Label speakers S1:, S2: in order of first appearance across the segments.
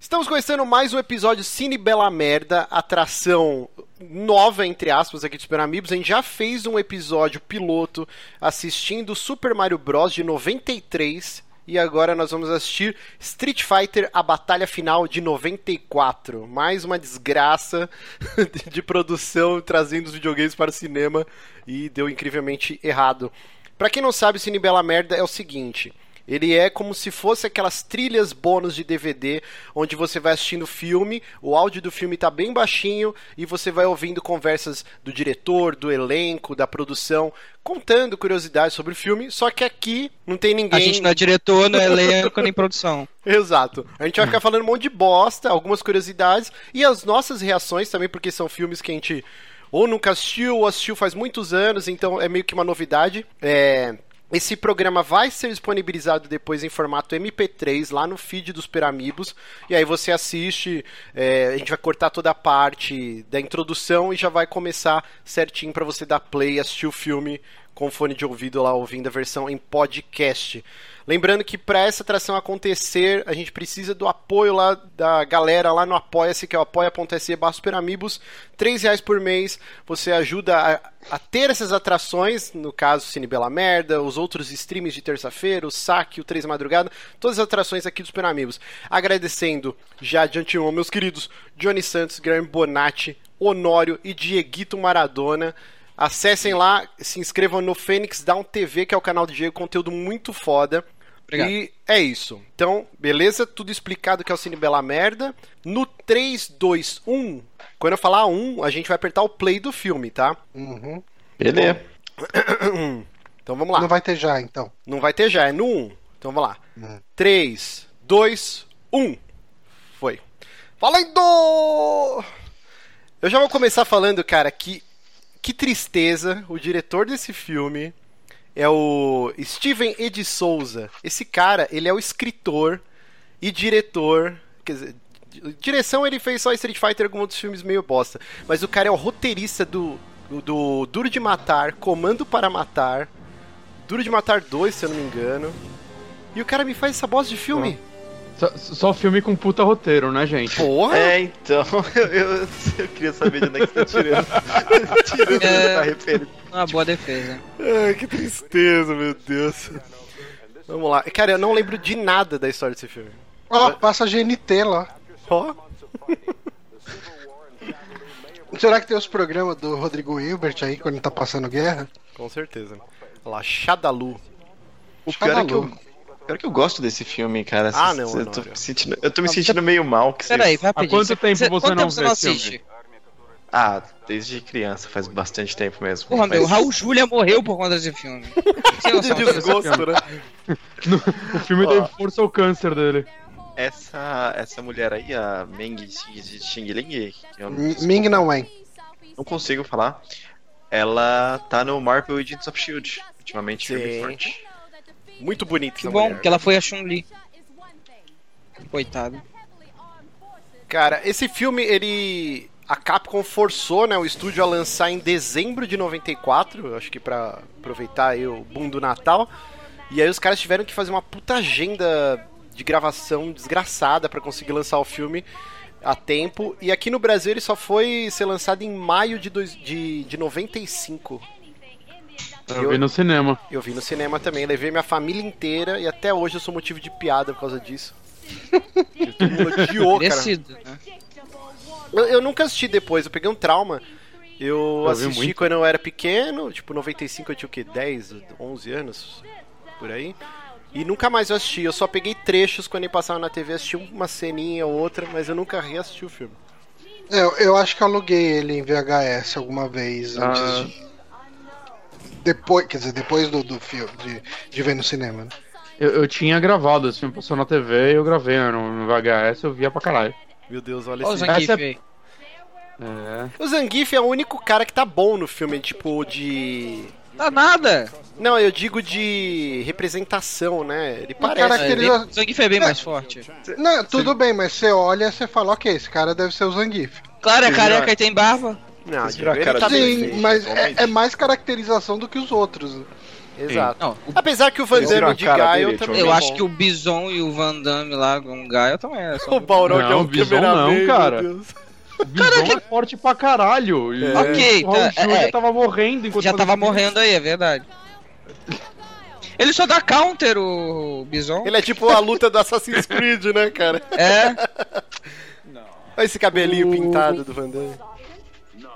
S1: Estamos começando mais um episódio Cine Bela Merda, atração nova, entre aspas, aqui de Super Amigos. A gente já fez um episódio piloto assistindo Super Mario Bros. de 93. E agora nós vamos assistir Street Fighter, a batalha final de 94. Mais uma desgraça de produção trazendo os videogames para o cinema e deu incrivelmente errado. Pra quem não sabe, o Cine Bela Merda é o seguinte. Ele é como se fosse aquelas trilhas bônus de DVD, onde você vai assistindo filme, o áudio do filme tá bem baixinho e você vai ouvindo conversas do diretor, do elenco, da produção, contando curiosidades sobre o filme. Só que aqui não tem ninguém.
S2: A gente não é diretor, não é elenco, nem produção.
S1: Exato. A gente vai ficar falando um monte de bosta, algumas curiosidades e as nossas reações também, porque são filmes que a gente ou nunca assistiu ou assistiu faz muitos anos, então é meio que uma novidade. É. Esse programa vai ser disponibilizado depois em formato MP3 lá no feed dos Peramibos. E aí você assiste, é, a gente vai cortar toda a parte da introdução e já vai começar certinho para você dar play e assistir o filme com fone de ouvido lá, ouvindo a versão em podcast. Lembrando que para essa atração acontecer, a gente precisa do apoio lá da galera lá no Apoia-se, que é o apoia.se barra superamibos. Três reais por mês, você ajuda a, a ter essas atrações, no caso Cine Bela Merda, os outros streams de terça-feira, o Saque, o Três Madrugada, todas as atrações aqui dos Superamigos. Agradecendo já de antemão meus queridos Johnny Santos, Guilherme Bonatti, Honório e Dieguito Maradona. Acessem lá, se inscrevam no Fênix Down TV, que é o canal do Diego, conteúdo muito foda.
S2: Obrigado.
S1: E é isso. Então, beleza? Tudo explicado que é o Cine Bela Merda. No 3, 2, 1. Quando eu falar 1, a gente vai apertar o play do filme, tá?
S3: Beleza.
S1: Então vamos lá.
S4: Não vai ter já, então.
S1: Não vai ter já, é no 1. Então vamos lá. 3, 2, 1. Foi. Valendo! Eu já vou começar falando, cara, que que tristeza, o diretor desse filme é o Steven E. de Souza. Esse cara, ele é o escritor e diretor, quer dizer, di- direção ele fez só Street Fighter e alguns outros filmes meio bosta, mas o cara é o roteirista do do- do Duro de Matar, Comando para Matar, Duro de Matar 2, se eu não me engano. E o cara me faz essa bosta de filme?
S2: Hum.
S5: Só, só filme com puta roteiro, né, gente?
S1: Porra!
S3: É, então, eu, eu- eu queria saber de onde é que você tá tirando. tirando
S2: É.
S3: essa referência.
S2: Uma boa defesa.
S1: Ai, que tristeza, meu Deus. Vamos lá. Cara, eu não lembro de nada da história desse filme.
S4: Ó, passa GNT lá.
S1: Ó.
S4: Será que tem os programas do Rodrigo Hilbert aí quando tá passando guerra?
S1: Com certeza. Olha lá, Shadalu.
S3: O pior é que eu.
S4: Maluco.
S3: o pior é que eu gosto desse filme, cara.
S1: Ah,
S3: Cê-
S1: não,
S3: cê- eu, tô
S1: Honório.
S3: me sentindo, eu tô me sentindo meio mal. Que vocês-
S2: Peraí, rapidinho.
S5: quanto tempo
S2: Cê-
S5: você
S2: quanto
S5: não
S2: tempo você não
S5: vê filme?
S2: assiste?
S3: Ah, desde criança, faz bastante tempo mesmo.
S2: Porra, meu,
S3: Mas-
S2: Raul Júlia morreu por conta desse filme. Sem noção disso.
S1: né?
S5: O filme
S3: Ó.
S5: deu força ao câncer dele.
S3: Essa, essa mulher aí, a Meng Xing Xing Ling, que eu
S4: M- Ming não é.
S3: não consigo falar, ela tá no Marvel Agents of Shield. Ultimamente, é
S1: Sim.
S3: bem forte.
S1: Muito bonito
S2: Que
S1: essa
S2: bom,
S1: mulher.
S2: porque ela foi a Chun-Li. Coitado.
S1: Cara, esse filme, ele. A Capcom forçou né, o estúdio a lançar em dezembro de 94, eu acho que pra aproveitar aí o boom do Natal. E aí os caras tiveram que fazer uma puta agenda de gravação desgraçada pra conseguir lançar o filme a tempo. E aqui no Brasil ele só foi ser lançado em maio de, dois, de, de 95.
S5: Eu,
S1: Eu-
S5: vi no cinema.
S1: Eu vi no cinema também, levei minha família inteira e até hoje eu sou motivo de piada por causa disso. Todo mundo odiou, cara.
S2: Merecido, né?
S1: Eu, eu nunca assisti depois, eu peguei um trauma. Eu,
S5: Eu vi
S1: assisti
S5: muito.
S1: quando eu era pequeno, tipo 95 eu tinha o quê? 10, 11 anos? Por aí. E nunca mais eu assisti, eu só peguei trechos quando ele passava na TV, assisti uma ceninha ou outra, mas eu nunca reassisti o filme.
S4: Eu, eu acho que eu aluguei ele em VHS alguma vez antes
S3: Ah.
S4: de. Depois, quer dizer, depois do, do filme, de, de ver no cinema, né?
S5: Eu, eu tinha gravado esse filme, passou na TV e eu gravei né, no, no VHS, eu via pra caralho.
S1: Meu Deus, olha
S2: Olha o
S1: esse.
S2: Zangief
S5: Essa é-
S2: aí.
S5: É.
S1: O Zangief é o único cara que tá bom no filme, tipo, de.
S2: Tá nada.
S1: Não, eu digo de representação, né? Ele parece.
S5: Tá
S4: cara que
S2: É,
S4: Aquele-
S2: bem- O Zangief é bem mais forte.
S4: Não, tudo bem, mas você olha e você fala, ok, esse cara deve ser o Zangief.
S2: Claro, é
S3: Sim,
S2: careca
S3: não.
S2: e tem barba.
S1: Não,
S3: Vocês viram a
S1: ele
S3: cara
S1: tá
S3: dele?
S1: bem
S4: Sim,
S3: feito,
S1: feio.
S4: mas é,
S3: realmente.
S4: é mais caracterização do que os outros.
S1: Exato.
S2: Não, o-
S1: Apesar que o Van
S3: Eles viram
S1: Damme
S3: a
S1: de
S3: cara
S1: Gaio
S3: dele,
S1: também.
S2: eu
S1: é
S2: acho
S1: bom.
S2: que o Bison e o Van Damme lá, um Gaia também é só...
S1: O Baurão que é
S5: Não,
S1: um
S5: Bison
S1: cameraman,
S5: não,
S1: meu
S5: cara.
S1: Deus.
S5: O Bison é forte pra caralho. E
S1: É.
S2: Ok,
S5: O Raul
S2: tá,
S5: Júlia
S2: é, é,
S5: tava morrendo enquanto
S2: já
S5: fazia
S2: tava
S5: isso.
S2: morrendo aí, é verdade. Ele só dá counter, o Bison.
S1: Ele é tipo a luta do Assassin's Creed, né, cara?
S2: É,
S1: Olha esse cabelinho pintado do Van Damme.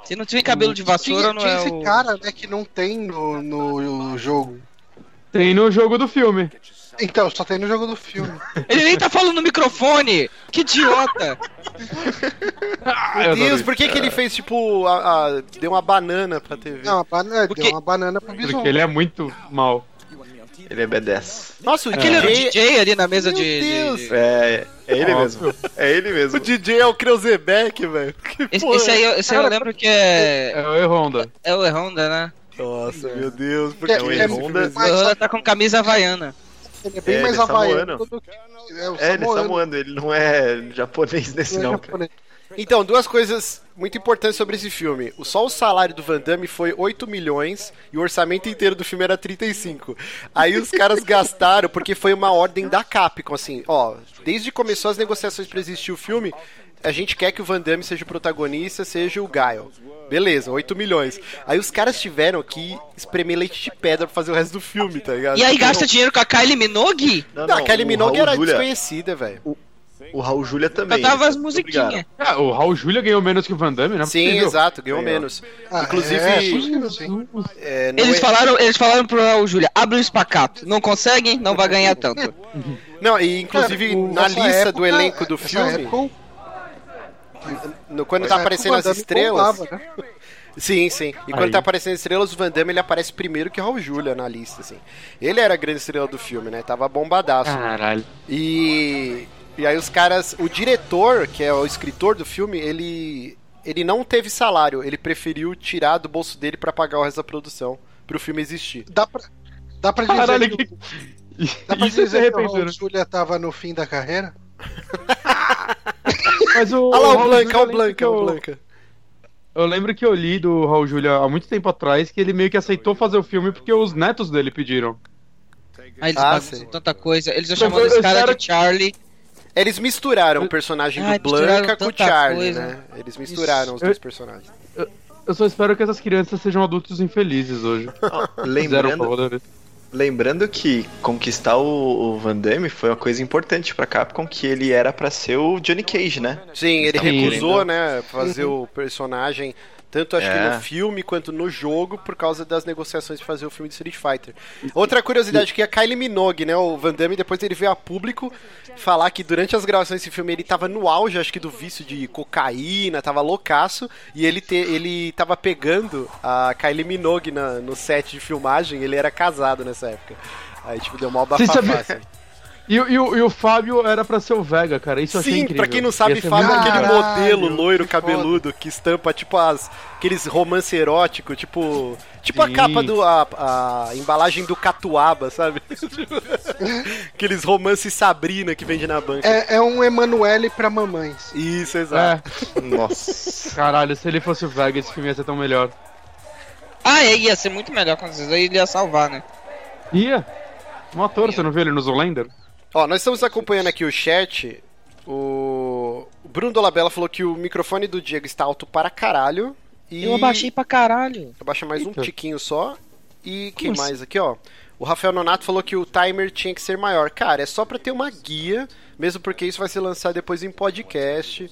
S2: se não tiver cabelo de vassoura,
S4: Tinha,
S2: não
S4: tinha
S2: é
S4: esse
S2: o...
S4: cara, né, que não tem no, no jogo.
S5: Tem no jogo do filme.
S4: Então, só tem no jogo do filme.
S2: Ele nem tá falando no microfone! Que idiota!
S5: Ah,
S1: Meu Deus, por que, que ele
S5: É.
S1: fez, tipo, a- a- deu uma banana pra TV?
S4: Não, a banana,
S2: Porque-
S4: deu É uma banana pro Bison.
S5: Porque ele é muito mal.
S3: Ele é B10.
S1: Nossa, o
S5: É.
S2: Aquele era o
S1: DJ...
S2: DJ ali na mesa
S1: Meu
S2: de- de...
S1: Deus.
S2: de-
S3: É, é ele mesmo. É ele mesmo.
S1: O DJ é o Creuzebeck, velho. Que
S2: Esse,
S1: porra
S2: esse aí, eu- esse aí eu lembro que é.
S5: É o E-Honda.
S2: É o Honda, né?
S1: Nossa, meu Deus, por
S4: É,
S1: que
S4: o
S1: esse
S3: Honda-
S1: filme-
S2: O
S5: é,
S2: Honda tá com camisa havaiana.
S4: Ele é bem
S3: É,
S4: mais
S3: ele é
S4: havaiano.
S3: samoano.
S4: do que- É, o
S3: É, ele é
S4: samoano,
S3: samuano, ele não é japonês nesse
S4: não é
S3: não, cara.
S4: japonês.
S1: Então, duas coisas muito importantes sobre esse filme. O- Só o salário do Van Damme foi 8 milhões e o orçamento inteiro do filme era 35. Aí os caras gastaram, porque foi uma ordem da Capcom, assim, ó, desde que começou as negociações pra existir o filme, a gente quer que o Van Damme seja o protagonista, seja o Gaio. Beleza, 8 milhões. Aí os caras tiveram que espremer leite de pedra pra fazer o resto do filme, tá ligado?
S2: E aí gasta dinheiro com a Kylie Minogue?
S3: Não,
S1: Não, aquela
S3: o
S1: Minogue
S3: Raul
S1: era
S3: Julia-
S1: desconhecida, velho.
S3: O Raul Júlia também.
S2: Cantava as
S3: Muito
S2: musiquinhas.
S3: obrigado.
S5: Ah, o Raul Júlia ganhou menos que o Van
S4: é
S5: Damme, né?
S1: Sim, exato, ganhou
S3: Ganhou.
S1: menos.
S4: Ah,
S1: Inclusive,
S4: é, possível, sim.
S1: É, não
S2: Eles
S1: é-
S2: falaram, eles falaram pro Raul Júlia, abre o espacap. Não conseguem, não vai ganhar tanto.
S1: Não, e inclusive
S4: Cara, o-
S1: na
S4: nessa
S1: lista do
S4: época-
S1: elenco do
S4: nessa
S1: filme,
S4: época, o-
S1: no- quando
S4: nessa
S1: tá
S4: época o
S1: aparecendo as
S4: Van Damme
S1: estrelas.
S4: bombava, né?
S1: Sim, sim. E quando
S5: Aí.
S1: tá aparecendo as estrelas, o Van Damme ele aparece primeiro que Raul Julia na lista, assim. Ele era a grande estrela do filme, né? Tava bombadaço.
S5: Caralho.
S1: E. E aí os caras. O diretor, que é o escritor do filme, ele. Ele não teve salário, ele preferiu tirar do bolso dele pra pagar o resto da produção, pro filme existir.
S4: Dá pra, dá pra dizer
S5: Caralho,
S4: que,
S5: que...
S4: dá pra
S5: Isso é se
S4: dizer que o Raul
S5: arrependendo.
S4: Julia tava no fim da carreira?
S5: Mas o.
S1: Olha lá o
S5: Raul
S1: Blanca, olha
S5: Júlia, eu
S1: o
S5: lembro
S1: Blanca,
S5: que eu-
S1: olha o Blanca.
S5: Eu lembro que eu li do Raul Júlia há muito tempo atrás que ele meio que aceitou fazer o filme porque os netos dele pediram.
S2: Aí eles
S1: Ah,
S2: bagunçam
S1: sim.
S2: tanta coisa. Eles já
S5: Mas
S2: chamando
S5: eu-
S2: esse
S5: eu
S2: cara
S5: quero-
S2: de Charlie.
S1: Eles misturaram o personagem
S2: Ai,
S1: do Blanca
S2: misturaram
S1: com o
S2: tanta
S1: Charlie,
S2: coisa.
S1: né? Eles misturaram os
S5: Eu-
S1: dois personagens.
S5: Eu só espero que essas crianças sejam adultos infelizes hoje.
S3: Ó,
S5: Fizeram
S3: Lembrando,
S5: favor deles.
S3: lembrando que conquistar o, o Van Damme foi uma coisa importante pra Capcom, que ele era pra ser o Johnny Cage, né?
S1: Sim, ele
S5: Sim.
S1: recusou, né, fazer o personagem tanto acho
S3: É.
S1: que no filme quanto no jogo por causa das negociações de fazer o filme de Street Fighter. Outra curiosidade que é a Kylie Minogue, né, o Van Damme depois ele veio a público falar que durante as gravações desse filme ele tava no auge, acho que do vício de cocaína, tava loucaço e ele te, ele tava pegando a Kylie Minogue na- no set de filmagem, ele era casado nessa época. Aí, tipo, deu mó
S5: Vocês
S1: bafafá,
S5: sabiam-
S1: assim.
S5: E, o- e o- e o Fábio era pra ser o Vega, cara. Isso eu achei
S1: Sim,
S5: incrível.
S1: pra quem não sabe,
S5: Ia ser
S1: Fábio é
S5: muito
S1: aquele
S5: legal.
S4: Caralho,
S1: modelo loiro
S4: que
S1: cabeludo que estampa tipo as aqueles romance erótico, tipo, tipo a
S5: Sim.
S1: capa do a, a embalagem do Catuaba, sabe? Tipo, aqueles romance Sabrina que vende na banca.
S4: É, é um Emanuele pra mamães.
S1: Isso, exato.
S5: É,
S3: Nossa.
S5: caralho, se ele fosse o Vega, esse filme ia ser tão melhor.
S2: Ah, é, ia ser muito melhor com vocês. Aí ele ia salvar, né?
S5: Ia. Um ator, você não viu ele no Zoolander?
S1: Ó, nós estamos acompanhando aqui o chat. O o Bruno Dolabella falou que o microfone do Diego está alto para caralho. E
S2: Eu abaixei pra caralho.
S1: Abaixa mais um
S5: Eita.
S1: tiquinho só. E quem
S2: Como assim?
S1: mais aqui, ó? O Rafael Nonato falou que o timer tinha que ser maior. Cara, é só pra ter uma guia, mesmo porque isso vai ser lançado depois em podcast.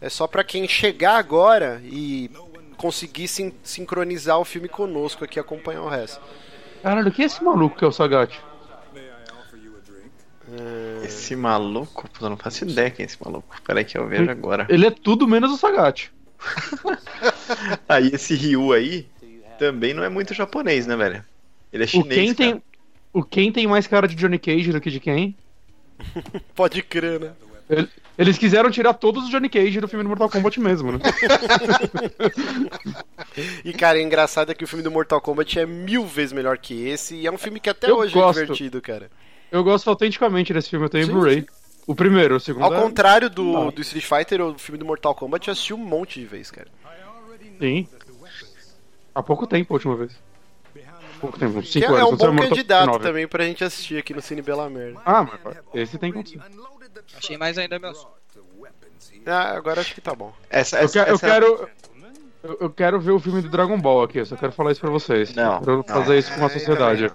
S1: É só pra quem chegar agora e conseguir sin- sincronizar o filme conosco aqui, acompanhar o resto.
S5: Caralho, que é esse maluco que é o Sagat?
S3: É. Esse maluco, pô, eu não faço ideia quem é esse maluco. Peraí que eu vejo agora.
S5: Ele é tudo menos o Sagat.
S3: Aí esse Ryu aí também não é muito japonês, né, velho? Ele é
S5: O
S3: chinês.
S5: Ken
S3: cara.
S5: tem. O Ken tem mais cara de Johnny Cage do que de quem?
S1: Pode crer, né?
S5: Ele- Eles quiseram tirar todos os Johnny Cage do filme do Mortal Kombat mesmo, né?
S1: E, cara, o engraçado é que o filme do Mortal Kombat é mil vezes melhor que esse. E é um filme que até
S5: Eu
S1: hoje
S5: gosto.
S1: é divertido, cara.
S5: Eu gosto autenticamente desse filme, eu tenho
S1: Sim,
S5: Blu-ray. O primeiro, o segundo.
S1: Ao
S5: é-
S1: contrário do,
S5: Não.
S1: do Street Fighter, o filme do Mortal Kombat eu assisti um monte de vezes, cara.
S5: Sim. Há pouco tempo, a última vez. pouco tempo, uns
S1: Que
S5: 5
S1: é,
S5: anos.
S1: é um
S5: quando saiu
S1: bom
S5: Mortal
S1: candidato
S5: Kombat 9.
S1: também pra gente assistir aqui no Cine Bela Merda.
S5: Ah, mas esse tem condição.
S2: Achei mais ainda, meus.
S1: Ah, agora acho que tá bom.
S3: Essa,
S5: Eu,
S3: essa,
S5: que- eu
S3: essa- é
S5: quero. Eu, eu quero ver o filme do Dragon Ball aqui, eu só quero falar isso pra vocês.
S3: Não,
S5: Pra eu
S3: não.
S5: fazer isso com a sociedade.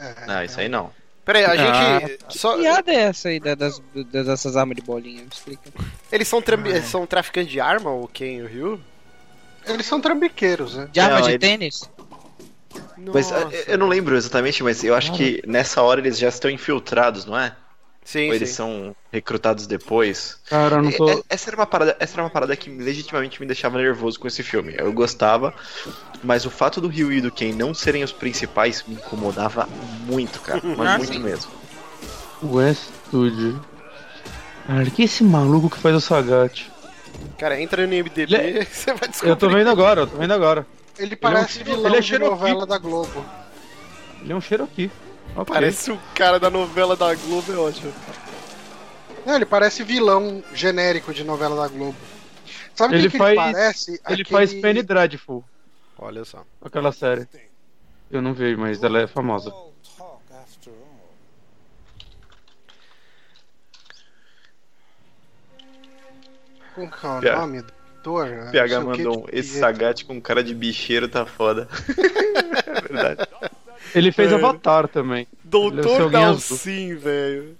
S4: É,
S3: Não, Ah, isso aí não.
S1: Pera aí,
S5: Ah.
S1: a gente. só-
S2: Que piada é essa aí da- das, da- dessas armas de bolinha? Me explica.
S1: Eles são, tra-
S5: Ah.
S1: eles são traficantes de arma, o Ken e o Ryu?
S5: É.
S4: Eles são trambiqueiros, né?
S2: De arma
S3: Não,
S2: de
S3: ele-
S2: tênis?
S3: Mas
S1: Nossa.
S3: ah, eu não lembro exatamente, mas eu acho que nessa hora eles já estão infiltrados, não é?
S1: Sim,
S3: Ou eles
S1: sim.
S3: são recrutados depois?
S5: Cara, eu não tô.
S3: É- Essa era uma parada, essa era uma parada que legitimamente me deixava nervoso com esse filme. Eu gostava, mas o fato do Ryu e do Ken não serem os principais me incomodava muito, cara, mas
S2: Ah,
S3: muito
S2: sim.
S3: mesmo.
S5: Westwood. Cara, que é esse maluco que faz o Sagat?
S1: Cara, entra no IMDB
S5: Le-
S1: você vai descobrir.
S5: Eu tô
S3: tá
S5: vendo agora, eu tô vendo agora.
S4: Ele parece
S5: Ele é um-
S4: vilão
S5: ele é
S4: de
S5: xeroquim.
S4: novela da Globo.
S5: Ele é um Cherokee. Ok.
S1: Parece o cara da novela da Globo, é ótimo.
S4: Não, ele parece vilão genérico de novela da Globo. Sabe
S5: Ele
S4: quem que
S5: faz-
S4: ele parece?
S5: Ele
S4: Aquele-
S5: faz Penny Dreadful,
S1: Olha só.
S5: aquela série. Eu não vi, mas ela é famosa.
S4: Como que é o
S3: Pia-
S4: nome do ator?
S5: Ah,
S3: O
S4: Não sei
S3: PH
S4: o que
S3: mandou um,
S4: de
S3: esse
S5: é."
S4: Pietro."
S3: Sagat com cara de bicheiro tá foda. é verdade.
S5: Ele fez
S1: É.
S5: Avatar também. Deve ser
S1: Doutor
S5: alguém azul.
S1: Dalsim, velho.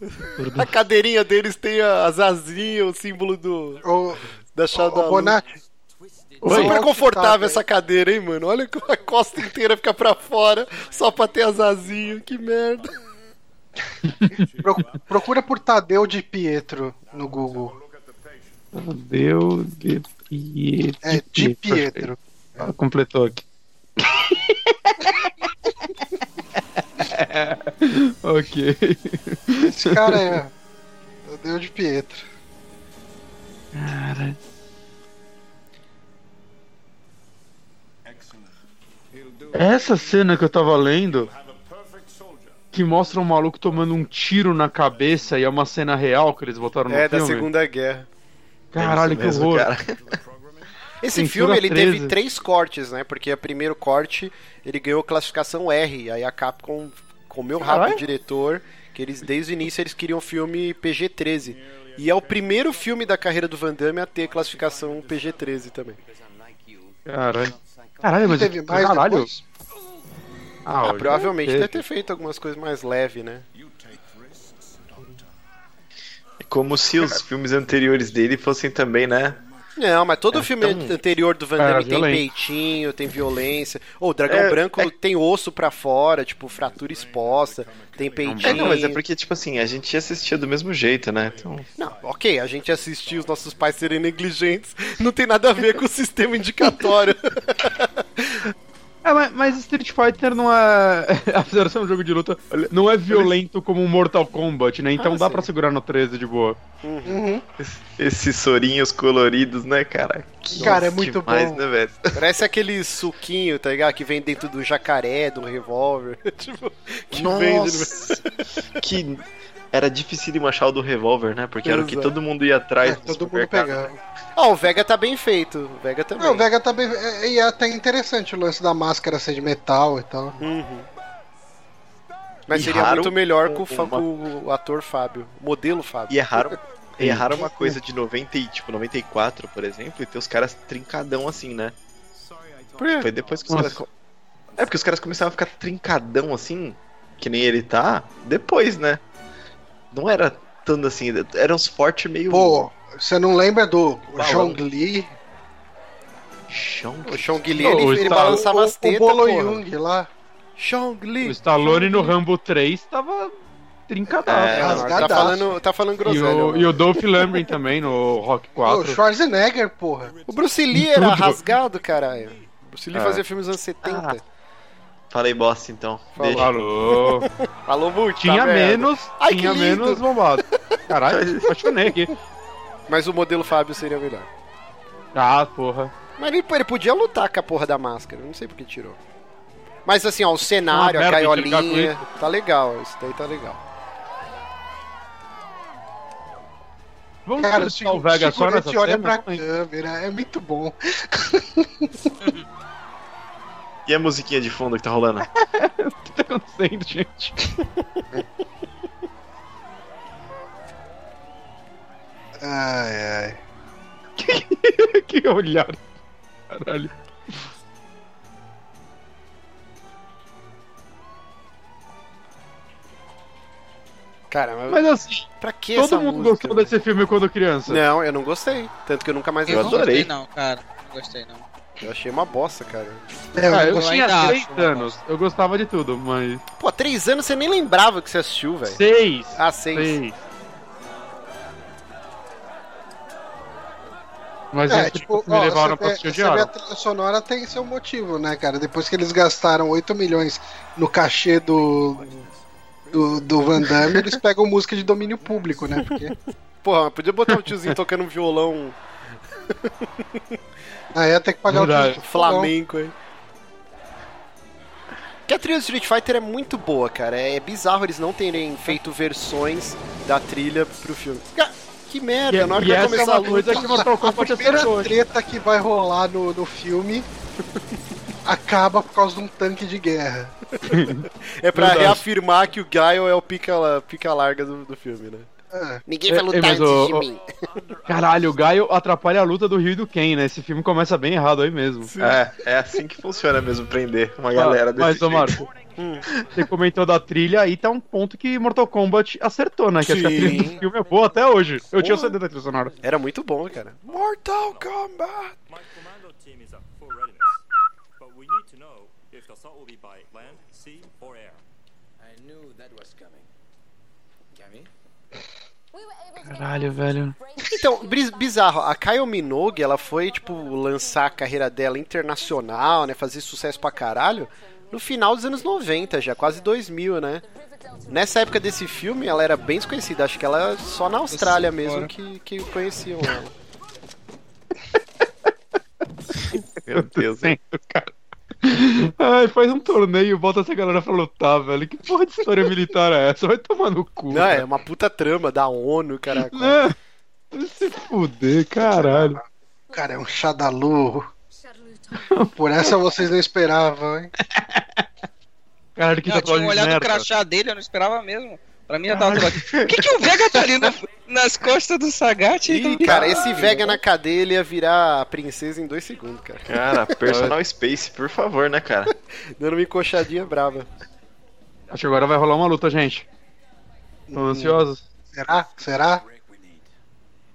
S1: A cadeirinha deles tem a- as asinhas, o símbolo do
S4: Ô,
S1: da
S4: ô,
S1: Shadow.
S4: Bonatti,
S1: Super
S4: Oi.
S1: confortável
S4: Tá,
S1: essa cadeira, hein, mano? Olha como a costa inteira fica pra fora só pra ter as asinhas. Que merda.
S4: pro- procura por Tadeu de Pietro no Google.
S5: Deu de Pietro.
S4: É, de Pietro.
S5: Ah, completou aqui. ok.
S4: Esse cara é. Tadeu de Pietro.
S5: Essa cena que eu tava lendo, que mostra um maluco tomando um tiro na cabeça e é uma cena real que eles botaram no
S1: É, da
S5: filme.
S1: Segunda Guerra.
S5: Caralho,
S3: É isso
S5: que
S3: mesmo,
S5: horror.
S3: cara.
S1: Esse
S5: Censura
S1: filme ele
S5: 13.
S1: teve três cortes, né? Porque o primeiro corte ele ganhou classificação R, aí a Capcom comeu rápido
S5: Caralho.
S1: o diretor, que eles desde o início eles queriam um filme PG-13. E é o primeiro filme da carreira do Van Damme a ter classificação PG-13 também.
S5: Caralho. Caralho, mas.
S4: Teve mais
S5: caralho.
S4: depois?
S5: Ah,
S1: Ah,
S5: olha,
S1: provavelmente
S5: teve.
S1: deve ter feito algumas coisas mais leves, né?
S3: É Como se os filmes anteriores dele fossem também, né?
S1: Não, mas
S3: É,
S1: todo filme
S3: tão-
S1: anterior do Van
S5: Cara,
S1: Damme tem
S5: violento.
S1: peitinho, tem violência. Ô, o Dragão
S3: É,
S1: Branco tem osso pra fora, tipo, fratura exposta, tem peitinho.
S3: É, não, mas é porque, tipo assim, a gente assistia do mesmo jeito, né? Então,
S1: Não, ok, a gente assistir os nossos pais serem negligentes não tem nada a ver com o sistema indicatório.
S5: É, mas, mas Street Fighter não é. Apesar de ser um jogo de luta, não é violento como um Mortal Kombat, né? Então
S1: Ah,
S5: dá
S1: sim.
S5: pra segurar no 13 de boa.
S4: Uhum.
S3: esses sorinhos coloridos, né, cara?
S4: Cara, é muito
S3: demais,
S4: bom.
S3: né, velho?
S1: Parece aquele suquinho, tá ligado? Que vem dentro do jacaré, do revólver. tipo, que vende.
S3: Nossa! que era difícil de achar o do revólver, né? Porque era o que
S1: Exato.
S3: todo mundo ia atrás.
S4: É,
S3: no
S4: todo mundo
S3: supermercado.
S4: pegava.
S1: Ah, o Vega tá bem feito. O Vega também.
S4: Não, o Vega tá bem. é- E é até interessante o lance da máscara ser de metal e tal.
S1: Uhum. Mas
S3: E
S1: seria
S3: raro
S1: muito melhor com o,
S3: com
S1: fa- com o ator Fábio. o Modelo Fábio.
S3: E é erraram, erraram uma coisa de 90, e, tipo, 94, por exemplo, e ter os caras trincadão assim, né?
S1: Por quê?
S3: Foi depois que os
S5: Nossa.
S3: caras. co- É porque os caras começaram a ficar trincadão assim, que nem ele tá, depois, né? Não era tanto assim, era uns fortes meio.
S4: Pô, você não lembra do
S3: Fala.
S4: Jong Lee?
S3: chão.
S1: O Chong Li,
S5: Não,
S1: ele,
S5: o
S1: ele
S5: Stallone-
S1: balançava as
S4: o
S1: tetas,
S4: Bolo
S1: porra.
S4: Jung lá.
S1: Chong
S5: O
S1: Li.
S5: Stallone no Rambo 3 tava trincadaço.
S3: É,
S1: É, mano, tá
S4: rasgadaço.
S1: falando, tá falando
S5: E
S1: groselha.
S5: o,
S1: mano.
S5: e o Dolph Lundgren também no Rock
S4: O
S5: 4.
S4: Schwarzenegger, porra.
S1: O Bruce Lee era
S5: Tudo.
S1: rasgado, caralho. O Bruce Lee
S3: É.
S1: fazia filmes nos anos 70.
S3: Falei bosta então.
S1: Falou.
S3: Beijo.
S5: Falou.
S1: Falou muito.
S5: Tinha menos,
S1: Tá Ai,
S5: tinha
S1: que lindo.
S5: menos bombado. Caralho, apaixonei aqui.
S1: Mas o modelo Fábio seria melhor.
S5: Ah, porra.
S1: Mas ele, ele podia lutar com a porra da máscara. eu Não sei por que tirou. Mas assim, ó, o cenário,
S5: Uma
S1: a
S5: merda entregar
S1: gaiolinha. Tá legal, isso daí tá legal.
S5: Vamos
S4: Cara, assim,
S5: testar o Vega é só nessa
S4: figurante olha
S5: cena?
S4: pra câmera, é muito bom.
S3: E a musiquinha de fundo que tá rolando?
S5: O que tá acontecendo, gente?
S4: Ai, ai.
S5: que olhar. Caralho.
S1: Cara, mas,
S5: Mas assim,
S1: pra que essa
S5: todo mundo
S1: música?
S5: gostou desse filme quando criança.
S1: Não, eu não gostei. Tanto que eu nunca mais
S3: Eu
S1: assisti.
S3: adoro. adorei.
S2: Não gostei, não, cara. Não gostei, não.
S1: Eu achei uma bosta, cara.
S4: É, eu
S5: Ah,
S4: não
S5: eu
S2: gostei.
S5: tinha
S2: ainda
S5: seis
S2: acho,
S5: anos, eu gostava de tudo, mas.
S1: Pô, três anos você nem lembrava que você assistiu, velho.
S5: Seis!
S1: Ah, seis.
S5: Seis. Mas
S4: É,
S5: é,
S4: tipo,
S5: me
S4: ó,
S5: levaram
S4: você
S5: pra
S4: vê-
S5: assistir
S4: você vê a
S5: odiaram.
S4: trilha sonora tem seu motivo, né, cara? Depois que eles gastaram 8 milhões no cachê do, do, do Van Damme, eles pegam música de domínio público, né? Porque
S1: Porra, mas podia botar um tiozinho tocando um violão
S5: Tá
S4: aí ia ter que pagar
S5: Verdade.
S4: o Tá
S1: flamenco aí. Que a trilha do Street Fighter é muito boa, cara. É bizarro eles não terem feito versões da trilha pro filme. Ca- Que merda,
S5: E,
S1: na hora
S5: e
S1: que vai
S5: essa é
S1: começar a
S5: uma
S1: luta.
S5: coisa que uma trocou
S4: A
S5: pode
S4: primeira
S5: ser
S4: treta que vai rolar no, no filme acaba por causa de um tanque de guerra.
S1: É pra
S5: Verdade.
S1: reafirmar que o Gaio é o pica, la- pica larga do, do filme, né?
S4: É.
S1: Ninguém
S5: vai É, é, lutar mas antes o- de o- mim. Caralho, o Gaio atrapalha a luta do Rio e do Ken, né? Esse filme começa bem errado aí mesmo.
S3: É, é assim que funciona mesmo prender uma galera desse
S5: Mas,
S3: jeito.
S5: ô Marco, você comentou da trilha, aí tá um ponto que Mortal Kombat acertou, né? Que acho que a trilha
S1: Sim.
S5: do filme é boa até hoje. Eu tinha o
S1: Porra.
S5: CD da trilha sonora.
S1: Era muito bom, cara. Mortal Kombat!
S6: My commando team is at full readiness, but we need to know if the assault will be by land, sea, or air.
S7: I knew that was coming. Cammy?
S5: Caralho, velho.
S1: Então, bris- bizarro, a Kylie Minogue, ela foi, tipo, lançar a carreira dela internacional, né? Fazer sucesso pra caralho. No final dos anos 90 já, quase 2000, né? Nessa época desse filme, ela era bem desconhecida. Acho que ela só na Austrália mesmo que, que conheciam ela.
S3: Meu Deus.
S5: cara. Ai, faz um torneio e bota essa galera pra lutar, velho. Que porra de história militar é essa? Vai tomar no cu.
S1: Não, é
S5: cara.
S1: uma puta trama da ONU, caraca.
S5: Né? Vai se fuder, caralho.
S4: Cara, é um chadalu. Por essa vocês não esperavam, hein?
S5: Caralho, que
S2: Não, eu tinha
S5: tatuagem de
S2: olhado o
S5: merda.
S2: crachá dele, eu não esperava mesmo. Pra mim já tava tudo aqui. O que, que o Vega tá ali na- nas costas do Sagat?
S1: Ih, cara, esse Vega na cadeia, ele ia virar a princesa em dois segundos, cara.
S3: Cara, personal space, por favor, né, cara?
S1: Dando uma encoxadinha brava.
S5: Acho que agora vai rolar uma luta, gente. Tô ansiosos.
S4: Será? Será?
S7: Break we need.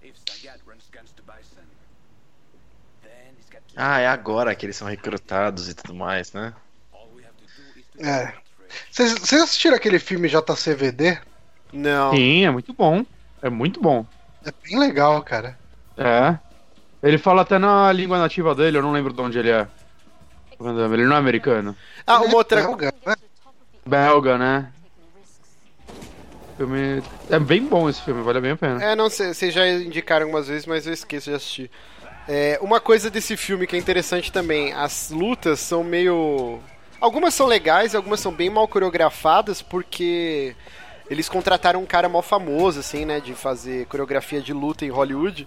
S7: If Sagat runs guns to Bison, then he's got
S3: Ah, é agora que eles são recrutados e tudo mais, né?
S7: all we have to do is to
S4: É. Vocês vocês assistiram aquele filme JCVD?
S1: Não.
S5: Sim, é muito bom. É muito bom.
S4: É bem legal, cara.
S5: É. Ele fala até na língua nativa dele, eu não lembro de onde ele é. Van Damme, Ele não é americano.
S1: Ah, uma outra,
S4: Belga, né?
S5: Belga, né? Filme. É bem bom esse filme, vale bem a pena.
S1: É, não, vocês já indicaram algumas vezes, mas eu esqueço de assistir. É, uma coisa desse filme que é interessante também, as lutas são meio. Algumas são legais, algumas são bem mal coreografadas, porque eles contrataram um cara mal famoso, assim, né, de fazer coreografia de luta em Hollywood.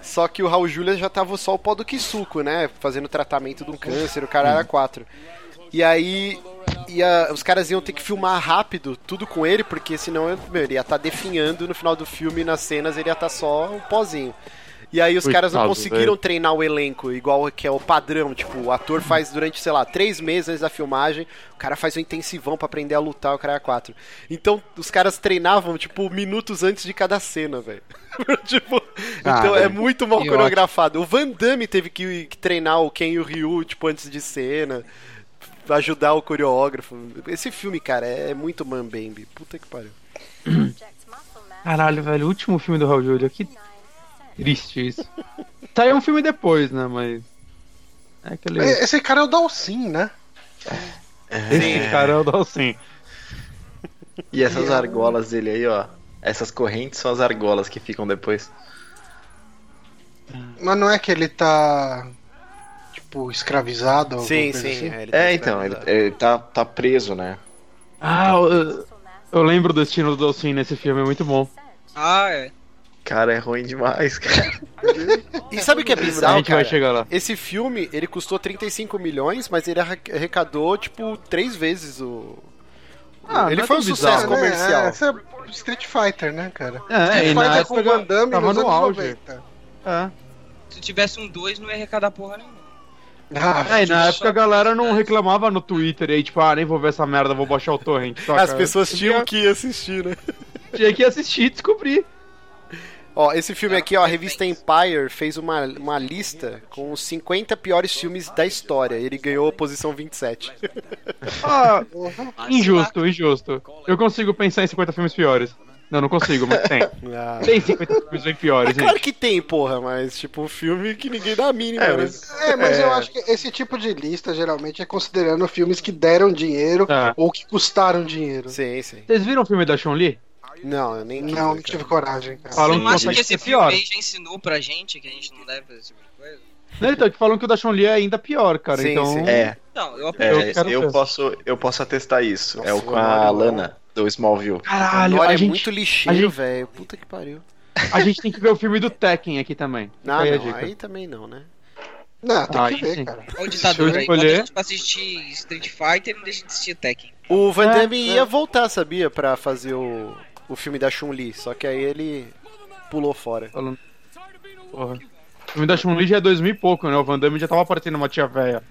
S1: Só que o Raul Julia já tava só o pó do Kisuko, né, fazendo tratamento de um câncer, o cara era quatro. E aí ia- os caras iam ter que filmar rápido tudo com ele, porque senão meu, ele ia estar definhando no final do filme, nas cenas ele ia estar só um pozinho. E aí os caras não
S5: Coitado,
S1: conseguiram
S5: velho.
S1: treinar o elenco igual que é o padrão, tipo, o ator faz durante, sei lá, três meses antes da filmagem, o cara faz um intensivão pra aprender a lutar, o cara é quatro. Então os caras treinavam, tipo, minutos antes de cada cena, velho. tipo,
S5: Ah,
S1: então é
S5: velho.
S1: muito mal
S5: Que
S1: coreografado. O Van Damme teve que, que treinar o Ken e o Ryu, tipo, antes de cena. Pra ajudar o coreógrafo. Esse filme, cara, é muito mambembe. Puta que pariu.
S5: Caralho, velho, o último filme do Raul Júlio, que triste isso. Saiu um filme depois, né? Mas. É aquele.
S4: É, Esse cara é o Dalsin, né?
S5: Esse cara é o Dalsin.
S3: E essas argolas dele aí, ó. Essas correntes são as argolas que ficam depois.
S4: Mas não é que ele tá. Tipo, escravizado? ou
S1: Sim,
S4: alguma coisa
S1: sim.
S4: assim?
S1: ele tá
S3: É, então, ele,
S1: escravizado.
S3: ele tá, tá preso, né?
S5: Ah, eu, eu lembro do destino do Dalsin nesse filme, é muito bom.
S2: Ah, é.
S3: Cara, é ruim demais, cara.
S1: E sabe o que é
S5: a
S1: bizarro,
S5: gente vai
S1: cara?
S5: chegar lá.
S1: Esse filme, ele custou 35 milhões, mas ele arra- arrecadou, tipo, três vezes o...
S5: Ah,
S1: ele
S5: não é
S1: foi um
S5: tão
S1: sucesso
S5: bizarro.
S1: comercial.
S4: É, essa é Street Fighter, né, cara?
S5: É,
S4: Street
S5: e na
S4: Fighter com
S5: época
S4: o Van Damme
S5: tava
S4: nos
S5: no
S4: anos
S5: auge.
S4: 90.
S5: É.
S2: Se tivesse um 2, não ia arrecadar porra nenhuma.
S4: Ah,
S5: É, e na época a galera não reclamava no Twitter aí, tipo, ah, nem vou ver essa merda, vou baixar o torrent. Só,
S1: As
S5: Ah, cara.
S1: pessoas tinham que assistir, né?
S5: Tinha que assistir e descobrir.
S1: Ó, esse filme aqui, ó, a revista Empire fez uma, uma lista com os 50 piores filmes da história. Ele ganhou a posição 27.
S5: Ah,
S4: porra.
S5: injusto, injusto. Eu consigo pensar em 50 filmes piores. Não, não consigo, mas tem.
S1: Ah.
S5: Tem 50 filmes bem piores,
S1: É claro
S5: gente.
S1: que tem, porra, mas tipo, um filme que ninguém dá a mínima,
S3: É,
S1: né?
S3: mas-
S4: É, mas
S3: É.
S4: eu acho que esse tipo de lista geralmente é considerando filmes que deram dinheiro
S5: É.
S4: ou que custaram dinheiro.
S1: Sim, sim.
S5: Vocês viram o filme da Chun-Li?
S1: Não, eu nem quis,
S4: Não, tipo,
S1: né,
S4: não
S1: cara.
S4: tive coragem, cara.
S5: Falam
S2: Eu
S5: que
S2: não acho
S5: consegue
S2: que esse
S5: ser
S2: filme
S5: é
S2: é
S5: pior.
S2: aí já ensinou pra gente que a gente não deve fazer esse tipo de coisa.
S5: Não, então, que falam que o da Chun-Li é ainda pior, cara.
S1: Sim,
S5: então,
S1: sim.
S3: É,
S2: Não, eu
S3: é,
S2: apoio.
S5: Eu
S3: eu,
S5: quero ver.
S3: posso, eu posso atestar isso. é o
S1: Nossa,
S3: com a
S1: mano.
S3: Lana, do Smallville.
S5: caralho,
S1: Nora
S5: a
S1: é
S5: gente,
S1: muito lixeiro,
S5: a gente-
S1: velho. Puta que pariu.
S5: a gente tem que ver o filme do Tekken aqui também. Fica
S1: Não,
S5: aí a
S1: não,
S5: dica.
S1: aí também não, né?
S4: Não, tem
S5: Aí
S4: que ver,
S5: sim.
S4: cara.
S2: Olha o
S5: Se
S2: ditador
S5: eu
S2: tá aí. Bota a
S5: escolher-
S2: gente pra assistir Street Fighter e não deixa de assistir Tekken.
S1: O Van
S5: É,
S1: Damme
S5: é.
S1: ia voltar, sabia, pra fazer o, o filme da Chun-Li, só que aí ele pulou fora.
S5: Falando... Porra. O filme da Chun-Li já é 2000 e pouco, né? O Van Damme já tava parecendo uma tia velha.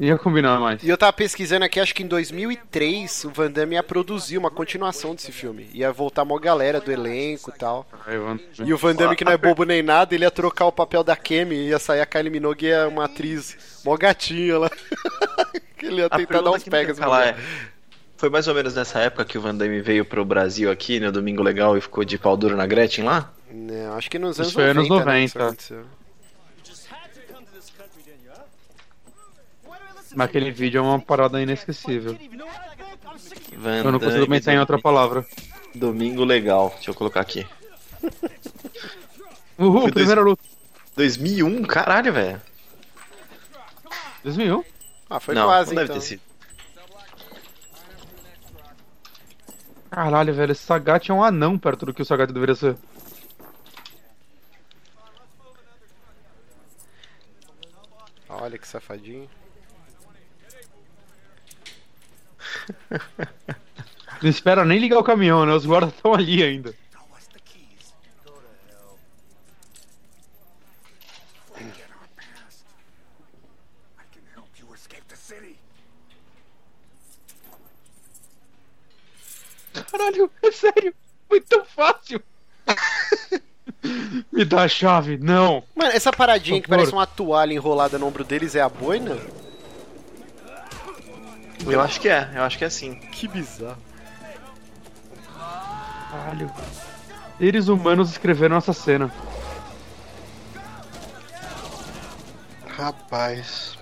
S5: Não ia combinar mais.
S1: E eu tava pesquisando aqui, acho que em 2003 o Van Damme ia produzir uma continuação desse filme. Ia voltar mó galera do elenco e tal.
S5: Ai, Van Damme.
S1: E o Van Damme, que não é bobo nem nada, ele ia trocar o papel da Kemi e ia sair a Kylie Minogue, ia uma atriz mó gatinha lá. que ele ia
S3: A
S1: tentar
S3: pergunta
S1: dar uns
S3: que não
S1: pegas.
S3: quer calar
S1: mano.
S3: é, Foi mais ou menos nessa época que o Van Damme veio pro Brasil aqui no Domingo Legal e ficou de pau duro na Gretchen lá?
S1: Não, acho que nos anos
S5: É. Isso foi anos
S1: 90. né, que isso
S5: 90.
S1: aconteceu.
S5: Mas aquele vídeo é uma parada inesquecível.
S3: Van
S5: Eu não consigo
S3: Damme,
S5: pensar em outra palavra.
S3: Domingo Legal, deixa eu colocar aqui.
S5: Uhul,
S3: Foi
S5: primeira luta.
S3: 2001, caralho, velho.
S5: 2001?
S1: Ah, foi
S3: não,
S1: quase,
S3: não deve
S1: então.
S3: ter sido.
S5: Caralho, velho, esse Sagat é um anão perto do que o Sagat deveria ser.
S1: Olha que safadinho.
S5: Não espera nem ligar o caminhão, né? Os guardas estão ali ainda. Caralho, é sério. Foi tão fácil. Me dá a chave. Não.
S1: Mano, essa paradinha que
S5: Por favor.
S1: parece uma toalha enrolada no ombro deles é a boina?
S3: Eu acho que é, eu acho que é sim.
S1: Que bizarro.
S5: Caralho. Seres humanos escreveram essa cena.
S4: Rapaz.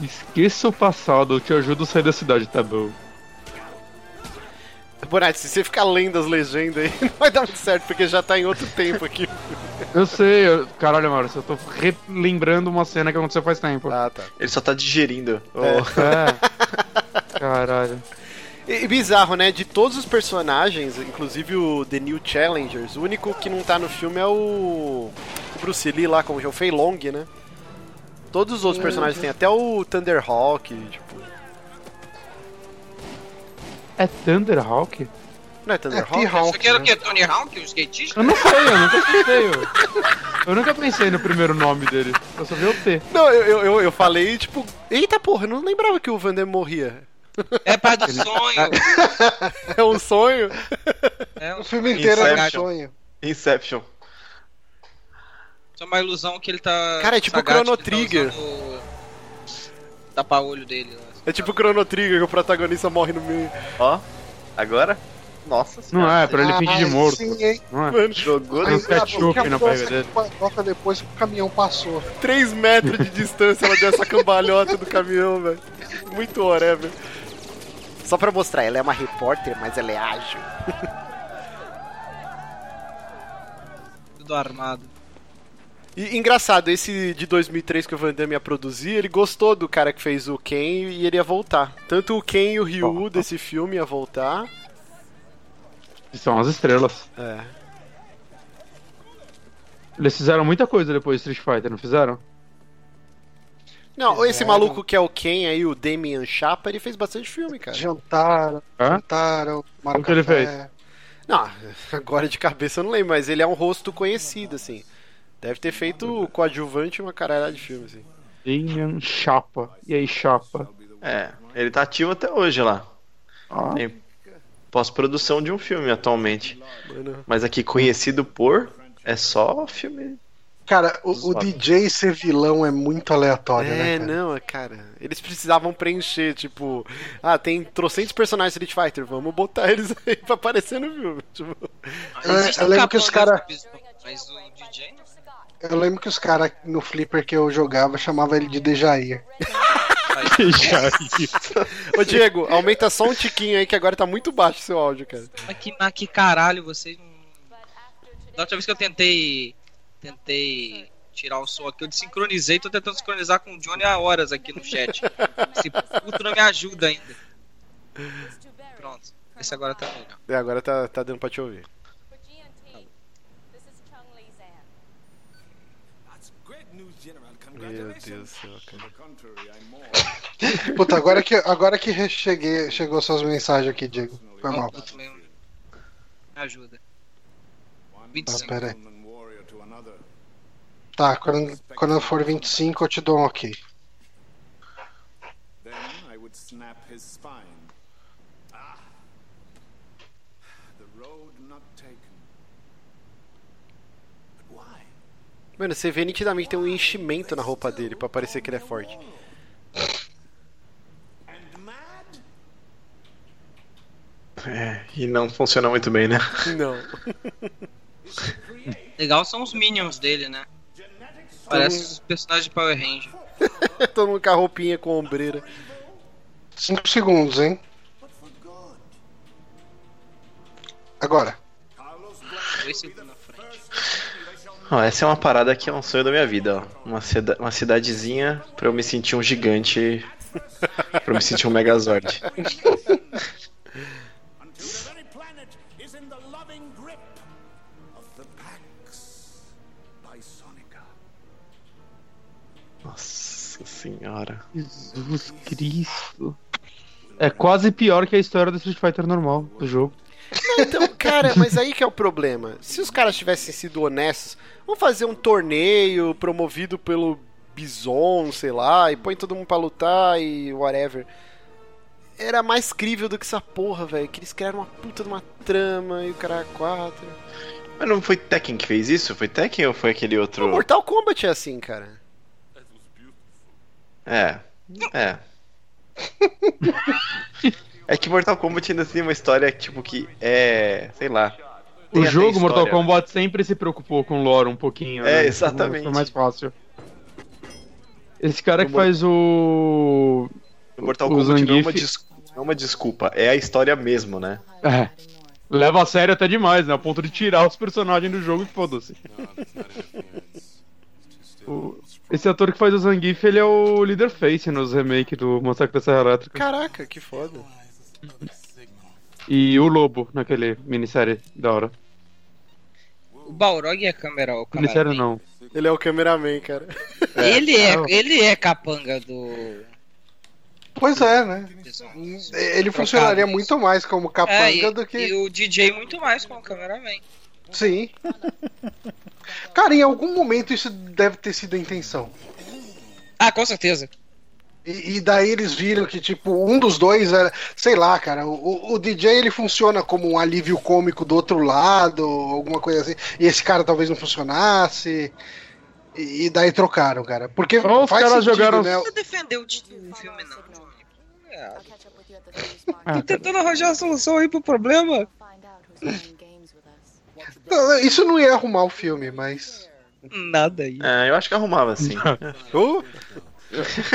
S5: Esqueça o passado, eu te ajudo a sair da cidade, tá bom?
S1: Bonatti, se você ficar lendo as legendas aí, não vai dar muito certo, porque já tá em outro tempo aqui.
S5: Eu sei, eu... caralho, Maurício, eu tô relembrando uma cena que aconteceu faz tempo.
S1: Ah, tá.
S3: Ele só tá digerindo. Oh,
S5: É. Caralho.
S1: E, e bizarro, né? De todos os personagens, inclusive o The New Challengers, o único que não tá no filme é o, o Bruce Lee lá, como é o Fei Long, né? Todos os outros personagens têm, até o Thunderhawk, tipo...
S5: É Thunderhawk?
S1: Não é
S4: É
S1: Thunderhawk?
S2: Isso
S4: T-Hawk.
S2: aqui era o quê? Tony Hawk, o skatista?
S5: Eu não sei, eu nunca escutei. Eu. eu nunca pensei no primeiro nome dele. Eu só vi o T.
S1: não, eu, eu, eu, eu falei, tipo... Eita porra, eu não lembrava que o Van Damme morria.
S2: É pra
S5: tá-
S2: do sonho.
S1: É um sonho?
S2: É,
S4: O filme inteiro era um
S3: Inception.
S4: sonho.
S3: Inception.
S2: só é uma ilusão que ele tá.
S1: Cara, é tipo o
S2: Sagat,
S1: Chrono
S2: que
S1: Trigger.
S2: Tá usando... o tapa-olho dele né? lá.
S1: É tipo o Chrono Trigger, que o protagonista morre no meio.
S3: Ó, agora? Nossa
S5: Não é, é pra ele fingir
S4: pedir
S5: de morto.
S4: Sim, hein?
S5: Não é?
S1: Mano,
S3: Jogou
S5: Tem
S4: Aí
S5: um ketchup
S4: acabou
S5: na barriga
S4: essa
S5: dele.
S4: cambalhota depois que o caminhão passou.
S1: 3 metros de distância ela deu essa cambalhota do caminhão, velho. Muito whatever. Só pra mostrar, ela é uma repórter, mas ela é ágil.
S2: Tudo armado.
S1: E engraçado, esse de 2003 que o Van Damme ia produzir, ele gostou do cara que fez o Ken e ele ia voltar. Tanto o Ken e o Ryu desse filme ia voltar.
S5: Que são as estrelas.
S1: É.
S5: Eles fizeram muita coisa depois do Street Fighter, não fizeram?
S1: Não, esse maluco que é o Ken aí, o Damian Chapa, ele fez bastante filme, cara.
S4: Jantaram,
S5: Hã?
S4: jantaram, marcaram
S5: que ele
S4: café.
S1: Não, agora de cabeça eu não lembro, mas ele é um rosto conhecido, assim. Deve ter feito coadjuvante uma caralhada de filme, assim.
S5: Damian Chapa. E aí, Chapa?
S3: É, ele tá ativo até hoje lá.
S5: Ah,
S3: Tem pós-produção de um filme atualmente.
S1: Mano.
S3: Mas aqui conhecido por é só filme.
S4: Cara, o, o
S3: Zoado.
S4: DJ ser vilão é muito aleatório, né?
S1: É,
S4: Cara?
S1: não, é, cara. Eles precisavam preencher, tipo, ah, tem trocentos personagens de Street Fighter, vamos botar eles aí pra aparecer no filme. Tipo,
S4: Ah, Eu-
S2: Existe
S4: eu
S2: um
S4: lembro que
S2: capão
S4: os cara-
S2: desse bispo, Mas o DJ não.
S4: Eu lembro que os caras no Flipper que eu jogava chamava ele de Dejair.
S1: ô Diego, aumenta só um tiquinho aí que agora tá muito baixo o seu áudio, cara.
S2: Mas que, mas que caralho, vocês não. Da última vez que eu tentei. Tentei tirar o som aqui, eu desincronizei, tô tentando sincronizar com o Johnny há horas aqui no chat. Esse puto não me ajuda ainda. Pronto. Esse agora tá melhor.
S1: É, agora tá, tá dando pra te ouvir.
S8: For GMT, this is Chung Lee Zan.
S1: Meu Deus do céu, cara.
S4: Puta, agora que, agora que re- cheguei, chegou suas mensagens aqui, Diego. Foi
S2: Não,
S4: mal.
S2: puto mesmo. Me ajuda.
S4: Tá,
S2: 25.
S4: pera aí. Tá, quando, quando for 25 eu te dou um ok.
S6: Then I would snap his spine. Ah! The road not taken. But why?
S1: Mano, você vê nitidamente tem um enchimento na roupa dele pra parecer que ele é forte.
S6: And mad?
S3: É, e não funciona muito bem, né?
S1: Não.
S2: Legal são os minions dele, né? Parece os personagens de Power Ranger.
S1: Todo mundo com a roupinha com a ombreira.
S4: 5 segundos, hein? Agora.
S2: Dois segundos na frente.
S3: Ó, essa é uma parada que é um sonho da minha vida, ó. Uma, cida- uma cidadezinha pra eu me sentir um gigante. pra eu me sentir um megazord.
S6: Until the very planet is in the loving grip of the Pax by Sonica.
S3: Nossa senhora.
S5: Jesus Cristo. É quase pior que a história do Street Fighter normal do jogo.
S1: Então, cara, mas aí que é o problema. Se os caras tivessem sido honestos, vamos fazer um torneio promovido pelo Bison, sei lá, e põe todo mundo pra lutar e whatever. Era mais crível do que essa porra, velho. Que eles criaram uma puta de uma trama e o cara é quatro.
S3: Mas não foi Tekken que fez isso? Foi Tekken ou foi aquele
S1: O
S3: outro?
S1: Mortal Kombat é assim, cara.
S3: É. É. É que Mortal Kombat ainda tem uma história tipo que é. sei lá. Tem
S5: O
S3: até
S5: jogo Mortal
S3: história. né?
S5: Kombat sempre se preocupou com o lore um pouquinho.
S3: É,
S5: né? Foi-
S3: exatamente.
S5: Foi mais fácil. Esse cara que
S3: Mor-
S5: faz o.
S3: Mortal
S5: o
S3: Kombat não é, uma
S5: Zangief-
S3: des- não é uma desculpa, é a história mesmo, né?
S5: É. Leva a sério até demais, né? A ponto de tirar os personagens do jogo e foda-se. O- Esse ator que faz o Zangief, ele é o líder face nos remakes do Massacre da Serra Elétrica.
S1: Caraca, que foda.
S5: E o Lobo, naquele minissérie da hora.
S2: O Balrog é câmera, o câmera.
S5: Minissérie não.
S1: Ele é o cameraman, cara.
S2: Ele é,
S5: Ah, o-
S2: ele é capanga do.
S4: Pois é, né?
S2: Bison.
S4: É, Ele
S2: Trocado
S4: funcionaria
S2: isso.
S4: muito mais como capanga
S2: É, e,
S4: do que.
S2: e o DJ muito mais com o cameraman.
S4: Sim. Cara, em algum momento isso deve ter sido a intenção.
S2: Ah, com certeza.
S4: E, e daí eles viram que, tipo, um dos dois era. Sei lá, cara. o- O, o DJ ele funciona como um alívio cômico do outro lado, alguma coisa assim. E esse cara talvez não funcionasse. E, e daí trocaram, cara. Porque
S5: Ou os
S4: faz
S5: caras
S4: sentido,
S5: jogaram-
S4: né?
S2: Não defendeu o di- o filme, não, Johnny.
S8: I'll
S2: É,
S8: catch up with you at the Swedish market.
S5: Ah,
S2: Tô tentando arranjar a solução aí pro problema.
S8: Find out who's playing games with us.
S4: Não, Isso não ia arrumar o filme, mas.
S2: Nada aí.
S3: É, eu acho que arrumava assim.
S1: Uh,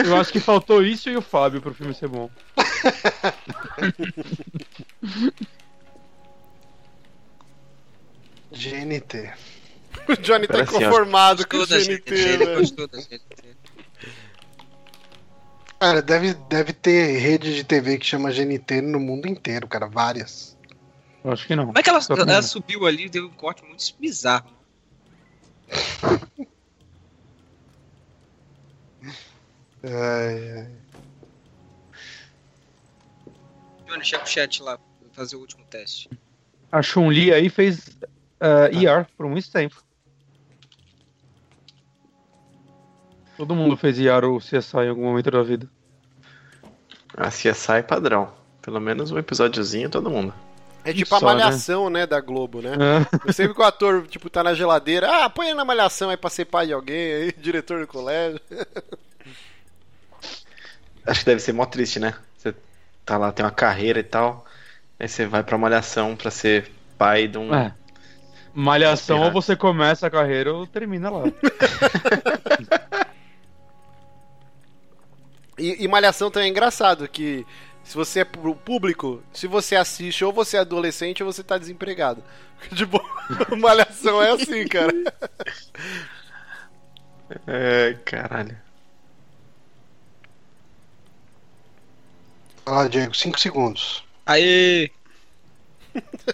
S5: Eu acho que faltou isso e o Fábio pro filme ser bom.
S4: GNT.
S1: O Johnny tá
S3: Pera assim, ó.
S1: inconformado com o
S2: Gostou da gente,
S1: GNT,
S7: né?
S2: ele
S1: velho.
S2: gostou da gente.
S4: Cara, deve, deve ter rede de TV que chama GNT no mundo inteiro, cara, várias.
S5: Eu acho que não.
S2: Como é que ela,
S5: Só
S2: ela
S5: primeiro.
S2: subiu ali e deu um corte muito bizarro?
S4: É,
S2: Johnny, checa o chat lá, pra fazer o último teste.
S5: A Chun-Li aí fez eh, ER por muito tempo. Todo mundo fez ER ou CSI em algum momento da vida.
S3: A CSI é padrão. Pelo menos um episódiozinho todo mundo.
S1: É tipo a
S5: Só, né?
S1: malhação, né, da Globo, né?
S5: Ah,
S1: Eu sempre que o ator, tipo, tá na geladeira, ah, põe ele na malhação aí pra ser pai de alguém, aí, diretor do colégio.
S3: Acho que deve ser mó triste, né? Você tá lá, tem uma carreira e tal. Aí você vai pra malhação pra ser pai de um.
S5: é. Malhação,
S3: Ferrado.
S5: ou você começa a carreira ou termina lá.
S1: E, e Malhação também é engraçado, que se você é pro público, se você assiste ou você é adolescente ou você tá desempregado. Tipo, Malhação é assim, cara.
S3: É, caralho.
S4: Vai lá, Diego, 5 segundos.
S2: Aê!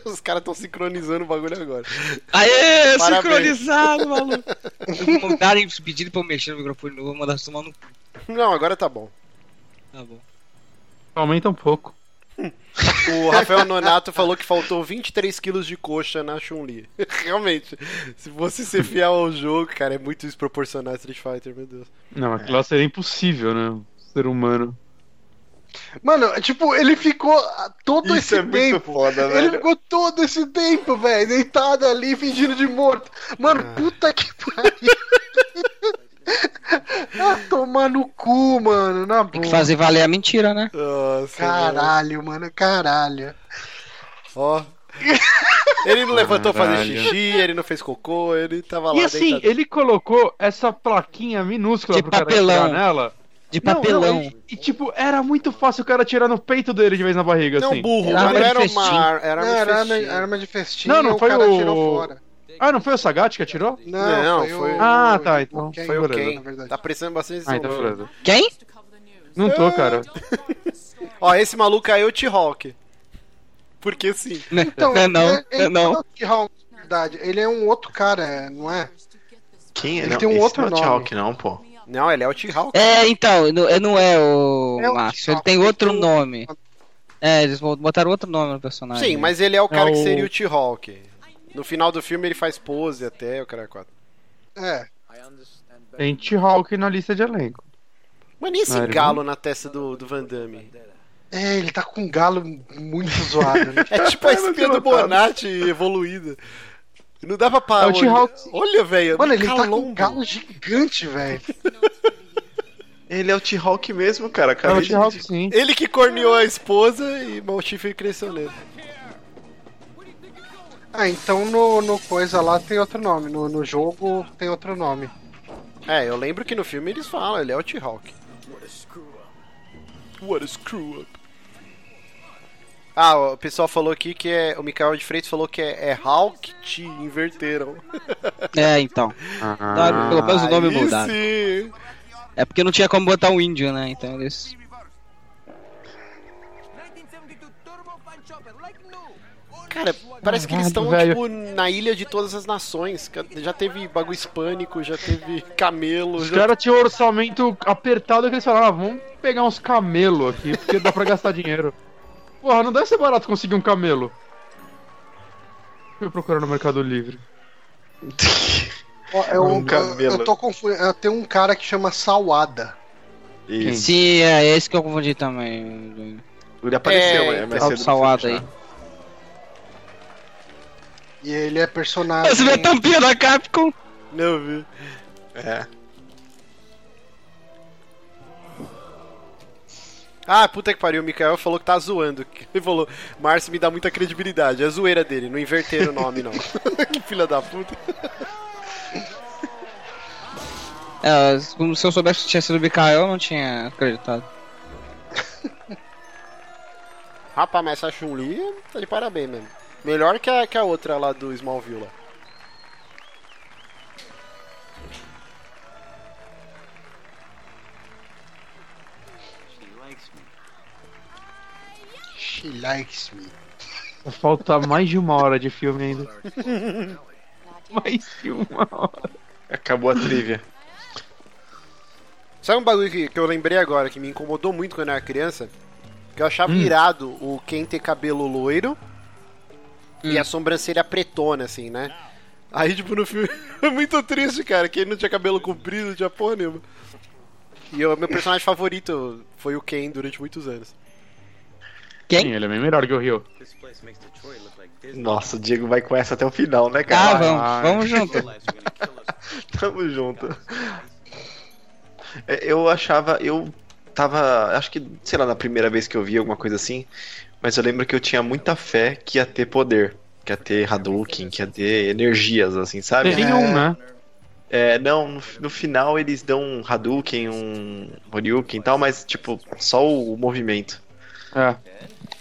S1: Os caras estão sincronizando o bagulho agora.
S2: Aê!
S1: Parabéns.
S2: Sincronizado, maluco! Se mandarem pedido pra eu mexer no microfone novo, eu vou mandar tomar no cu.
S1: Não, agora tá bom.
S2: Tá bom.
S5: Aumenta um pouco.
S1: O Rafael Nonato falou que faltou 23 quilos de coxa na Chun-Li. Realmente, se você ser fiel ao jogo, cara, é muito desproporcional Street Fighter, meu Deus.
S5: Não, aquilo lá seria impossível, né? Um Ser humano.
S4: Mano, tipo, ele ficou ah, todo
S3: Isso
S4: esse
S3: é muito
S4: tempo.
S3: foda,
S4: Ele
S3: velho.
S4: ficou todo esse tempo, velho, deitado ali, fingindo de morto. Mano, puta que pariu. ah, tomar no cu, mano, na
S2: Tem que
S4: boca.
S2: fazer valer a mentira, né?
S1: Nossa, mano.
S4: Caralho, mano, caralho.
S1: Ó. Ele não levantou fazer
S3: Caralho.
S1: xixi, ele não fez cocô, ele tava Tá lá
S5: E assim,
S1: deitado.
S5: ele colocou essa plaquinha minúscula
S2: De
S5: pro cara
S2: papelão.
S5: tirar nela.
S2: De
S5: Não, não,
S2: papelão.
S5: e, e, tipo, era muito fácil o cara tirar no peito dele de vez na barriga,
S1: Não,
S5: assim.
S1: burro,
S2: Era
S1: mas não
S2: arma de
S1: era uma
S2: festim.
S1: ar- era
S4: Não, era
S1: arma de
S4: arma,
S1: festim.
S4: arma de festinha,
S5: Não, não
S4: o
S5: foi
S4: cara
S5: o-
S4: tirou fora.
S5: Ah, não foi o Sagat que atirou?
S4: Não,
S1: Não,
S4: foi,
S1: foi-
S4: o...
S5: Ah, tá, então,
S4: o Ken,
S5: foi o
S4: na
S5: Ken.
S4: verdade.
S1: Tá prestando bastante atenção.
S5: Ah, então
S1: no filme.
S5: beleza.
S2: Quem?
S8: To cover the news.
S5: Não tô, cara.
S8: Don't warrant the story.
S1: Ó, esse maluco aí é o T-Hawk. Porque assim, sim.
S4: Então,
S2: não, é não,
S4: ele- ele
S2: é não.
S4: é o T-Hawk, na verdade. Ele é um outro cara, não é?
S8: To get this
S3: Quem
S4: Ele
S3: não,
S4: tem um
S3: esse
S4: outro
S3: não é o
S4: nome.
S3: T-Hawk, não, pô.
S8: me up.
S1: Não, ele é o T-Hawk.
S2: É, então, não é, não é o
S4: É o
S2: Márcio,
S4: Tiago,
S2: ele tem
S4: ele
S2: outro
S4: tem um-
S2: nome. É, eles bot- botaram outro nome no personagem.
S1: Sim, mas ele é o cara
S5: É
S1: que
S5: o-
S1: seria o T-Hawk. No final do filme ele faz pose até, o cara é quatro.
S4: É.
S7: I understand better
S5: Tem T-Hawk na lista de elenco.
S1: Mas nem esse
S5: Não, ele
S1: galo na testa do, do Van Damme.
S4: É, ele tá com um galo muito zoado, né?
S1: É tipo a espinha do Bonatti evoluída. Não dá pra parar.
S5: É o T-Hawk.
S1: Olha, velho.
S4: Mano, ele tá com um
S1: calombo.
S4: galo gigante, velho.
S3: Ele é o T-Hawk mesmo, cara.
S5: É o
S3: Acabei de-
S5: T-Hawk, sim.
S1: Ele que corneou a esposa e o chifre cresceu nele.
S4: Ah, então no, no coisa lá tem outro nome. No, no jogo tem outro nome.
S1: É, eu lembro que no filme eles falam, ele é o T-Hawk. What a screw up. Ah, o pessoal falou aqui que é. O Mikael de Freitas falou que é, é Hawk T, inverteram.
S2: É, então. Tá, pelo menos o nome
S1: Aí
S2: mudaram.
S1: sim.
S2: É porque não tinha como botar um índio, né? Então eles.
S7: 1972 turbo fan chopper, like new.
S1: Cara, parece que eles estão
S5: Caralho,
S1: tipo na ilha de todas as nações. ca- Já teve bagulho hispânico, já teve camelo.
S5: Os
S1: já-
S5: caras tinham um orçamento apertado que eles falaram, ah, vamos pegar uns camelo aqui, porque dá pra gastar dinheiro. Porra, não deve ser barato conseguir um camelo. Deixa eu procurar no Mercado Livre.
S4: Ó, Eu,
S3: Um
S4: eu-
S3: cabelo.
S4: eu tô confundindo. eu- Tem um cara que chama Salada.
S3: Isso.
S2: Sim, é esse que eu confundi também.
S3: Ele apareceu,
S1: É,
S3: é, mas
S2: Tá
S3: cedo
S2: do
S3: no
S2: salado
S3: filme
S2: aí.
S3: já.
S4: E ele é personagem.
S2: Você vê a tampinha da Capcom?
S1: Não, viu?
S3: É.
S1: Ah, puta que pariu, o Mikael falou que tá zoando. Ele falou, Márcio me dá muita credibilidade. É zoeira dele, não inverteram o nome, não. que filha da puta.
S2: É, como se eu soubesse que tinha sido o Mikael, eu não tinha acreditado.
S1: Rapaz, mas essa Chun-Li tá de parabéns mesmo. Melhor que a, que a outra lá do Smallville. lá.
S4: She likes me.
S5: Falta mais de uma hora de filme ainda.
S8: Not yet.
S5: Mais de uma hora.
S3: É, Acabou a trivia.
S1: Sabe um bagulho que, que eu lembrei agora, que me incomodou muito quando eu era criança? Que eu achava
S5: Hum.
S1: irado o quem ter cabelo loiro e a sobrancelha pretona, assim, né? Aí, tipo, no filme é muito triste, cara, que ele não tinha cabelo comprido, não tinha porra nenhuma. E o meu personagem favorito foi o Ken durante muitos anos.
S2: Quem?
S5: Sim, ele é bem melhor que o Rio.
S7: This place makes Detroit look like Disney.
S3: Nossa, o Diego vai com essa até o final, né,
S2: Ah,
S3: cara?
S5: Caralho.
S2: vamos, vamos junto.
S7: Lives are gonna kill us.
S3: Tamo junto. É, Eu achava. Eu tava. Acho que, sei lá, na primeira vez que eu vi alguma coisa assim. Mas eu lembro que eu tinha muita fé que ia ter poder. Que ia ter Hadouken, que ia ter energias, assim, sabe?
S5: Tem um, né?
S3: É, não, no, no final eles dão um Hadouken, um Horyuken e tal, mas, tipo, só o, o movimento.
S5: É.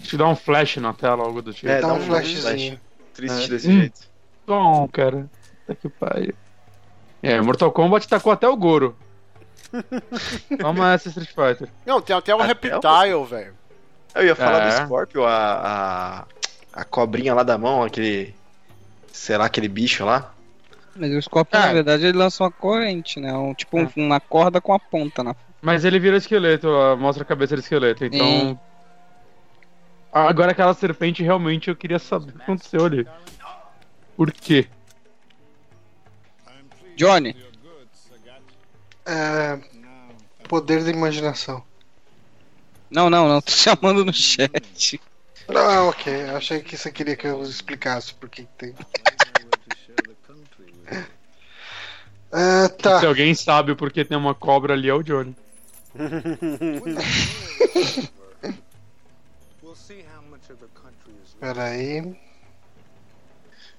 S5: Te dá um flash na tela, algo do tipo.
S3: É,
S4: Dá
S3: dá
S4: um
S3: um
S4: flashzinho.
S3: Triste
S5: É.
S3: desse
S5: Hum.
S3: jeito.
S5: Bom, cara. Tá que pariu. É, Mortal Kombat tacou até o Goro. Toma essa Street Fighter.
S1: Não, tem até o
S3: Até
S1: Reptile, velho.
S3: Eu ia falar
S5: É.
S3: do Scorpio, a, a, a cobrinha lá da mão, aquele. Sei lá, aquele bicho lá.
S2: Mas o Scorpion,
S5: Ah.
S2: na verdade, ele lança uma corrente, né? Um, tipo um- uma corda com a ponta na
S5: Mas ele vira esqueleto, ó, mostra a cabeça do esqueleto, então. Ah, Agora aquela serpente realmente eu queria saber o que aconteceu ali. Por quê?
S2: Johnny,
S4: É, poder da imaginação.
S2: não, não, não, tô chamando no chat.
S4: Ah, ok. Eu achei que você queria que eu explicasse por que que tem. Ah, tá.
S5: Se alguém sabe o porquê tem uma cobra ali é o Johnny.
S7: We'll see how much of the country is
S4: Peraí.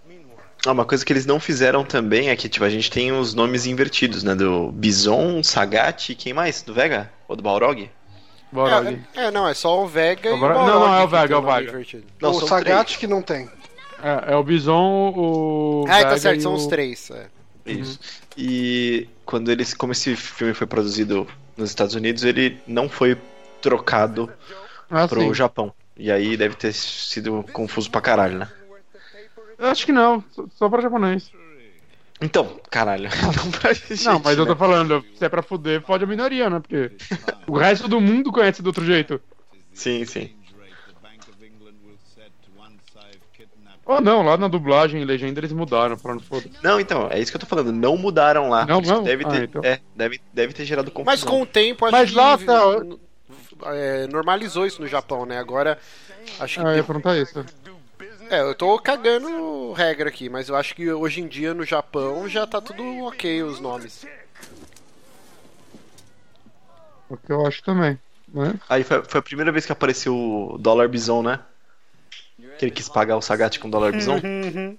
S7: Meanwhile,
S3: Ah, uma coisa que eles não fizeram também é que, tipo, a gente tem os nomes invertidos, né? Do Bison, Sagat e quem mais? Do Vega? Ou do Balrog?
S5: Bora ali.
S1: É, é, não, é só o Vega
S5: Agora-
S1: e o
S5: não, não, é
S1: Balrog
S5: o
S1: que
S5: Vega,
S1: tem
S5: é o
S1: nome
S5: Vega.
S1: invertido.
S3: Não,
S4: o
S3: são
S4: Sagat que não tem.
S5: É, é o Bison, o.
S1: Ah,
S5: Vega
S1: tá certo,
S5: e
S1: são
S5: o-
S1: os três. é.
S3: Isso. Uhum. E quando eles, como esse filme foi produzido nos Estados Unidos, ele não foi trocado
S5: Ah,
S3: pro
S5: sim.
S3: Japão. E aí deve ter sido confuso pra caralho, né?
S5: Eu Acho que não, só- só pra japonês.
S3: Então, caralho. Não, pra gente,
S5: não, mas eu
S3: né?
S5: tô falando, se é pra fuder, fode a minoria, né? Porque o resto do mundo conhece do outro jeito.
S3: Sim, sim.
S5: Ou Oh, não, lá na dublagem e legenda eles mudaram, falando foda.
S3: Não, então, é isso que eu tô falando. Não mudaram lá.
S5: Não,
S3: Por isso
S5: não?
S3: Deve
S5: Ah,
S3: ter,
S5: então.
S3: é, deve, deve ter gerado confusão.
S1: Mas com o tempo, acho
S5: Mas
S1: que
S5: lá tá-
S1: é, normalizou isso no Japão, né? Agora, acho que...
S5: Ah, eu ia perguntar isso.
S1: É, eu tô cagando regra aqui, mas eu acho que hoje em dia no Japão já tá tudo ok os nomes.
S5: O que eu acho também. Né?
S3: Aí foi, foi a primeira vez que apareceu o dólar bison, né? Que ele quis pagar o Sagat com dólar bison.
S1: Uhum.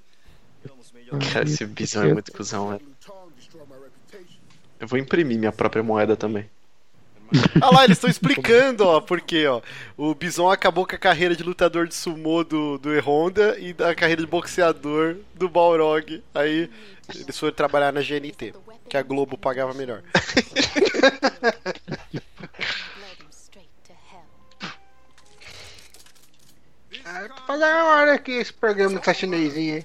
S3: Cara, esse bison é muito cuzão, velho. Eu vou imprimir minha própria moeda também.
S1: Ah lá, eles estão explicando, ó, porque, ó, o Bison acabou com a carreira de lutador de sumô do, do E-Honda e da carreira de boxeador do Balrog. Aí eles foram trabalhar na GNT, que a Globo pagava melhor.
S8: Led him straight to hell.
S4: Ah, tá da hora que esse programa tá chinesinho, hein?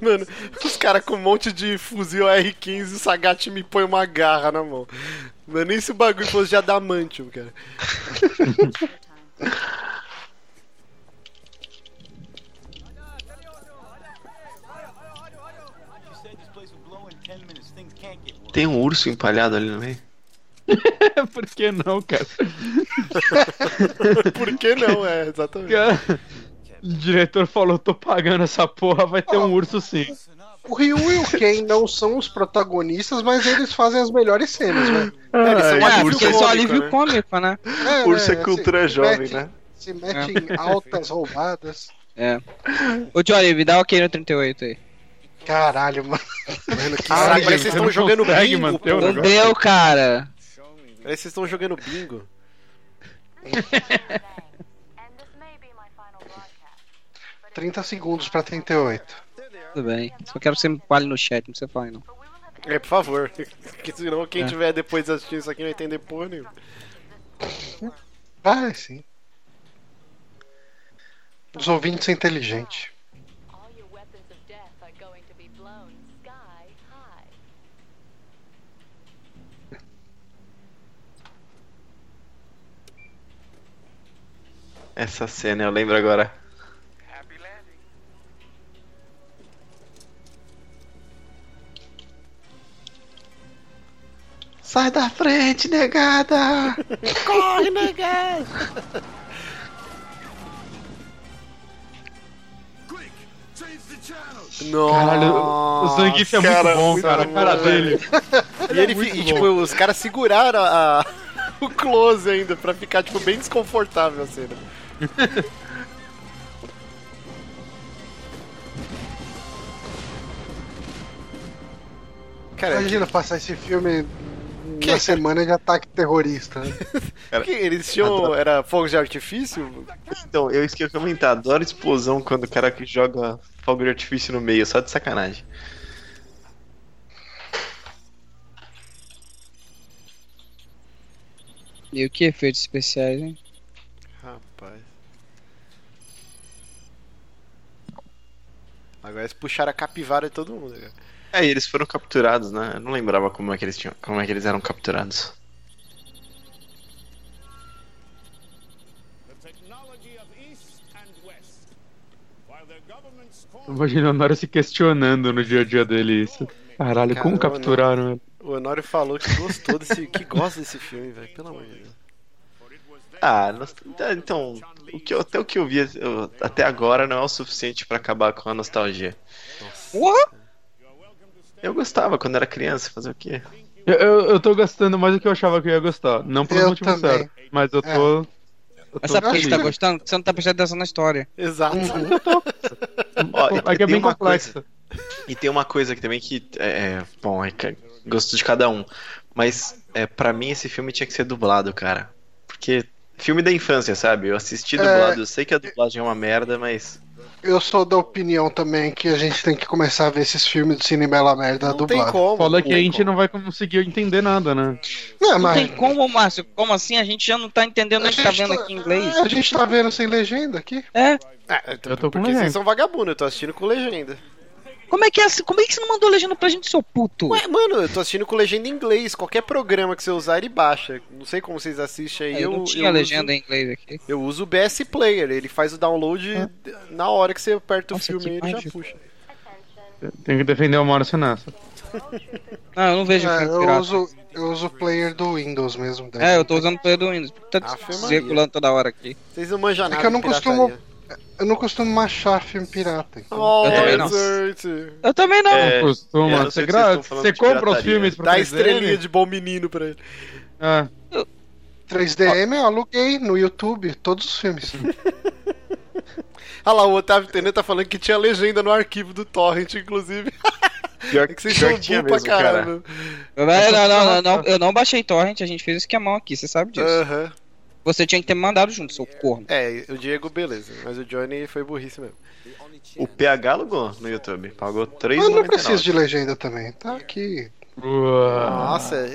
S1: Mano, os caras com um monte de fuzil AR-15 e o Sagat me põe uma garra na mão. Mano, nem se o bagulho fosse de adamantium, cara.
S7: you said this place would blow in 10 minutes. Things can't get worse.
S3: Tem um urso empalhado ali no meio?
S5: Por que não, cara?
S1: Por que não? É, exatamente.
S5: Cara, O diretor falou, tô pagando essa porra, vai ter um urso sim.
S4: O Ryu e o Ken não são os protagonistas, mas eles fazem as melhores cenas, velho.
S3: É,
S2: É,
S3: o
S2: porque
S3: urso
S2: ele só
S3: cômico,
S2: alívio
S3: né?
S2: cômico, né?
S4: É,
S3: Urso é
S4: né,
S3: cultura
S4: se-
S3: jovem,
S4: se
S3: né?
S4: Se mete em altas roubadas.
S2: Ô Johnny, me dá um ok no 38 aí.
S4: Caralho, mano.
S1: Caralho, parece que vocês
S3: é
S5: você não
S1: estão jogando
S5: consegue
S1: bingo.
S5: manter
S1: pô.
S5: o
S2: Não
S5: negócio.
S1: Parece
S2: deu, cara.
S1: que vocês estão jogando bingo.
S8: And this may be my final broadcast.
S4: 30 segundos pra 38.
S2: Tudo bem. Só quero que você me fale no chat, não precisa falar aí, não.
S1: É, por favor. Porque senão quem
S2: É.
S1: tiver depois assistindo isso aqui não vai entender porra nenhuma.
S4: Ah, sim. Os ouvintes são inteligentes.
S8: All your weapons of death are going to be blown sky high.
S3: Essa cena eu lembro agora.
S7: Happy landing.
S3: Sai da frente, negada!
S1: Corre, negado!
S7: Quick, change the channel.
S5: Caralho, o Zangief é muito bom, cara. A cara dele.
S1: E, ele, fi-
S5: muito
S1: e, tipo, os caras seguraram a- a- o close ainda pra ficar, tipo, bem desconfortável a cena. Cara,
S4: Imagina passar esse filme
S1: Que-
S4: na semana de ataque terrorista. né?
S1: que eles tinham. Era fogos de artifício?
S3: Então, eu esqueci de comentar. Adoro explosão quando o cara que joga fogo de artifício no meio, só de sacanagem.
S2: E o que efeitos especiais, hein?
S1: Rapaz. Agora eles puxaram a capivara de todo mundo, cara.
S3: É, e eles foram capturados, né? Eu não lembrava como é que eles tinham, como é que eles eram capturados.
S6: The technology of East and West. While their governments call
S5: Imagina o Honório se questionando no dia a dia dele isso. Caralho, como
S1: Caramba.
S5: capturaram ele?
S1: O Honório falou que gostou desse. que gosta desse filme, velho. Pelo amor de Deus.
S3: Ah, nos- tá, então, o que eu- até o que eu vi eu- até agora não é o suficiente pra acabar com a nostalgia. Eu gostava quando era criança, fazer o quê?
S5: Eu, eu, eu tô gostando mais do que eu achava que eu ia gostar. Não pelo
S4: Eu
S5: motivo
S4: também. É.
S5: certo, mas eu tô. eu
S2: Mas
S5: tô
S2: sabe por que a gente tá
S5: feliz.
S2: gostando? Porque você não tá prestando atenção na história.
S1: Exato.
S3: Ó, e-
S5: É que é
S3: tem
S5: bem
S3: uma
S5: complexo.
S3: E tem uma coisa aqui também que é, é, bom, é ca- gosto de cada um, mas é para mim esse filme tinha que ser dublado, cara. Porque filme da infância, sabe? Eu assisti dublado, eu sei que a dublagem é uma merda, mas
S4: Eu sou da opinião também que a gente tem que começar a ver esses filmes do Cine Bela Merda
S1: Não tem
S4: Tá dublado.
S3: um
S1: como.
S5: Fala que a
S1: Tem
S5: gente
S1: como.
S5: não vai conseguir entender nada, né?
S4: Não,
S2: Não
S4: mas
S2: tem como, Márcio. Como assim? A gente já não tá entendendo o
S4: a
S2: que tá
S4: gente
S2: vendo
S4: tá-
S2: aqui em inglês.
S4: A gente tá vendo sem legenda aqui.
S2: É?
S1: Ah, então,
S5: Eu tô com
S1: porque vocês
S5: legenda.
S1: são vagabundos, eu tô assistindo com legenda.
S2: Como é que é assim? Como é que você não mandou legenda pra gente, seu puto?
S1: Ué, mano, eu tô assistindo com legenda em inglês. Qualquer programa que você usar, ele baixa. Não sei como vocês assistem aí.
S2: É, eu,
S1: Eu,
S2: não tinha
S1: eu uso,
S2: legenda em inglês aqui.
S1: Eu uso o BS Player, ele faz o download
S4: É.
S1: na hora que você aperta o
S2: Nossa,
S1: filme
S2: que
S1: aí, ele já
S2: mágico.
S1: puxa.
S5: Tenho que defender o Maurício nessa.
S2: Não, eu não vejo
S4: É,
S2: filme
S4: eu
S2: pirata.
S4: uso eu uso o player do Windows mesmo. né? daí.
S2: É, eu tô usando o player do Windows. Tá
S1: Aff, Maria.
S2: circulando toda hora aqui.
S1: Vocês não manjam nada.
S4: É que eu não
S1: de pirataria.
S4: costumo- Eu não costumo achar filme pirata. então.
S1: Oh,
S2: Eu também
S3: não.
S1: Zert.
S2: Eu também não.
S3: É,
S5: não
S3: eu
S5: costuma.
S3: não sei
S5: Você,
S3: o que vocês
S5: gra...
S3: estão falando
S5: você
S3: de
S5: compra os
S3: pirataria. Tá
S5: filmes pra
S1: Dá
S5: fazer
S1: estrelinha
S5: ele?
S1: de bom menino pra ele.
S5: Ah,
S4: 3DM eu aluguei no YouTube todos os filmes.
S1: Olha lá, o Otávio Tenet tá falando que tinha legenda no arquivo do Torrent, inclusive.
S3: pior,
S1: É que vocês
S3: pior
S1: são
S3: que tinha
S1: burro pra
S3: mesmo, cara.
S1: caralho.
S2: Não, não, não, não, não, eu não baixei torrent, a gente fez o esquemão aqui, você sabe disso.
S1: Aham.
S2: Você tinha que ter me mandado junto, seu corno.
S1: É, o Diego, beleza. Mas o Johnny foi burrice mesmo.
S3: O PH alugou no YouTube, pagou 3
S4: Mas não preciso de legenda também. Tá aqui.
S5: Ué.
S1: Nossa,
S2: Ah.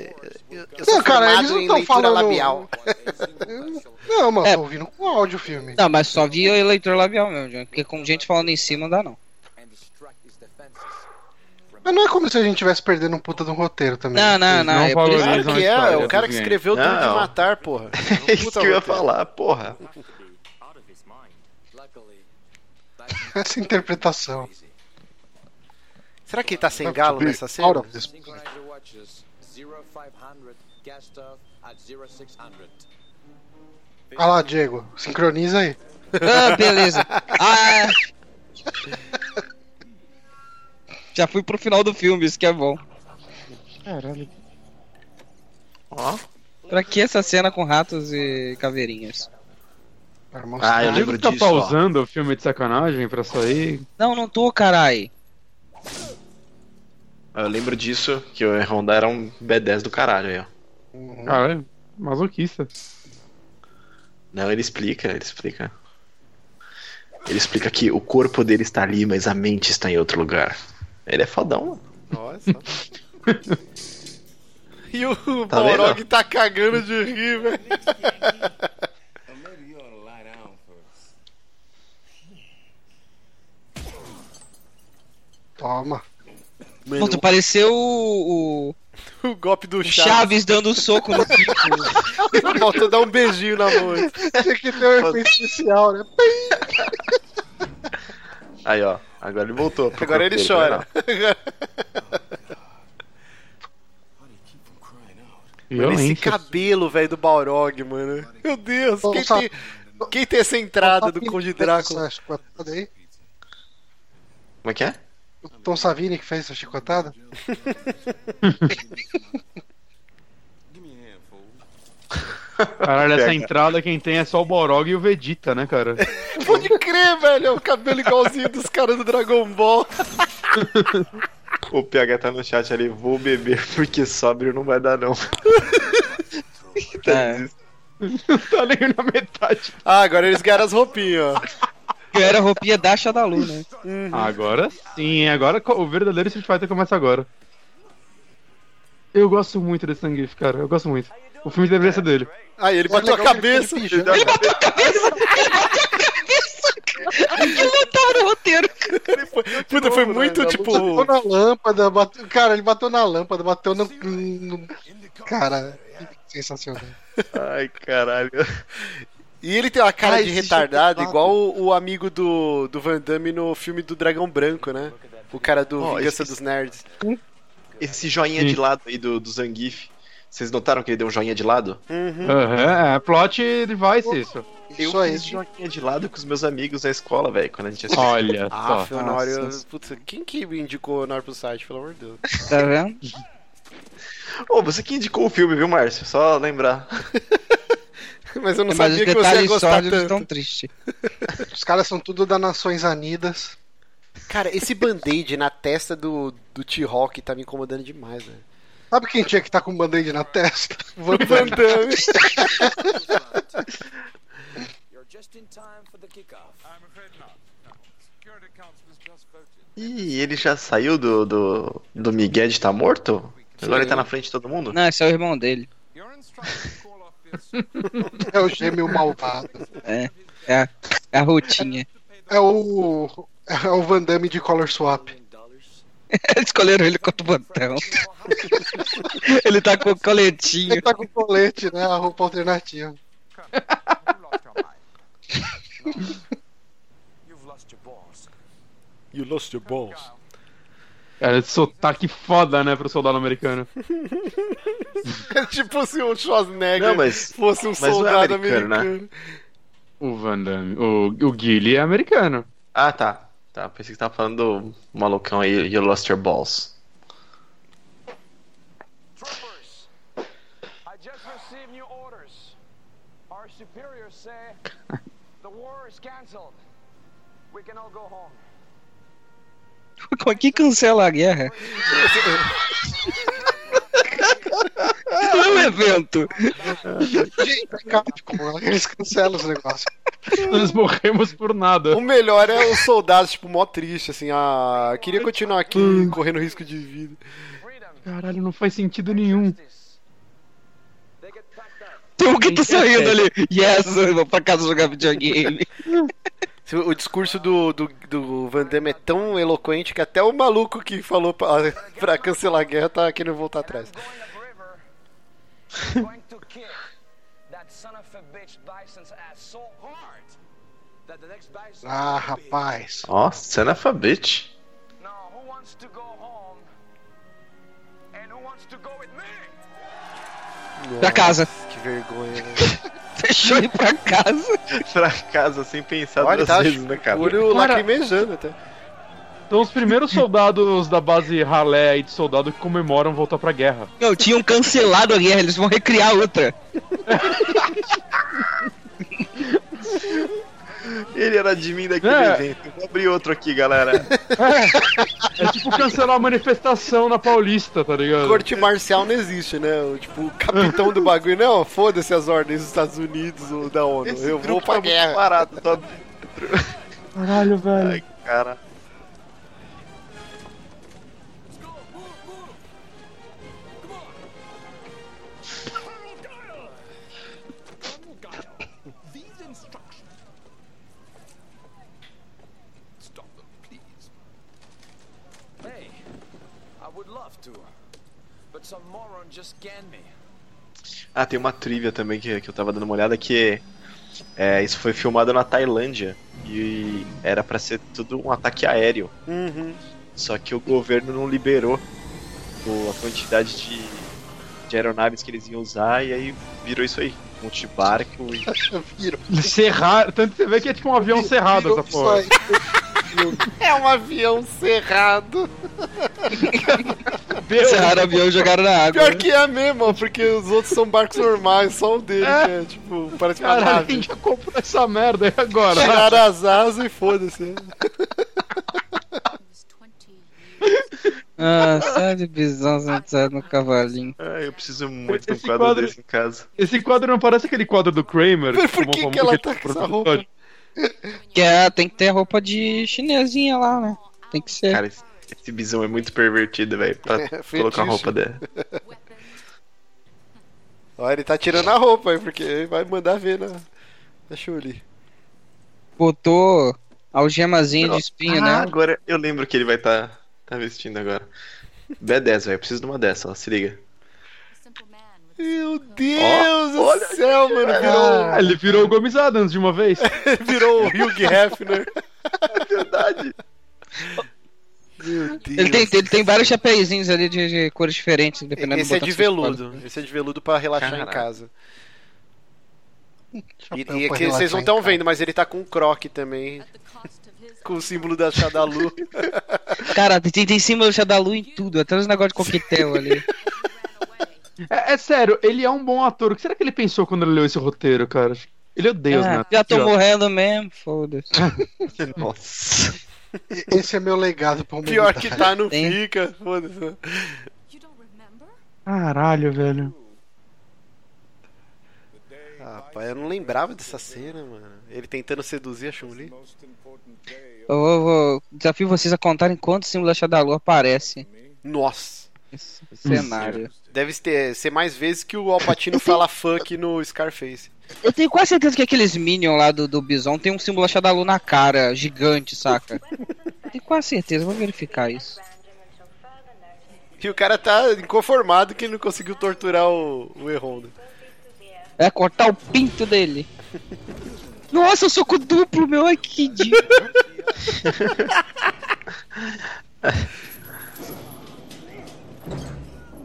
S1: eu, eu
S4: Não, cara,
S1: formado
S4: eles não
S1: em
S4: tão
S1: leitura
S4: falando-
S1: labial.
S4: Não, mas
S2: É.
S4: tô ouvindo com áudio o filme.
S2: Não, mas só via eleitor labial mesmo, John, porque com gente falando em cima não dá não.
S4: Mas não é como se a gente estivesse perdendo um puta de um roteiro também.
S2: Não, não, não,
S5: não
S2: é por isso-
S5: valorizam.
S1: Claro
S5: Eles não
S1: que é, é
S5: espalham
S1: o cara que
S5: ninguém.
S1: escreveu Duro de
S3: Não.
S1: Matar, porra.
S3: É isso
S1: Puta
S3: que eu ia
S1: roteiro.
S3: falar, porra.
S6: have to be out of his mind.
S4: Essa interpretação.
S1: Será que ele tá sem galo nessa
S4: Out
S1: cena?
S4: of this-
S7: Synchronize your watches. 0500 gas stove at 0600.
S4: Ah lá, Diego, sincroniza aí.
S2: Ah, beleza. Ah. Já fui pro final do filme, isso que é bom.
S3: Ó.
S2: Pra que essa cena com ratos e caveirinhas?
S4: Pra
S3: Ah,
S4: mostrar.
S3: eu
S5: O Diego
S3: lembro
S5: tá
S3: disso. ó.
S5: pausando o filme de sacanagem pra sair.
S2: Não, não tô, carai.
S3: Eu lembro disso que o Honda era um B10 do caralho aí, ó.
S4: Uhum.
S5: Caralho, é masoquista.
S3: Não, ele explica, ele explica. Ele explica que o corpo dele está ali, mas a mente está em outro lugar. Ele é fodão, mano.
S1: Nossa. E o
S3: Tá
S1: tá Borog tá cagando de rir, velho.
S4: Toma.
S1: Mano,
S2: Puta, pareceu o, o-
S1: o golpe do
S2: o
S1: Chaves.
S2: Chaves dando um soco no Kiko.
S1: Falta dar um beijinho na mão.
S4: Tinha que ter um efeito especial, né?
S3: Aí, ó. Agora ele voltou. pro
S1: Agora
S3: corpo
S1: ele
S3: dele,
S1: chora.
S3: vai lá.
S1: Esse
S5: Violência.
S1: cabelo, velho, do Balrog, mano. Meu Deus, quem
S4: Nossa.
S1: tem, quem tem essa entrada do Conde Drácula?
S4: Essa chicotada aí.
S3: Como é que é?
S4: O Tom Savini que fez essa chicotada.
S5: Caralho, essa
S3: Pega.
S5: entrada quem tem é só o Borog e o Vegeta, né, cara?
S1: Pode crer, velho, é o cabelo igualzinho dos caras do Dragon Ball.
S3: O PH tá no chat ali. Vou beber porque sóbrio não vai dar, não.
S2: É.
S5: tá nem na metade.
S1: Ah, agora eles ganharam as roupinhas, ó.
S2: Eu era a roupinha da Shadalu, né?
S5: Agora sim, agora co- o verdadeiro Street Fighter começa agora. Eu gosto muito desse Zangief, cara. Eu gosto muito. O filme deveria ser dele.
S1: Aí ele bateu a
S4: É legal que ele
S1: cabeça.
S4: fez de pijama.
S1: Ele bateu-
S2: Aquilo não tava no roteiro.
S1: Puta,
S3: né?
S1: foi muito,
S4: Ele
S1: tipo...
S4: Bateu na lâmpada, bateu... cara, ele bateu na lâmpada, bateu no. no- Cara, sensacional.
S3: Ai, caralho.
S1: E ele tem uma cara
S4: Ah,
S1: de
S4: existe
S1: retardado,
S4: outro lado.
S1: igual o, o amigo do, do Van Damme no filme do Dragão Branco, né? O cara do
S3: Ó,
S1: Vingança
S3: esse-
S1: dos Nerds.
S3: Esse joinha
S5: Sim.
S3: de lado aí do, do Zangief. Vocês notaram que ele deu um joinha de lado?
S5: Aham, é plot device isso.
S4: Isso
S3: eu
S4: aí.
S3: fiz joinha de lado com os meus amigos na escola, velho. Quando a gente assistia.
S5: Olha
S1: Ah,
S5: só.
S1: Honório,
S2: Nossa.
S1: putz, quem que me indicou o Honório pro site, pelo amor de Deus?
S2: Tá vendo?
S3: Ô, você que indicou o filme, viu, Márcio? Só lembrar.
S1: Mas
S3: É,
S1: eu não
S2: Mas os
S1: sabia que você ia
S2: detalhes
S1: gostar
S2: sórdidos
S1: tanto.
S2: estão tristes.
S4: Os caras são tudo da Nações Unidas.
S1: Cara, esse band-aid na testa do, do T-Rock tá me incomodando demais, velho.
S4: Sabe quem tinha que estar com um band-aid na testa?
S1: Van Damme.
S7: You're just in time for the kickoff.
S6: I'm afraid not. No. Security Council has just voted.
S3: Ih, ele já saiu do, do, do Miguel de tá morto? Agora ele tá na frente de todo mundo?
S2: Não, esse é o irmão dele.
S6: You're instructed to call off the assault
S4: É o gêmeo malvado.
S2: É. É a, é a rotinha.
S4: É o. É o Van Damme de Color Swap.
S2: Eles escolheram ele contra o botão. ele tá com o
S4: Ele
S2: coletinho.
S4: tá com colete, né? A roupa alternativa.
S6: Colonel, you lost your mind.
S7: You've lost your balls.
S1: You lost your balls.
S5: Cara, esse sotaque foda, né, pro soldado americano.
S1: É tipo se o Schwarzenegger
S3: Não, mas-
S1: fosse um
S3: não é
S1: soldado
S3: americano, né?
S1: americano.
S5: O Van Damme. O, o Guile é americano.
S3: Ah, tá. Tá, pensei que tava falando do malucão aí, You Lost Your Balls.
S7: Troopers, I just received new orders. Our superiors say the war is cancelled. We can all go home.
S2: Como é que cancela a guerra? Não é um evento.
S4: Gente, Capcom, é eles cancelam os negócios.
S5: Nós morremos por nada.
S1: O melhor é os soldados, tipo, mó triste, assim, ah, queria continuar aqui correndo risco de vida.
S7: Freedom,
S5: Caralho, não faz sentido nenhum.
S7: justice. They get packed up.
S2: Tem um que tá saindo ali. Yes, eu vou pra casa jogar videogame.
S1: O discurso do, do, do Van Damme é tão eloquente que até o maluco que falou pra, pra cancelar a guerra tá querendo voltar atrás.
S7: Going up river. I'm going to kick that son of a bitch bison's ass so hard that the next bison.
S4: Ah, rapaz.
S3: Ó, cena fabete.
S7: Now, who wants to go home? And who wants to go with me?
S2: Pra casa.
S1: Que vergonha, né?
S2: Fechou e pra casa.
S3: Pra casa sem pensar
S1: Olha,
S3: duas
S1: tá
S3: vezes, né, cara?
S1: o olho
S5: Cara-
S1: lacrimejando até.
S5: Então os primeiros soldados da base ralé aí de soldado que comemoram voltar pra guerra.
S2: Não, tinham cancelado a guerra, eles vão recriar outra.
S3: Ele era de mim daquele
S5: É.
S3: evento. Eu Vou abrir outro aqui, galera.
S5: É, é tipo cancelar a manifestação na Paulista, tá ligado?
S1: Corte marcial não existe, né? O, tipo, o capitão do bagulho, não, foda-se as ordens dos Estados Unidos ou da ONU, eu vou
S3: grupo
S1: pra
S3: tá muito
S1: guerra.
S3: Barato, tá...
S5: Caralho, velho.
S3: Ai, cara.
S6: These instructions. Stop them, please.
S7: love to. But some moron just scanned me.
S3: Ah, tem uma trivia também que, que eu tava dando uma olhada que é, isso foi filmado na Tailândia e era pra ser tudo um ataque aéreo.
S1: Uhum.
S3: Só que o governo não liberou o- a quantidade de, de aeronaves que eles iam usar e aí virou isso aí. Um monte de barco e
S4: Virou.
S5: Serrado. Tanto que você vê que é tipo um avião cerrado
S4: virou
S5: essa porra.
S4: isso aí.
S1: É um avião cerrado.
S2: Serraram o avião e jogaram na água.
S1: Pior que é mesmo, ó, porque os outros são barcos normais, só o dele,
S5: É.
S1: que é, tipo, parece uma
S5: Caralho,
S1: nave.
S5: quem já comprou essa merda aí agora?
S1: Tiraram as asas e foda-se.
S2: Ah, sai de bisão sentado no cavalinho.
S3: Ah, eu preciso muito de um
S5: Esse
S3: quadro,
S5: quadro-
S3: desse em casa.
S5: Esse quadro não parece aquele quadro do Kramer.
S1: Mas por
S5: tomou
S1: que
S5: famoso
S1: que ela
S5: aquele
S1: tá com essa
S5: produto
S1: roupa?
S5: hoje?
S2: Que é, tem que ter roupa de chinesinha lá, né? Tem que ser.
S3: Cara, esse, esse bisão é muito pervertido, velho,
S1: É
S3: pra colocar a roupa dela.
S1: Olha, ele tá tirando a roupa aí, porque vai mandar ver na, na Chuli.
S2: Botou algemazinha de espinho,
S3: Ah,
S2: né?
S3: agora eu lembro que ele vai estar tá, tá vestindo agora. B10, velho, eu preciso de uma dessa, ó, se liga.
S1: Meu Deus
S3: Ó, olha-
S1: do céu, mano, um-
S5: Ah, ele virou o Gomes Adams de uma vez.
S1: virou, virou o Hugh Hefner.
S3: Verdade.
S1: Meu Deus.
S2: Ele tem, ele tem vários chapeizinhos ali de, de cores diferentes, dependendo do
S1: Esse é
S2: botão
S1: de
S2: que você escolhe.
S1: veludo. Esse é de veludo pra relaxar em
S3: Caralho.
S1: casa. E,
S4: Chapéu
S1: e
S4: pra
S1: aqui vocês
S4: relaxar
S1: não
S4: em
S1: estão
S4: casa.
S1: vendo, mas ele tá com um croque também. Com o símbolo da Shadalu.
S2: Cara, tem, tem símbolo da lua em tudo, até os negócios de coquetel ali.
S5: É, é sério, ele é um bom ator. O que será que ele pensou quando ele leu esse roteiro, cara? Ele odeia os
S2: Ah,
S5: né?
S2: já tô morrendo mesmo, foda-se.
S3: Nossa.
S4: Esse é meu legado pra
S1: Pior
S4: humanidade.
S1: que tá, não
S2: Tem.
S1: fica. Foda-se.
S5: Caralho, velho.
S1: Rapaz, eu não lembrava dessa cena, mano. Ele tentando seduzir a Chun-Li.
S2: Eu vou, vou- desafio vocês a contarem quantos símbolos da lua aparece
S1: Nossa.
S2: nesse cenário.
S1: Deve ter, ser mais vezes que o Alpatino fala funk no Scarface.
S2: Eu tenho quase certeza que aqueles Minion lá do, do Bison tem um símbolo da lua na cara, gigante, saca? Eu tenho quase certeza, vou verificar isso.
S1: E o cara tá inconformado que ele não conseguiu torturar o, o Erron. né?
S2: É cortar o pinto dele. Nossa, eu soco duplo, meu, ai que ridículo.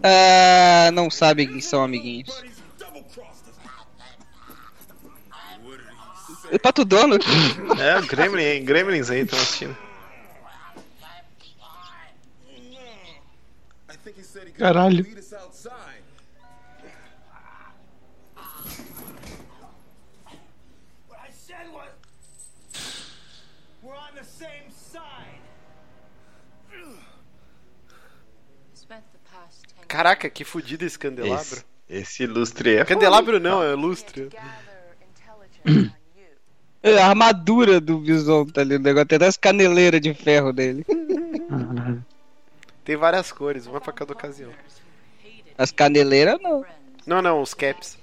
S2: Ah, não sabe quem são amiguinhos. É Pato Dono?
S3: É, o Gremlin, hein? Gremlins aí estão assistindo.
S5: Caralho.
S6: What I said was, we're on the same side.
S1: Caraca, que fodido esse candelabro.
S3: Esse, esse ilustre é.
S1: Candelabro não, é lustre.
S2: É, a armadura do Bison tá ali, o negócio. Tem até as caneleiras de ferro dele.
S1: Tem várias cores, uma pra cada ocasião.
S2: As caneleiras, não.
S1: Não, não, os caps.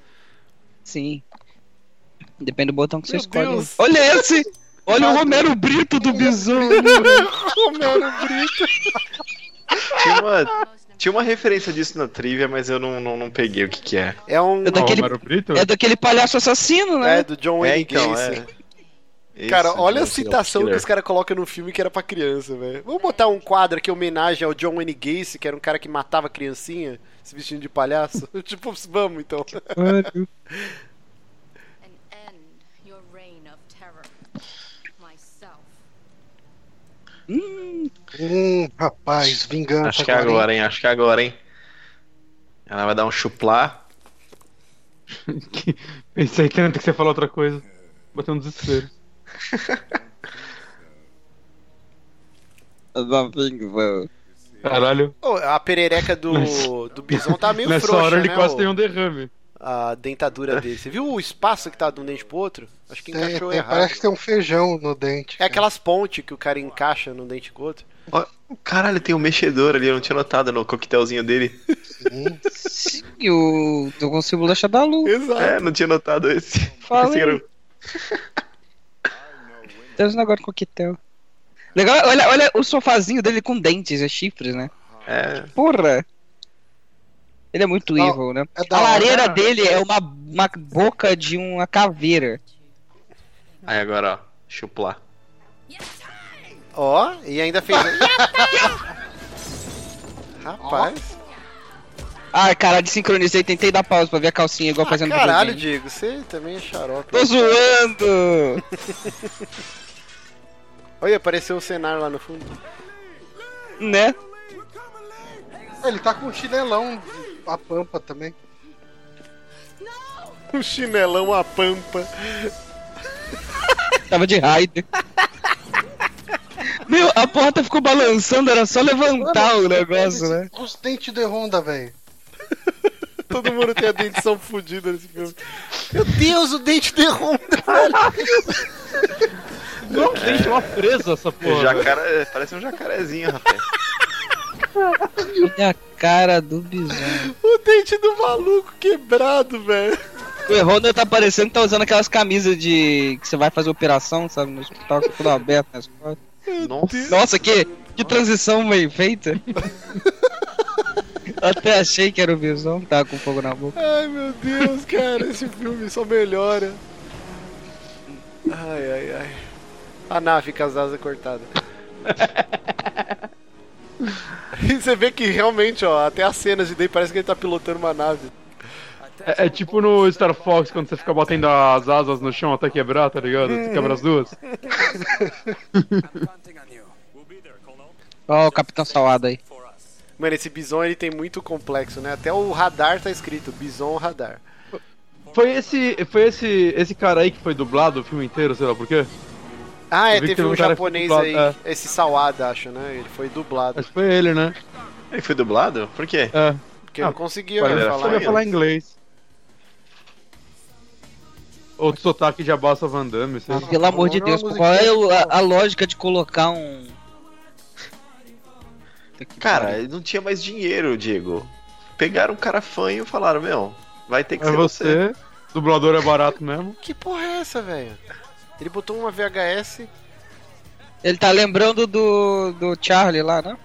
S2: Sim. Depende do botão que você
S1: Meu
S2: escolhe.
S1: Deus.
S2: Olha esse! Olha o Romero Brito do Bison!
S1: Romero Brito.
S3: Tinha uma, tinha uma referência disso na trivia, mas eu não, não, não peguei o que que é.
S1: É um.
S2: É daquele-
S5: Romero Brito?
S2: É daquele palhaço assassino, né?
S1: É, do John
S3: É,
S1: Wayne
S3: então,
S1: Gacy.
S3: é. Esse
S1: Cara, olha a
S3: de um serial
S1: citação que
S3: killer.
S1: os caras colocam no filme que era pra criança, velho. Vamos botar um quadro aqui, homenagem ao John Wayne Gacy, que era um cara que matava criancinha, se vestindo de palhaço. tipo, vamos então.
S4: É.
S8: and end your reign of terror. Myself.
S2: Hum,
S4: Hum, rapaz, vingança.
S3: Acho que é agora, hein? Acho que é agora, hein? Ela vai dar um chuplá.
S5: Que- Pensei que antes que você falar outra coisa. Bateu um desespero. Caralho.
S1: Ô, a perereca do, do Bison tá meio
S5: Nessa
S1: frouxa,
S5: hora ele
S1: né,
S5: quase
S1: o-
S5: tem um derrame.
S1: A dentadura dele. Você viu o espaço que tá de um dente pro outro? Acho que
S4: Tem-
S1: encaixou
S4: tem-
S1: errado.
S4: é parece que tem um feijão no dente.
S1: É aquelas pontes que o cara encaixa num dente com o outro.
S3: Ó, Caralho, tem um mexedor ali, eu não tinha notado no coquetelzinho dele.
S2: Sim, eu tô com o símbolo da Shadalu.
S1: Exato.
S3: É, não tinha notado esse.
S2: Fala
S3: Pensei que era
S2: aí. Tem uns negócios de coquetel. Legal, olha, olha o sofazinho dele com dentes, é chifres, né?
S3: É,
S2: Porra! Ele é muito
S4: Não,
S2: evil, né?
S4: é da
S2: A
S4: hora.
S2: lareira dele é uma, uma boca de uma caveira.
S3: aí agora, ó, deixa eu pular.
S1: Ó, e ainda fez. Rapaz.
S2: Ah, caralho, sincronizei, tentei dar pausa pra ver a calcinha igual
S1: Ah,
S2: fazendo no
S1: caralho,
S2: videogame.
S1: Diego, você também é xarope.
S2: Tô zoando!
S1: Olha, apareceu um cenário lá no fundo.
S2: né?
S4: Ele tá com um chinelão a pampa também.
S1: Um chinelão a pampa.
S2: Tava de raider. Meu, a porta ficou balançando, era só levantar o negócio, né?
S4: Tá Com os dentes de Honda, velho.
S1: Todo mundo tem a dentição fodida nesse filme. Meu Deus, o dente derrumba.
S5: Não deixa uma presa essa
S3: O
S5: porra. velho.
S3: jacaré, parece um jacarezinho, rapaz.
S2: Olha a cara do bizarro.
S1: O dente do maluco quebrado, velho.
S2: O Honda tá parecendo que tá usando aquelas camisas de. que você vai fazer operação, sabe? No hospital com tudo aberto nas costas.
S3: Nossa,
S2: Nossa, que, que transição bem feita. Até achei que era o Visão, que tava com fogo na boca.
S1: Ai, meu Deus, cara, esse filme só melhora. Ai, ai, ai. A nave com as asas cortadas. e você vê que realmente, ó, até as cenas de daí parece que ele tá pilotando uma nave.
S5: É, é tipo no Star Fox, quando você fica batendo as asas no chão até quebrar, tá ligado? Você quebra as duas.
S6: We'll be there, Colonel.
S2: Ó, o Capitão Salado aí.
S6: For us.
S1: Mano, esse Bison ele tem muito complexo, né? Até o radar tá escrito, Bison Radar.
S5: Foi esse, foi esse, esse cara aí que foi dublado o filme inteiro, sei lá por quê?
S1: Ah, é,
S5: Eu vi que
S1: teve
S5: teve
S1: um
S5: um cara
S1: japonês
S5: que foi
S1: aí,
S5: dublado,
S1: esse Sawada, acho, né? Ele foi dublado,
S5: Acho que foi ele, né?
S3: ele foi dublado? Por quê?
S5: É.
S1: porque eu
S5: Ah,
S1: não conseguia
S5: Olha,
S3: era
S5: eu
S1: falar.
S5: sabia
S3: falaria.
S5: falar inglês. Outro sotaque já basta Van Damme, sei
S2: Ah,
S5: lá.
S2: Pelo amor de
S4: Não é uma
S2: Deus, qual é
S4: musiquinha,
S2: o- a, a lógica de colocar um. Puta que
S3: Cara,
S2: pariu.
S3: ele não tinha mais dinheiro, Diego. Pegaram um cara fanho e falaram, meu, vai ter que
S5: É
S3: ser você.
S5: você, dublador é barato mesmo.
S1: Que porra é essa, velho? Ele botou uma VHS.
S2: ele tá lembrando do, do Charlie lá, né?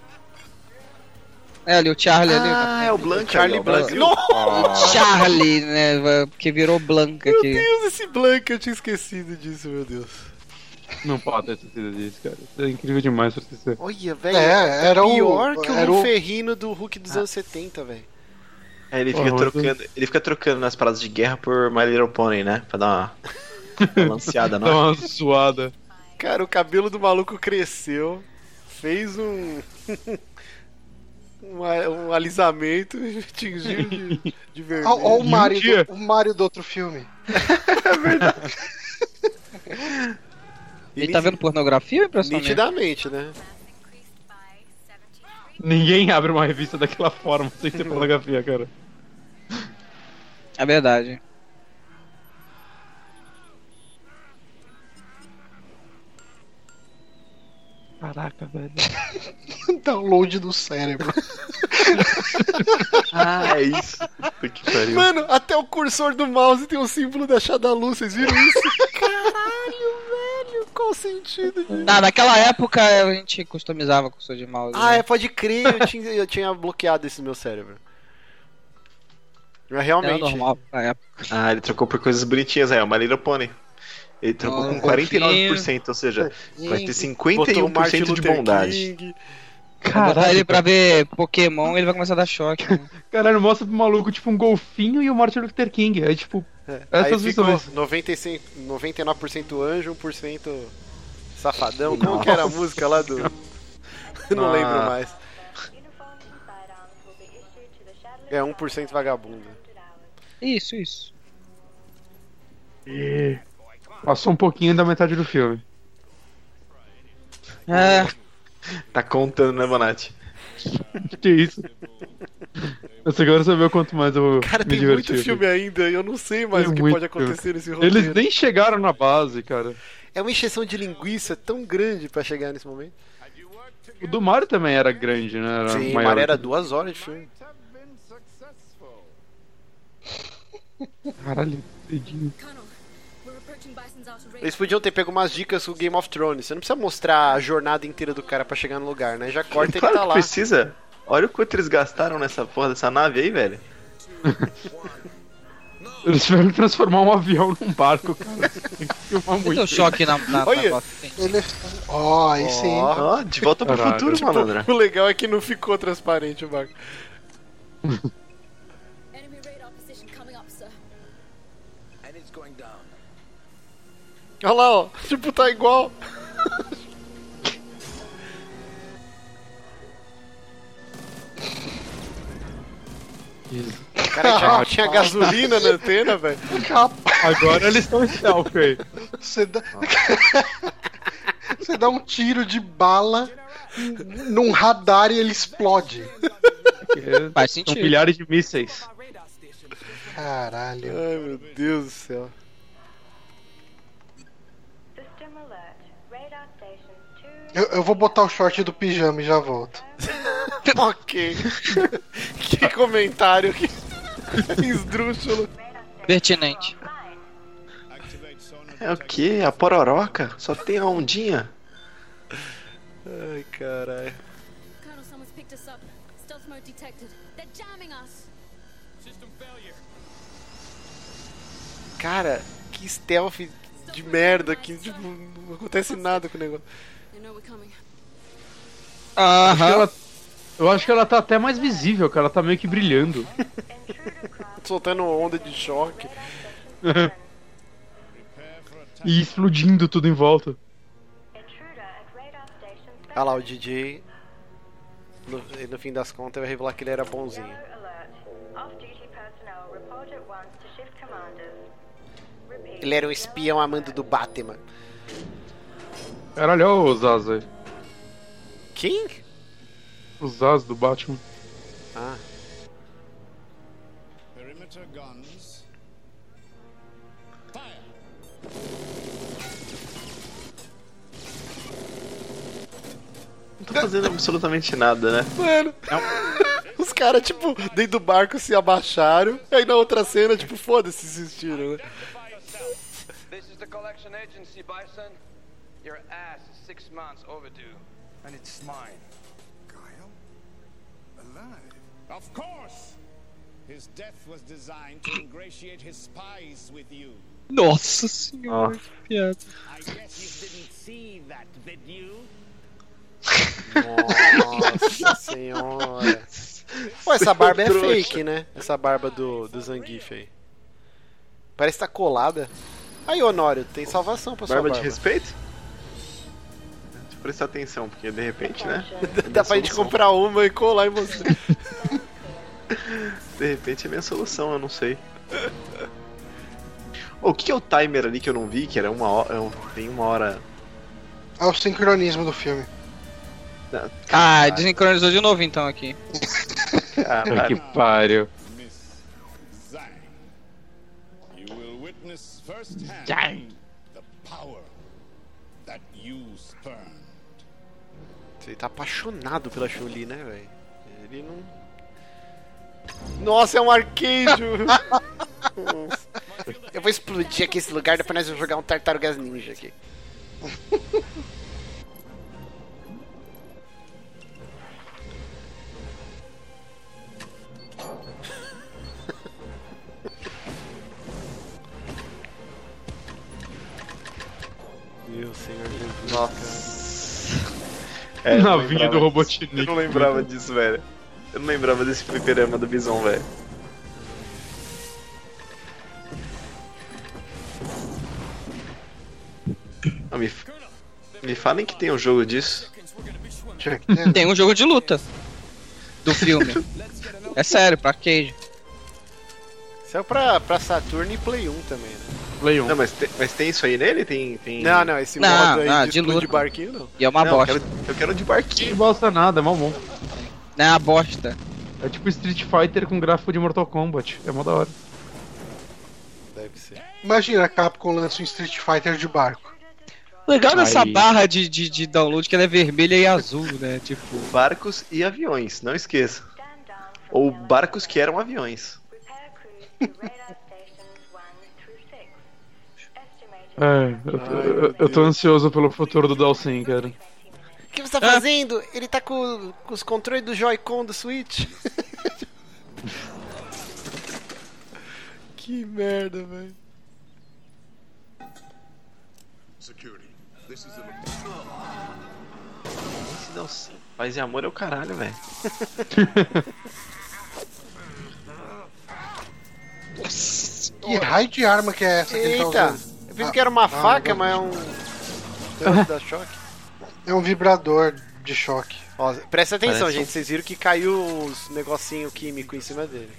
S2: É ali, o Charlie ali.
S3: Ah, é o Blanca.
S1: Charlie
S3: aí, ó,
S1: Blanca.
S3: Brasil.
S1: Nossa!
S3: Ah,
S2: Charlie, né? Porque virou Blanca
S1: Meu
S2: aqui.
S1: Deus, esse Blanca, eu tinha esquecido disso, meu Deus.
S5: Não pode ter esquecido disso, cara. Isso é incrível demais pra esquecer.
S1: Olha, velho,
S4: É, era o.
S1: pior que o
S4: era
S1: Lu
S4: o Ah.
S1: Ferrino do Hulk dos anos 70, velho.
S3: Aí ele fica
S5: Porra, mas-
S3: trocando, ele fica trocando nas paradas de guerra por My Little Pony, né? Pra dar uma balanceada, né?
S5: Dá
S3: não?
S5: uma zoada.
S1: Cara, o cabelo do maluco cresceu, fez um. um, a- um alisamento e tingiu de, de vermelho.
S4: Ó, ó o Mario,
S5: Mentira.
S4: do, o Mario do outro filme.
S2: Ele tá vendo pornografia, impressionante?
S1: Nitidamente, né?
S5: Ninguém abre uma revista daquela forma sem ter pornografia, cara.
S2: É verdade.
S5: Caraca, velho.
S4: Download do cérebro.
S3: Ah, é isso. Puta que pariu.
S1: Mano, até o cursor do mouse tem o símbolo da Shadalu, vocês viram isso? Caralho, velho, qual o sentido disso?
S2: Na, naquela época a gente customizava com o de mouse.
S1: Ah,
S2: né?
S1: é, pode crer, eu tinha, eu tinha bloqueado esse meu cérebro. Mas
S2: Era
S5: É
S1: realmente.
S2: normal na época.
S3: Ah, ele trocou por coisas bonitinhas aí, ó. My Little Pony. Ele trocou
S2: Ah,
S3: com 49%, ou seja, vai ter
S1: botou um o Martin
S3: 51% de
S1: Luther
S3: bondade.
S1: King.
S2: Botar ele
S5: Caralho,
S2: pra ver Pokémon, ele vai começar a dar choque. né?
S5: caralho, mostra pro maluco tipo um golfinho e o Martin Luther King. É tipo,
S1: Aí
S5: essas
S1: ficou
S5: visões.
S1: 96, 99% anjo, 1% safadão. Como
S3: Nossa.
S1: que era a música lá do. Não lembro
S3: Nossa.
S1: mais. É 1% vagabundo.
S2: Isso, isso.
S5: Passou um pouquinho da metade do filme.
S2: É,
S3: Tá contando, né, Bonatti?
S5: Que isso? Nossa, agora você vê quanto mais eu vou
S1: Cara,
S5: me
S1: tem muito
S5: divertir. aqui.
S1: filme ainda, eu não sei mais
S5: Tem
S1: o que
S5: muito
S1: pode acontecer nesse roteiro.
S5: Eles nem chegaram na base, cara.
S1: É uma encheção de linguiça tão grande pra chegar nesse momento.
S5: O do Mario também era grande, né? Era
S1: Sim,
S5: maior.
S1: mas era duas horas de filme.
S5: Caralho, doidinho.
S1: Eles podiam ter pego umas dicas do Game of Thrones. Você não precisa mostrar a jornada inteira do cara pra chegar no lugar, né? Já corta ele
S3: claro
S1: tá
S3: que
S1: lá.
S3: precisa. Olha o quanto eles gastaram nessa porra dessa nave aí, velho.
S5: Eles tiveram que transformar um avião num barco, cara. Tem que filmar
S2: Você deu
S5: muito.
S2: choque na, na, na
S1: é. Olha.
S2: bota, gente.
S4: Ele... Ó, aí sim.
S1: Ó.
S3: Ó, de volta pro
S5: Caralho.
S3: futuro, malandra.
S1: O legal é que não ficou transparente o barco.
S8: Enemy radar position coming up, sir.
S7: And it's going down.
S1: Olha lá, ó. Tipo, tá igual. Cara, já tinha gasolina na antena, velho.
S5: Agora eles estão stealth aí.
S4: Você dá... Você dá um tiro de bala num radar e ele explode.
S2: Faz
S5: São
S2: sentido.
S5: milhares de mísseis.
S4: Caralho.
S1: Ai, meu Deus do céu.
S9: System alert. Radar station 2.
S4: Eu, eu vou botar o short do pijama e já volto.
S1: ok. que comentário que esdrúxulo.
S2: Pertinente.
S9: Line.
S3: É o quê? A pororoca? Só tem a ondinha?
S1: Ai, caralho.
S8: Colonel, someone's picked us up. Stealth mode detected. They're jamming us.
S6: System failure.
S1: Cara, que stealth de merda que tipo, não acontece nada com o negócio.
S8: They know we're coming.
S2: Aham.
S5: Ela- Eu acho que ela tá até mais visível, cara. Ela tá meio que brilhando.
S9: Intruder craft
S1: Soltando onda de choque.
S9: station.
S5: E explodindo tudo em volta.
S9: Intruder at radar station
S1: Olha lá, o
S9: specimen.
S1: DJ. No, no fim das contas, vai revelar que ele era bonzinho.
S9: Yellow alert. Off-duty personnel report at once to shift commanders. Repeat.
S1: Ele era
S9: Yellow
S1: um espião amando do Batman.
S5: Caralho, olha os as aí.
S1: Quem?
S5: Os as do Batman.
S1: Ah,
S10: Perimeter guns.
S3: Não tá fazendo absolutamente nada, né?
S1: mano. Os caras, tipo, dentro do barco se abaixaram. Aí na outra cena, tipo, foda-se, existiram, né?
S7: Identify yourself. This is the collection agency, Bison. Your ass is six months overdue. And it's mine.
S10: Guile? Alive? Of course! His death was designed to ingratiate his spies with you.
S2: Nossa senhora,
S3: Ó.
S2: que piada.
S10: I guess you didn't see that, did you?
S1: Nossa senhora. Pô, essa barba é fake, né? Essa barba do, do Zangief aí. Parece que tá colada. Aí, Honório, tem salvação pra sua
S3: Barba
S1: barba.
S3: de respeito? Tem que prestar atenção, porque de repente, né?
S1: Dá pra gente comprar uma e colar em você.
S3: De repente é minha solução, eu não sei. Ô, o que que é o timer ali que eu não vi? Que era uma hora. eu- Tem uma hora.
S4: É o sincronismo do filme.
S2: Ah, desincronizou de novo então aqui.
S5: Ai, que
S3: Caralho.
S5: pariu.
S10: Miss Zhang. You will witness firsthand the power that you spurn.
S1: Ele tá apaixonado pela Chun-Li, né, velho? Ele não. Nossa, é um arcade! Nossa. Eu vou explodir aqui esse lugar, depois nós vamos jogar um Tartarugas Ninja aqui. Meu Senhor Jesus.
S3: É, eu não
S5: Navinha
S3: lembrava
S5: do
S3: disso. Eu
S5: Robotnik.
S3: não lembrava disso, velho. Eu não lembrava desse fliperama do Bison, velho. Ah, me, f- me falem que tem um jogo disso.
S2: Tem um jogo de luta do filme. é sério, pra arcade.
S1: Saiu pra, pra Saturn e Play 1 também, né?
S5: Play 1.
S3: Não, mas, te- mas tem isso aí nele? Tem. tem...
S1: Não, não, esse
S2: Não,
S1: modo aí
S2: não,
S1: de,
S2: de
S1: explodir
S2: luta.
S1: barquinho não.
S2: E é uma
S3: Não, eu
S2: bosta.
S3: quero, eu quero de
S5: Que
S3: barquinho.
S5: bosta nada, é mó bom.
S2: Não é uma bosta.
S5: É tipo Street Fighter com gráfico de Mortal Kombat. É mó da hora.
S1: Deve ser.
S4: Imagina a Capcom lança um Street Fighter de barco.
S2: O legal dessa
S5: Aí.
S2: barra de, de, de download que ela é vermelha e azul, né? Tipo.
S3: Barcos e aviões, não esqueça.
S9: Stand down from
S3: Ou
S9: yellow
S3: barcos
S9: alert.
S3: que eram aviões.
S9: Repair crews to radar stations 1 through 6. Estimated
S5: É, eu, eu- eu tô ansioso pelo futuro do Dalsin,
S9: 20
S5: cara.
S9: minutes.
S1: que você tá
S2: Ah.
S1: fazendo? Ele tá com, com os controles do Joy-Con do Switch. que merda, velho.
S10: Security. This is
S3: Se não, se- paz e amor é o caralho, velho.
S4: Que raio de arma que é essa que ele tá
S1: Eita!
S4: usando?
S1: Eu pensei que era uma
S4: Ah,
S1: faca,
S4: não.
S1: mas é um. Deu- dá choque.
S4: É um vibrador de choque.
S1: Ó, presta atenção,
S3: Parece um-
S1: gente. Vocês viram que caiu uns negocinho químico em cima dele.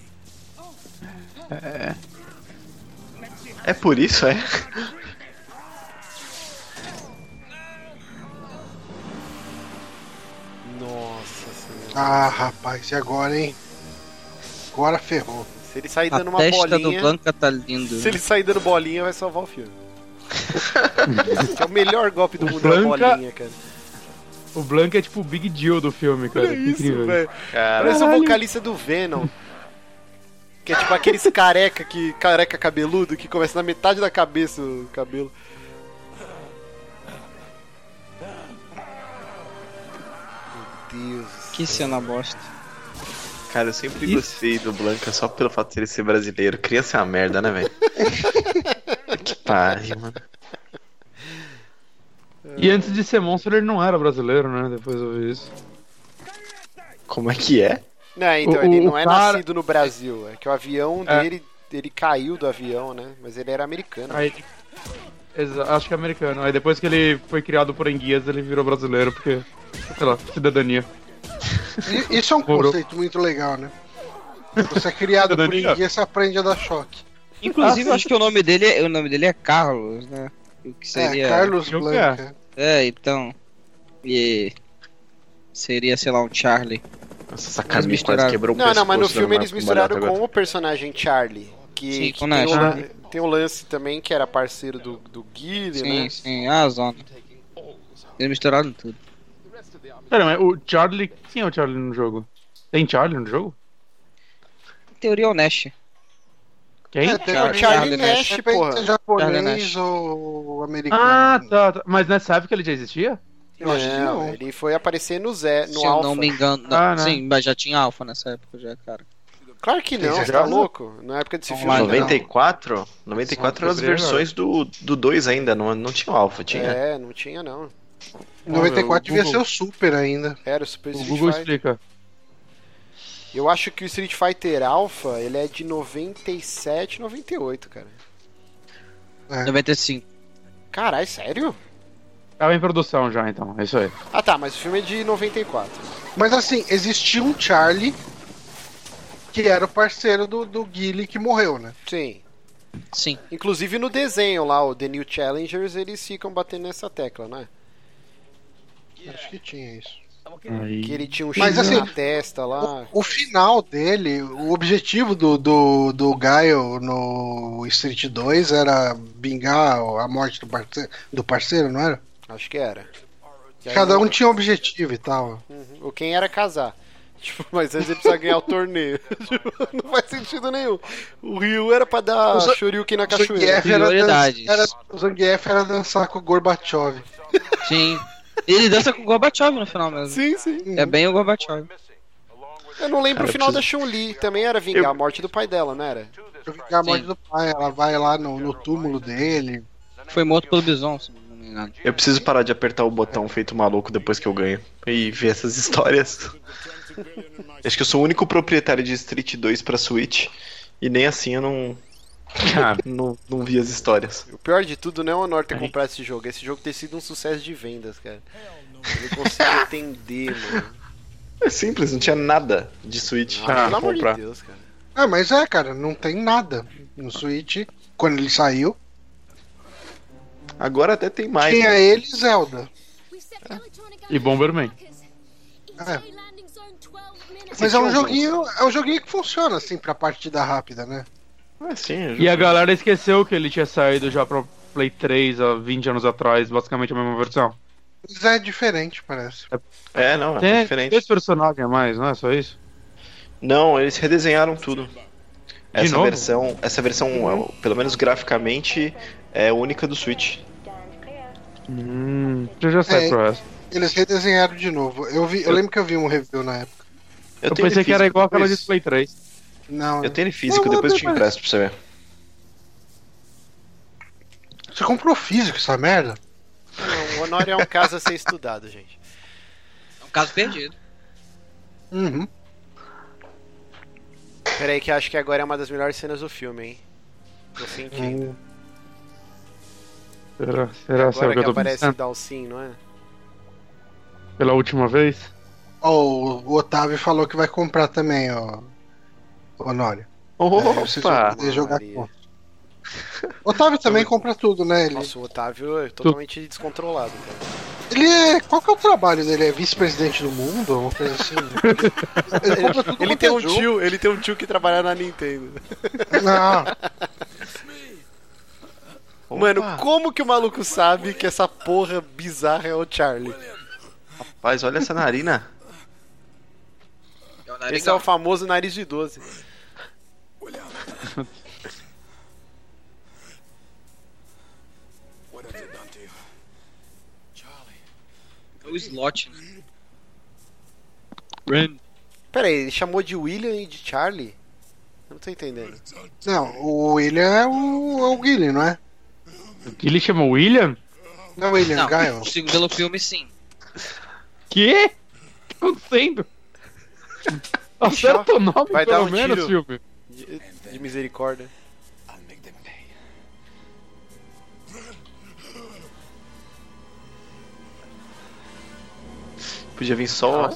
S3: É por isso, é?
S1: Nossa senhora.
S4: Ah, rapaz, e agora, hein? Agora ferrou.
S1: Ah. Se ele sair
S2: A
S1: dando uma
S2: testa do
S1: Tá bolinha.
S2: Blanca tá lindo.
S1: Se ele sair dando bolinha, vai salvar o filme. Esse é o melhor golpe do
S5: O
S1: mundo é a
S5: Blanca-
S1: bolinha, cara.
S5: O Blank é tipo o Big Deal do filme, cara.
S1: Olha
S5: Que
S1: isso,
S5: incrível.
S1: velho.
S3: Cara,
S1: Parece o
S5: Caralho.
S1: vocalista do Venom. Que é tipo aqueles careca que. careca cabeludo que começa na metade da cabeça o cabelo. Meu Deus.
S2: Que cena bosta.
S3: cara, eu sempre gostei do Blanca só pelo fato de ele ser brasileiro. Criança é uma merda, né, velho? que pariu, mano.
S5: E antes de ser monstro, ele não era brasileiro, né? Depois eu vi isso.
S3: Como é que é?
S1: Não, então,
S5: O-
S1: ele
S5: o
S1: não é
S5: cara-
S1: nascido no Brasil. É que o avião
S5: É.
S1: dele. Ele caiu do avião, né? Mas ele era americano.
S5: Aí. Exa- Acho que é americano. Aí depois que ele foi criado por enguias, ele virou brasileiro, porque. Sei lá, cidadania.
S4: I- Isso é um
S5: Morou.
S4: conceito muito legal, né? Você é criado por
S5: Cidadania.
S4: ninguém, você aprende a dar choque.
S5: Ah,
S2: Inclusive,
S5: sim.
S2: eu acho que o nome dele é, o nome dele é Carlos, né? O que seria.
S4: É, Carlos
S5: Eu
S4: Blanca.
S2: É, então. E. Seria, sei lá, um Charlie.
S3: Nossa, essa camisa quase
S2: misturaram.
S3: quebrou o
S1: Não, não, mas no
S3: pescoço da
S1: filme eles
S3: Mara-
S1: misturaram
S3: Barata
S1: com o personagem Charlie. Que,
S2: Sim,
S1: que
S2: com o
S1: tem,
S2: Nash. né?
S1: o, tem o lance também que era parceiro do, do Guile,
S2: Sim,
S1: né?
S2: sim. Ah, zona. Eles misturaram tudo.
S5: Pera, mas o Charlie. Quem é o Charlie no jogo? Tem Charlie no jogo?
S2: Em teoria é o Nash.
S5: Quem?
S4: É, tem
S1: O
S2: Charlie-
S1: Charlie
S2: Charlie
S1: Nash,
S4: de repente
S1: porra.
S4: ser
S2: Charlie
S4: japonês
S2: Nash.
S4: ou americano.
S5: Ah, tá, tá. Mas nessa época ele já existia?
S4: Eu acho que
S2: É,
S1: Não,
S4: não.
S1: ele foi aparecer no Zé, no
S2: Se eu
S1: Alpha.
S2: não me engano. não.
S5: Ah, né.
S2: Sim, mas já tinha Alpha nessa época, já, cara.
S1: Claro que não,
S4: Tem
S1: você
S4: Zé
S1: tá
S4: Alpha?
S1: louco? Na época desse filme.
S2: Online,
S1: não.
S3: 94? 94 eram as
S5: Fevereiro.
S3: versões do, do 2 ainda, não, não tinha o Alpha, tinha.
S1: É, não tinha não.
S4: Em 94
S5: Não,
S4: devia
S5: meu, o
S4: ser o Super ainda.
S1: Era o Super
S5: O
S1: Street
S5: Google
S1: Fighter.
S5: explica.
S1: Eu acho que o Street Fighter Alpha, ele é de 97, 98, cara.
S4: É.
S2: 95.
S1: Caralho, sério?
S5: Tava em produção já, então. É isso aí.
S1: Ah tá, mas o filme é de 94.
S4: Mas assim, existia um Charlie que era o parceiro do, do Guile que morreu, né?
S1: Sim.
S2: Sim.
S1: Inclusive no desenho lá, o The New Challengers, eles ficam batendo nessa tecla, né?
S4: Acho que tinha isso.
S1: Que ele tinha um
S4: Mas,
S1: chifre
S4: assim,
S1: na testa lá.
S4: O, o final dele, o objetivo do, do, do Gaio no Street 2 era vingar a morte do parceiro, do parceiro não era?
S1: Acho que era. E aí,
S4: Cada um tinha um objetivo e tal.
S1: Uhum. O quem era casar. Tipo, mas antes ele precisa ganhar o torneio. Tipo, Não faz sentido nenhum. O Ryu era pra dar
S4: O Zan-
S1: Shoryuken na cachoeira.
S4: Zangief era dan-
S2: Prioridades.
S4: era- o Zangief era dançar com o Gorbachev.
S2: Sim. Ele dança com o Gorbachev no final mesmo.
S1: Sim, sim.
S2: É bem o Gorbachev.
S1: Eu não lembro
S3: Cara,
S1: o final
S3: eu
S1: da Chun-Li. Também era vingar a morte do pai dela, não era?
S4: Pra vingar a morte
S2: Sim.
S4: do pai, ela vai lá no, no túmulo dele.
S2: Foi morto pelo Bison, se não me engano.
S3: Eu preciso parar de apertar o botão feito maluco depois que eu ganho e ver essas histórias. Acho que eu sou o único proprietário de Street 2 pra Switch e nem assim eu não. Ah, não, não vi as histórias.
S1: O pior de tudo não é o Honor ter comprado esse jogo. Esse jogo ter sido um sucesso de vendas, cara. Eu não consigo entender, mano.
S3: É simples, não tinha nada de Switch
S1: Ah,
S3: pra
S1: pelo amor de
S3: comprar.
S1: Deus, cara.
S4: Ah, mas é, cara, não tem nada no Switch quando ele saiu.
S3: Agora até tem mais.
S4: Tinha
S3: né?
S4: é ele e Zelda.
S5: E Bomberman.
S4: Mas é um
S3: tinha
S4: joguinho, é um joguinho que funciona assim pra partida rápida, né?
S3: Ah, sim, é
S5: E a
S3: jogo.
S5: galera esqueceu que ele tinha saído já pra Play 3 há 20 anos atrás, basicamente a mesma versão.
S4: Mas é diferente, parece.
S3: É, não, é
S5: Tem
S3: diferente.
S5: três personagens a mais, não é só isso?
S3: Não, eles redesenharam tudo. Essa
S5: novo?
S3: versão, essa versão, é, pelo menos graficamente, é única do Switch.
S9: Stand clear.
S5: Hum, já já sai
S4: É.
S5: pro resto.
S4: Eles redesenharam de novo. Eu, vi, eu lembro que eu vi um review na época.
S5: Eu,
S3: tenho
S5: pensei
S3: ele
S5: que era
S3: físico,
S5: igual aquela de
S3: depois-
S5: Play 3.
S4: Não, né?
S3: Eu tenho ele físico,
S5: Não,
S3: depois eu te
S5: depois-
S3: empresto pra você ver.
S4: você comprou físico essa merda?
S1: Não, o Honório é um caso a ser estudado, gente.
S2: É um caso perdido.
S4: Uhum.
S1: Peraí, que eu acho que agora é uma das melhores cenas do filme, hein? Tô
S5: Hum,
S1: sentindo.
S5: Será, será, será
S1: agora
S5: que eu
S1: que
S5: tô
S1: aparece o
S5: pensando?
S1: Dalsin, não é?
S5: Pela última vez?
S4: Ó, o- o Otávio falou que vai comprar também, ó. Honório. É, vocês vão
S5: Opa!
S4: poder jogar
S1: Maria.
S4: contra. Otávio também compra tudo, né? Ele,
S1: Nossa, o Otávio é totalmente descontrolado, cara.
S4: ele é. Qual que é o trabalho dele? É vice-presidente do mundo? Uma coisa assim? ele compra tudo
S1: Ele
S4: quanto
S1: tem
S4: é
S1: um
S4: jogo.
S1: tio, ele tem um tio que trabalha na Nintendo.
S4: Não.
S1: Mano, como que o maluco sabe que essa porra bizarra é o Charlie?
S3: Rapaz, olha essa narina.
S2: É o nariz
S1: Esse é o famoso nariz de 12.
S10: What have they done to you? Charlie.
S2: o slot. né?
S1: Pera aí, ele chamou de William e de Charlie? Eu não tô entendendo.
S4: Não, o William é o, é o Guilherme, não é?
S5: Ele chama William?
S4: Não, é William,
S2: Não,
S4: Gael.
S2: sigo pelo filme sim.
S5: Quê? O que tá acontecendo? Acerta o nome,
S1: Vai dar
S5: pelo
S1: um
S5: menos,
S1: tiro.
S5: filme.
S1: De, de misericórdia.
S10: I'll make them pay.
S3: Podia vir só.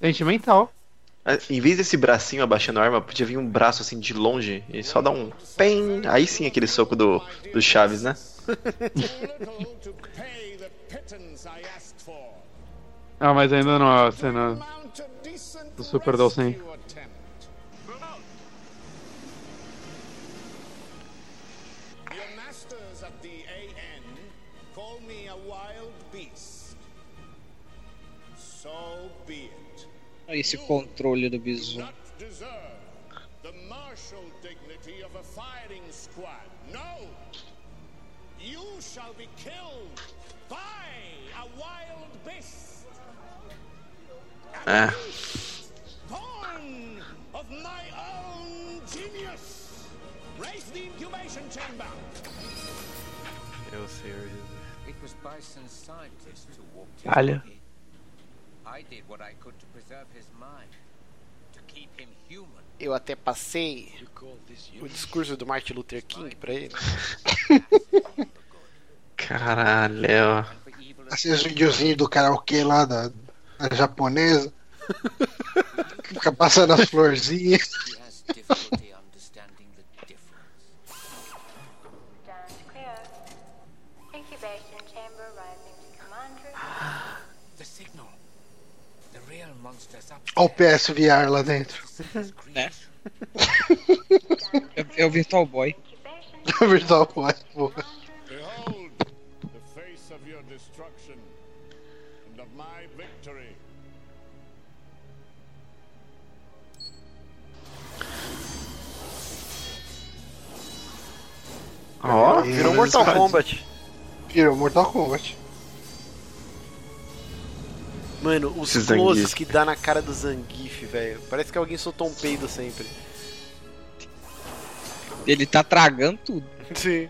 S5: Sentimental.
S3: Em vez desse bracinho abaixando a arma, podia vir um braço assim de longe e só dar um PEM. Aí sim aquele soco do, do Chaves, né?
S10: Too little to pay the pittance I asked for.
S5: Ah, mas ainda não é a cena.
S10: Mount a decent
S5: O Super Dolce, hein?
S10: rescue attempt. Your masters at the AN call me a wild beast. So be it.
S2: Olha esse controle do bizu.
S10: Not deserve the martial dignity of a firing squad. No! You shall be killed by a wild beast.
S3: É.
S10: born of my own genius. Raise the incubation chamber.
S3: Eu sei,
S7: It was Bison's scientist who walked
S5: Olha.
S7: I did what I could to preserve his mind, to keep him human.
S1: Eu até passei
S7: You call this
S1: o discurso do Martin Luther King pra ele.
S3: Caralho.
S7: for evil
S4: Assim, os videozinhos do karaokê lá da, da japonesa. Fica passando as florzinhas.
S7: he has difficulty understanding the difference.
S9: Stand clear. Incubation chamber rising to command room.
S7: The signal. The real monster's up.
S4: Olha o PSVR lá dentro.
S2: Né? É, é o Virtual Boy.
S9: Incubation
S4: Virtual Boy. boa.
S10: Behold the face of your destruction and of my victory.
S3: Ó,
S1: Virou um Mortal Kombat.
S4: Virou Mortal Kombat.
S1: Mano, os
S3: Esse
S1: closes
S3: Zangief.
S1: que dá na cara do Zangief, velho. Parece que alguém soltou um peido sempre.
S2: Ele tá tragando tudo.
S1: Sim.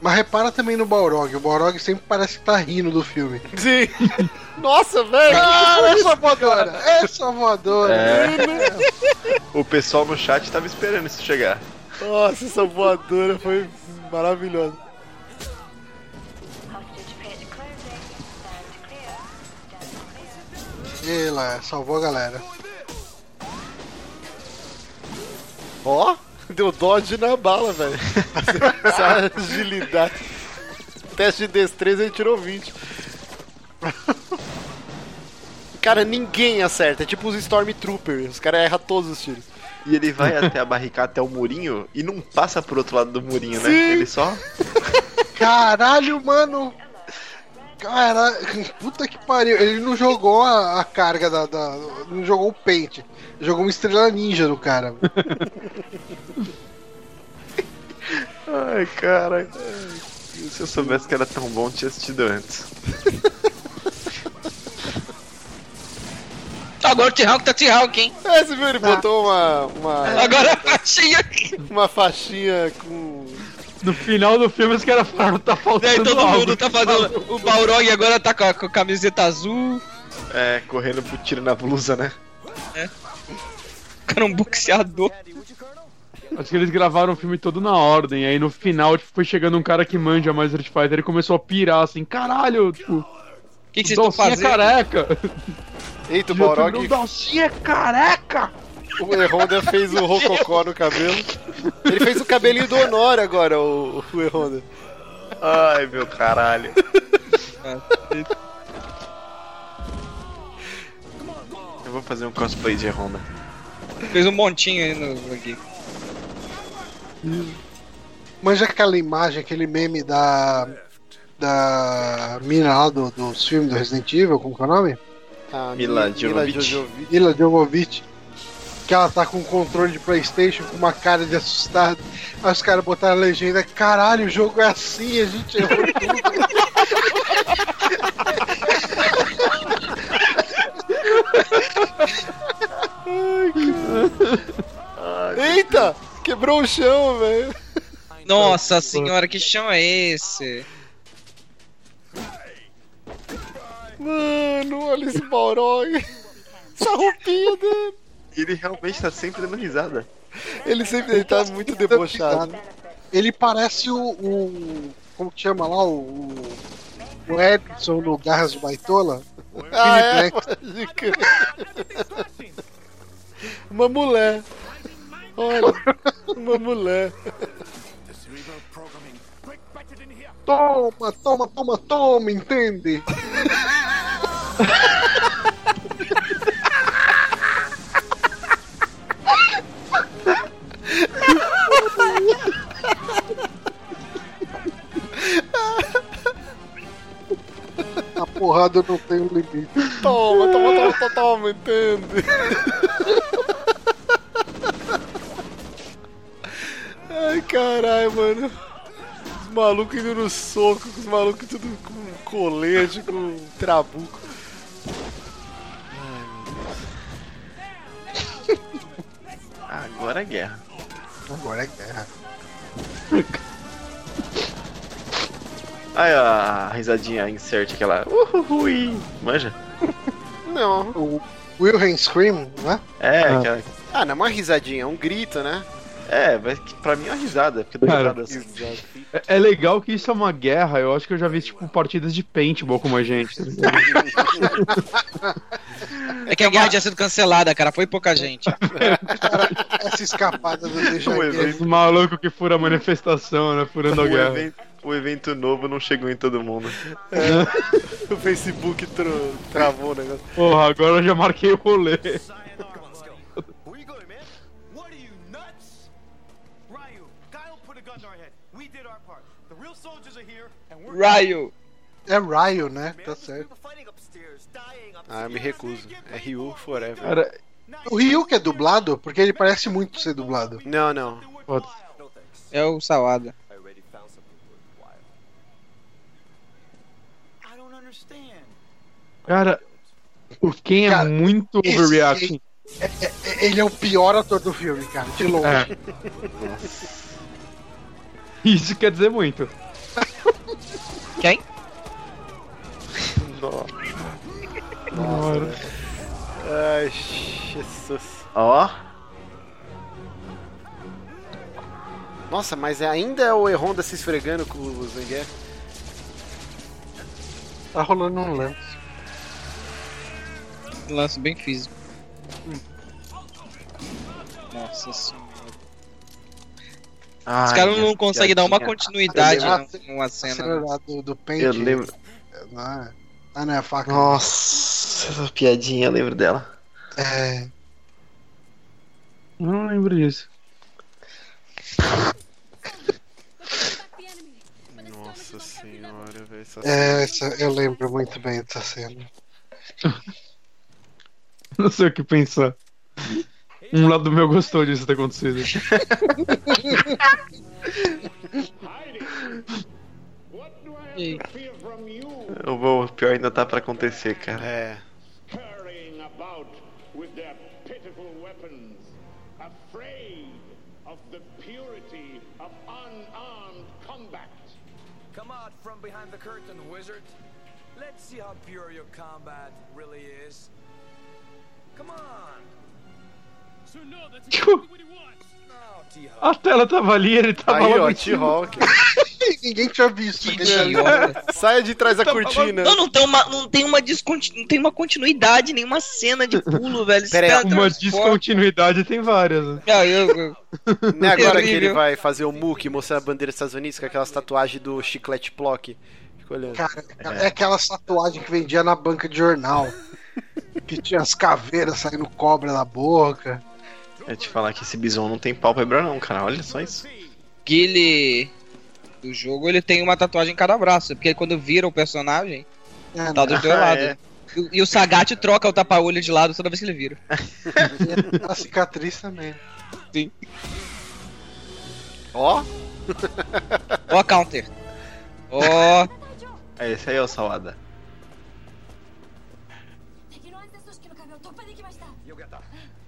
S4: Mas repara também no Balrog. O Balrog sempre parece que tá rindo do filme.
S1: Sim. Nossa, velho.
S4: essa voadora! Essa voadora!
S3: É.
S1: né?
S3: O pessoal no chat tava esperando isso chegar.
S1: Nossa, essa voadora foi maravilhosa.
S9: hostage pit closing. Stand clear. Stand clear.
S4: Ei lá, salvou a galera.
S1: Ó, deu dodge na bala, velho. Essa agilidade. Teste de destreza ele tirou 20. Cara, ninguém acerta. É tipo os Stormtroopers. Os caras erram todos os tiros.
S3: E ele vai até a barricada, até o murinho, e não passa pro outro lado do murinho, né?
S1: Sim.
S3: Ele só.
S4: Caralho, mano! Caralho, puta que pariu. Ele não jogou a, a carga da, da- Não jogou o pente. Jogou uma estrela ninja no cara.
S3: Ai, cara. Se eu soubesse que era tão bom, tinha assistido antes.
S2: Agora o T-Hawk tá T-Hawk, hein?
S1: É, você viu? Ele botou uma, uma,
S2: Agora tá a faixinha.
S1: uma faixinha com.
S5: No final do filme, os caras falaram, tá faltando
S2: Daí todo
S5: algo.
S2: mundo tá fazendo. O Balrog agora tá com a, com a camiseta azul,
S3: É, correndo pro tiro na blusa, né?
S2: o cara é um boxeador. tá-
S5: Acho que eles gravaram o filme todo na ordem. Aí no final, tipo, foi chegando um cara que manja mais Street Fighter e começou a pirar assim, caralho, tipo,
S2: O que, que vocês estão
S5: Dalsinha
S2: fazendo?
S5: careca!
S1: Eita, o
S5: E outro, "Não,
S1: Balrog,
S5: Dalsinha careca!
S1: o Erronda fez o rococó no cabelo. Ele fez o cabelinho do Honor agora, o, o Erronda.
S3: Ai, meu caralho. Eu vou fazer um cosplay de Honda.
S2: Fez um montinho aí no, aqui.
S4: Manja aquela imagem, aquele meme da. Da mina lá do- dos filmes do Resident Evil, como que é o nome?
S1: Ah,
S3: Mila
S1: Mila
S3: Jovovich.
S1: Jovovich.
S4: Mila Jovovich. Que ela tá com um controle de Playstation com uma cara de assustado. Aí os caras botaram a legenda, caralho, o jogo é assim, a gente errou tudo.
S1: Eita! Quebrou o chão, velho.
S2: Nossa senhora, que chão é esse?
S1: Mano, olha esse Balrog. Essa roupinha dele.
S3: Ele realmente tá sempre dando risada.
S1: Ele sempre ele tá muito debochado.
S4: Ele parece o. o- como que chama lá? O. O Edson no Garras do Baitola.
S1: Ah, é? Pode crer. Uma mulher. Olha, uma mulher.
S4: Toma, toma, toma, toma, entende? A porrada não tem limite.
S1: Toma, toma, toma, toma, toma, entende? Ai, caralho, mano. Os malucos indo no soco, os malucos tudo com colete, com trabuco.
S3: Agora é guerra.
S4: Agora é guerra.
S3: Ai, a risadinha insert aquela. Uhuhui. Manja?
S1: Não.
S4: O Wilhelm Scream, né?
S3: É,
S5: Ah.
S3: aquela.
S1: Ah, não é uma risadinha, é um grito, né?
S3: É, mas que pra mim é uma risada, porque eu dou
S5: Cara,
S3: risada assim.
S5: É- É legal que isso é uma guerra, eu acho que eu já vi, tipo, partidas de paintball com a gente. tá ligado?
S2: É que a guerra tinha sido cancelada, cara. Foi pouca gente.
S4: Essa escapada do Deja
S3: Um
S4: Vu.
S5: Os malucos que furam a manifestação, né? Furando a
S3: O
S5: guerra.
S3: evento, o evento novo não chegou em todo mundo.
S1: O Facebook tro- travou o negócio.
S5: Porra, agora eu já marquei o rolê.
S10: Where you going, man? What are you nuts? Ryu, guy don't put a gun to our head. We did our part. The real soldiers are here, and we're
S2: Ryu.
S4: É Ryo, né? Tá certo.
S10: fighting upstairs, dying upstairs.
S1: Ah, eu me recuso. É Ryu forever.
S5: Cara,
S4: O Ryu que é dublado, porque ele parece muito ser dublado.
S1: Não, não.
S5: Foda.
S2: É o Salada.
S10: I already found something worthwhile. I don't understand.
S5: cara o- quem é
S4: Cara,
S5: muito
S4: esse-
S5: overreacting.
S4: É- Ele é o pior ator do filme, cara, de longe.
S5: É. Isso quer dizer muito.
S2: Quem?
S5: Nossa.
S1: Ai, Jesus.
S3: Ó,
S1: Nossa, mas ainda é o Erronda se esfregando com o Zangief.
S4: Tá rolando um lance.
S2: Um lance bem físico. Nossa senhora. Os
S3: Ai,
S2: caras não
S3: minha
S2: conseguem dar uma
S3: piadinha.
S2: continuidade
S4: Eu
S2: num-
S4: lembro-
S2: numa cena.
S4: Acelerado do, do pente.
S3: Eu lembro.
S4: Ah, ah, não, é a faca.
S3: Nossa, essa piadinha, eu lembro dela.
S4: É,
S5: Eu não lembro disso.
S3: Nossa senhora, velho.
S4: é, essa- eu lembro muito bem dessa cena.
S5: Não sei o que pensar. Um lado meu gostou disso ter acontecido.
S2: E
S3: O bom, o pior ainda tá pra acontecer, cara.
S1: É.
S10: hurrying about with their pitiful weapons, afraid of the purity of unarmed combat.
S7: Come out from behind the curtain, wizard. Let's see how pure your combat really is. Come on. Now, T-Hawk.
S5: A tela tava ali, ele tava
S1: Aí,
S5: lá.
S1: ó, T-Hawk.
S4: Ninguém tinha visto.
S2: Que
S4: aquele
S3: é
S2: idiota.
S1: Saia de trás da cortina.
S2: Não, não tem uma, não tem uma, desconti- não tem uma continuidade, nenhuma cena de pulo, velho. Esse
S1: Pera aí,
S2: cara
S5: Uma
S2: transporta-
S5: descontinuidade tem várias. né?
S2: Ah, eu- eu-
S1: Não é agora que
S2: Terrível.
S1: ele vai fazer o Mook e mostrar a bandeira dos Estados Unidos com aquelas tatuagens do chiclete Plock. Fico olhando.
S4: Cara, é aquela tatuagem que vendia na banca de jornal. que tinha as caveiras saindo cobra da boca.
S3: É te falar que esse bison não tem pálpebra não, cara. Olha só isso.
S2: que ele do jogo ele tem uma tatuagem em cada braço, porque quando vira o personagem,
S4: É,
S2: tá do teu lado.
S3: é.
S2: E, e o Sagat troca o tapa-olho de lado toda vez que ele vira.
S4: né? A cicatriz também.
S1: Ó,
S2: Ó, a counter. Ó,
S3: É esse aí, ó, salada.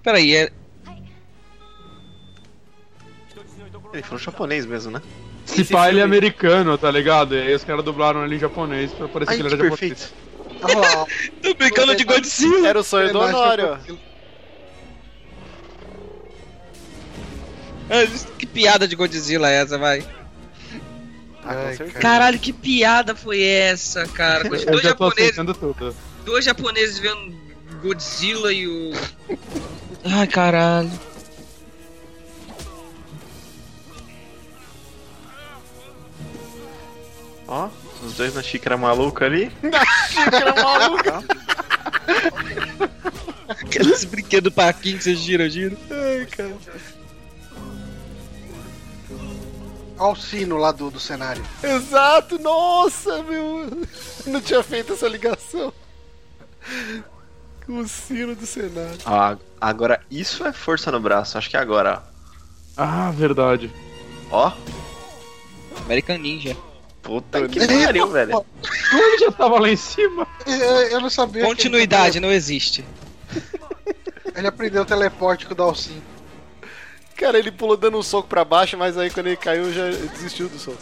S2: peraí, é,
S3: Ele falou japonês mesmo, né?
S5: Se pá, ele é americano, tá ligado? E aí os caras dublaram ele em japonês pra parecer
S3: Ai,
S5: que
S3: que
S2: é
S5: ele era japonês.
S3: perfeito.
S4: Olha lá, ó.
S2: tô brincando de Godzilla.
S1: era o sonho do Honório.
S2: Ah, Que piada de Godzilla é essa, vai?
S4: Ai,
S1: Ah, certeza.
S4: cara.
S2: Caralho, que piada foi essa, cara? Dois
S5: Eu já tô
S2: japoneses,
S5: aceitando tudo.
S2: dois japoneses vendo Godzilla e o... Ai, caralho.
S3: Ó, os dois na xícara maluca ali.
S2: Esse brinquedo parquinho que você gira, gira.
S4: Olha o sino lá do, do cenário.
S1: Exato, nossa, meu. Não tinha feito essa ligação. O sino do Senado.
S3: Ah, agora isso é força no braço. Acho que é agora,
S5: Ah, verdade.
S3: ó. Ó,
S2: American Ninja.
S3: puta que pariu, velho.
S5: Ele já tava lá em cima.
S4: Eu, eu não sabia. que
S2: Continuidade não existe.
S4: Ele, ele aprendeu o teleporte com o Dalsin.
S1: Cara, ele pulou dando um soco pra baixo, mas aí quando ele caiu já desistiu do soco.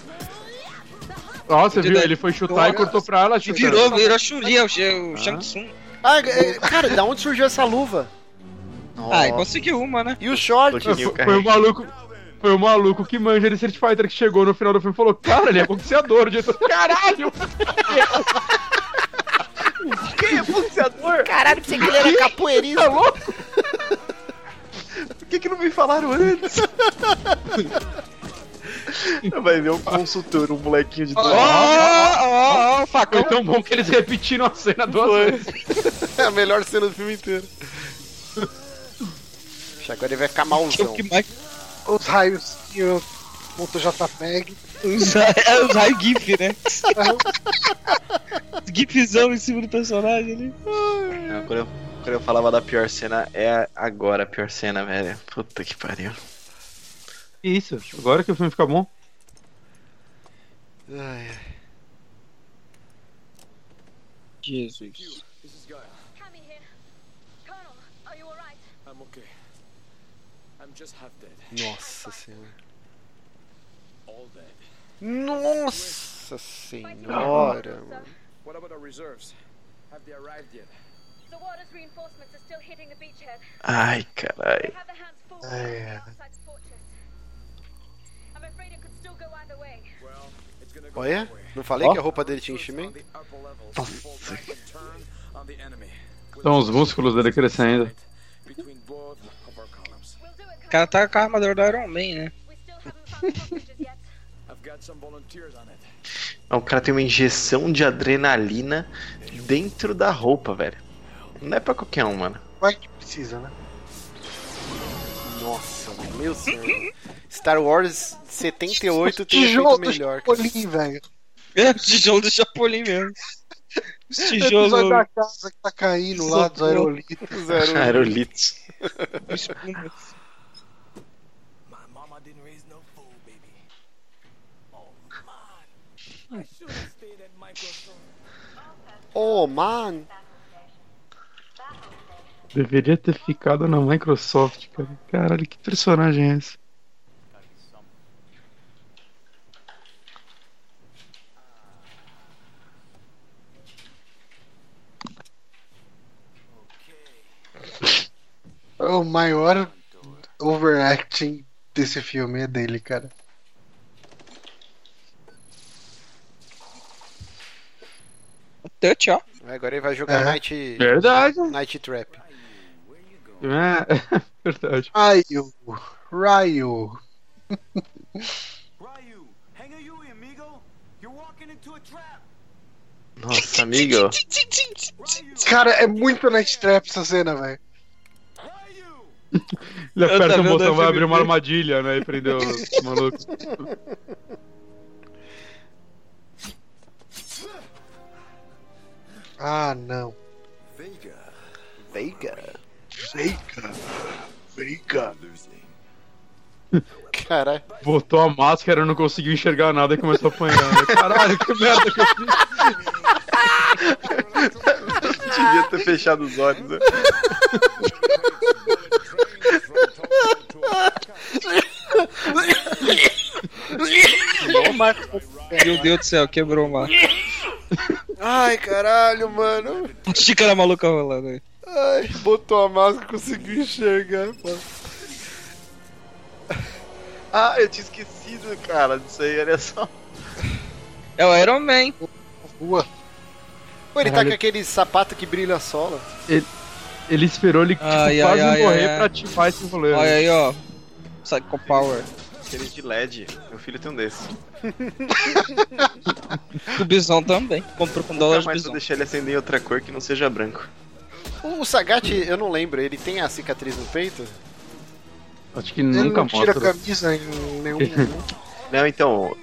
S5: Ó, você viu? Ele foi
S1: Então,
S5: chutar e cortou pra ela.
S2: E
S5: chutar.
S2: virou, virou Chun-Li, é o, é o Shang Tsung.
S1: Ah, é, cara, da onde surgiu essa luva?
S2: Ah, e
S3: Nossa,
S2: conseguiu uma, né?
S1: E o short?
S3: Pouquinho,
S5: Foi, foi o
S3: carrega.
S5: maluco. Foi o maluco que manja de Street Fighter que chegou no final do filme e falou: Cara, ele é boxeador. Eu disse, Caralho!
S1: Caralho, você que ele era capoeirista.
S3: Por que, que não me falaram antes? Vai ver um consultor, um molequinho de
S2: Ó,
S3: dois
S2: ó, ó, o
S5: Foi
S2: facão.
S5: tão bom que eles repetiram a cena duas vezes.
S1: É a melhor cena do filme inteiro. Puxa, Agora ele vai ficar malzão.
S2: O que mais
S4: Os raios que eu monto JPEG.
S2: usa é usar o GIF, né? GIFzão em cima do personagem ali.
S3: Não, quando, eu, quando eu falava da pior cena, é agora a pior cena, velho. Puta que pariu.
S5: Isso, agora que o filme fica bom.
S1: Ai,
S2: Jesus.
S7: This is Guy.
S8: Tommy here. Colonel, are you alright?
S7: I'm okay. I'm just half dead.
S1: nossa senhora.
S7: All dead.
S1: Nossa senhora. mano.
S7: What about our reserves? Have they arrived yet?
S8: The water's reinforcements are still hitting the beachhead.
S3: Ai, caralho.
S8: They have their hands full
S4: Ai, ai.
S8: outside the fortress. I'm afraid it could still go either way.
S7: Well, it's gonna go
S1: Olha,
S7: that way.
S1: não falei
S5: Ó.
S1: que a roupa dele tinha enchimento?
S5: Então, os músculos dele crescendo.
S8: We'll do it,
S2: O
S8: Colonel.
S2: cara tá com a armadura do Iron Man, né?
S8: We still haven't found the hostages yet.
S3: O cara tem uma injeção de adrenalina dentro da roupa, velho. Não é pra qualquer um, mano.
S4: Vai que precisa, né?
S1: Nossa, mano, meu senhor. Star Wars 78 tem
S4: Tijolo
S1: feito
S4: do
S1: melhor. cara.
S4: Chapolin, velho.
S2: É o tijolo do Chapolin mesmo. Os
S4: Episódio da
S2: tijolos.
S4: casa que tá caindo lá dos aerolitos.
S1: Zero.
S3: Aerolitos.
S2: os espuma.
S1: Oh, man.
S5: Deveria ter ficado na Microsoft, cara. Caralho, que personagem é esse?
S4: O maior overacting desse filme é dele, cara.
S2: Touch, ó.
S1: Agora ele vai jogar
S4: É.
S1: Night,
S5: Verdade.
S1: Night Trap.
S5: É, verdade.
S4: Raio, Raio.
S10: Ryu, hang a Yui, amigo. You're walking into a trap.
S3: Nossa, amigo.
S10: Ryu,
S4: Cara, é muito Night Trap essa cena, velho.
S10: Ryu.
S2: Eu
S5: Ele aperta
S2: também
S5: um botão,
S2: não
S5: vai abrir uma
S2: vi.
S5: armadilha, né? E prendeu o maluco.
S4: Ah, não. Veiga. Veiga. Veiga.
S1: Caralho.
S5: Botou a máscara, não conseguiu enxergar nada e começou a apanhar. né? Caralho, que merda que eu fiz.
S3: Devia ter fechado os olhos, né?
S2: Meu Deus do céu, quebrou o mar.
S1: Ai, caralho, mano.
S2: Xícara maluca rolando aí.
S1: Ai, botou a máscara e conseguiu enxergar. mano.
S3: Ah, eu tinha esquecido, cara, disso aí, olha só.
S2: É o Iron Man.
S4: Rua.
S1: Pô, ele tá
S5: Caralho.
S1: com aquele sapato que brilha a sola.
S5: Ele esperou ele tipo,
S2: Ai, ai,
S5: quase
S2: ai,
S5: morrer
S2: ai,
S5: pra
S2: ai.
S5: ativar esse rolê. né?
S2: Olha aí, ó. Psycho Power.
S3: Aqueles de LED. Meu filho tem um desses.
S2: O Bison também. Comprou com
S3: Nunca
S2: dólares
S3: mais vou
S2: Bison.
S3: deixar ele acender em outra cor que não seja branco.
S1: O o Sagat, eu não lembro, ele tem a cicatriz no peito?
S5: Acho que
S4: Ele
S5: nunca
S4: não tira a
S5: mostra.
S4: camisa em nenhum. né?
S3: Não, então.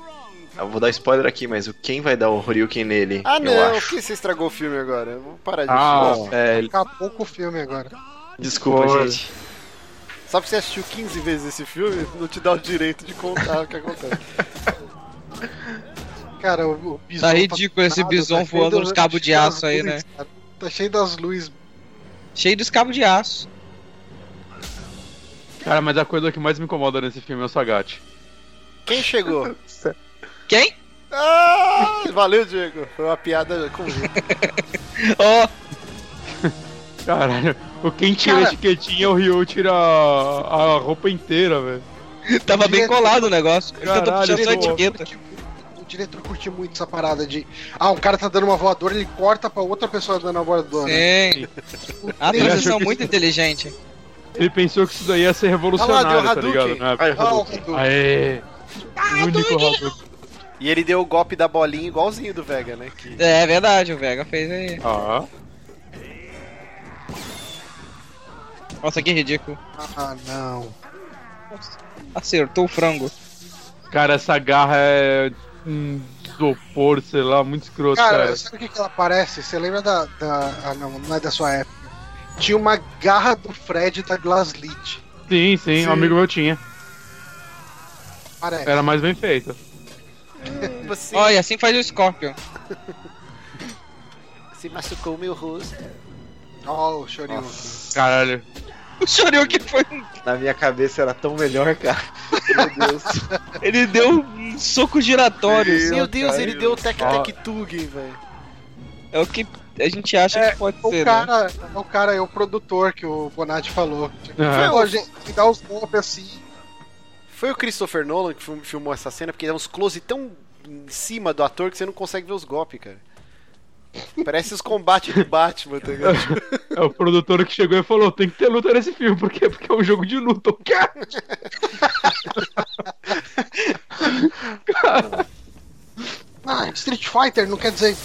S3: Eu vou dar spoiler aqui, mas o quem vai dar o Horyuken nele?
S1: Ah,
S3: Eu
S1: não, por
S3: acho.
S1: que você estragou o filme agora? Eu Vou parar de
S5: Ah,
S3: É, ele-
S4: Acabou com o filme agora.
S3: desculpa,
S5: Olha.
S3: gente.
S1: Só porque você assistiu 15 vezes esse filme, não te dá o direito de contar o que acontece.
S4: Cara, o, o bison.
S2: Tá ridículo esse bison
S4: cheio
S2: voando
S4: das-
S2: uns cabos de
S4: cheio das
S2: aço aí, né?
S4: luzes, cara. Tá cheio das luzes.
S2: Cheio dos cabos de aço.
S5: Cara, mas a coisa que mais me incomoda nesse filme é o Sagat.
S1: Quem chegou?
S2: Quem?
S1: Ah, valeu, Diego. Foi uma piada conjunta.
S2: Ó,
S5: Caralho, o quem tira a
S4: Cara-
S5: etiquetinha, o Ryu tira a, a roupa inteira, velho.
S2: tava bem colado o negócio. Ele tentou
S5: Caralho,
S2: puxar só a
S5: pô.
S2: etiqueta.
S4: O diretor curtiu muito essa parada de. Ah, um cara tá dando uma voadora, ele corta pra outra pessoa dando a voadora.
S2: Sim. A
S4: Ele
S5: achou
S2: transição
S5: que-
S2: muito inteligente.
S5: Ele pensou que isso daí ia ser
S1: Ah lá,
S5: revolucionário,
S1: deu
S5: tá
S1: Hadouken.
S5: ligado? Na época.
S3: Ai,
S4: Ah, o
S3: Hadouken.
S4: Hadouken.
S5: Aê! O único Hadouken.
S1: E ele deu o golpe da bolinha igualzinho do Vega, né? Que...
S2: É verdade, o Vega fez aí.
S5: Ah,
S2: Nossa, que ridículo.
S4: Ah, não.
S2: Acertou o frango.
S5: cara, essa garra é. um isopor, sei lá, muito escroto,
S4: Cara,
S5: cara.
S4: sabe o que, que ela parece? Você lembra da, da. Ah, não, não é da sua época. Tinha uma garra do Fred da Glaslit.
S5: Sim, sim, um amigo meu tinha.
S4: Parece.
S5: Era mais bem feita.
S1: Você
S2: Olha, assim faz o Scorpion.
S1: se machucou meu rosto.
S4: Ó, o Shoryuken.
S5: Caralho.
S2: O Shoryuken foi um
S3: Na minha cabeça era tão melhor, cara. Meu Deus.
S2: Ele deu um soco giratório. assim,
S1: Meu
S2: ó,
S1: Deus,
S2: cara.
S1: ele deu o tec
S5: Ó.
S1: tec tug, velho.
S2: É o que a gente acha
S4: É,
S2: que pode
S4: O
S2: ser, né?
S4: cara, é o cara, é o produtor que o Bonatti falou. Tipo,
S5: Aham.
S4: Pô, gente, se dá os golpes assim.
S1: Foi o Christopher Nolan que film- filmou essa cena, porque dá uns close tão em cima do ator que você não consegue ver os golpes, cara. Parece os combates do Batman, tá ligado?
S5: É o produtor que chegou e falou: tem que ter luta nesse filme, por quê? Porque é um jogo de luta. O quê?
S4: Ah, Street Fighter não quer dizer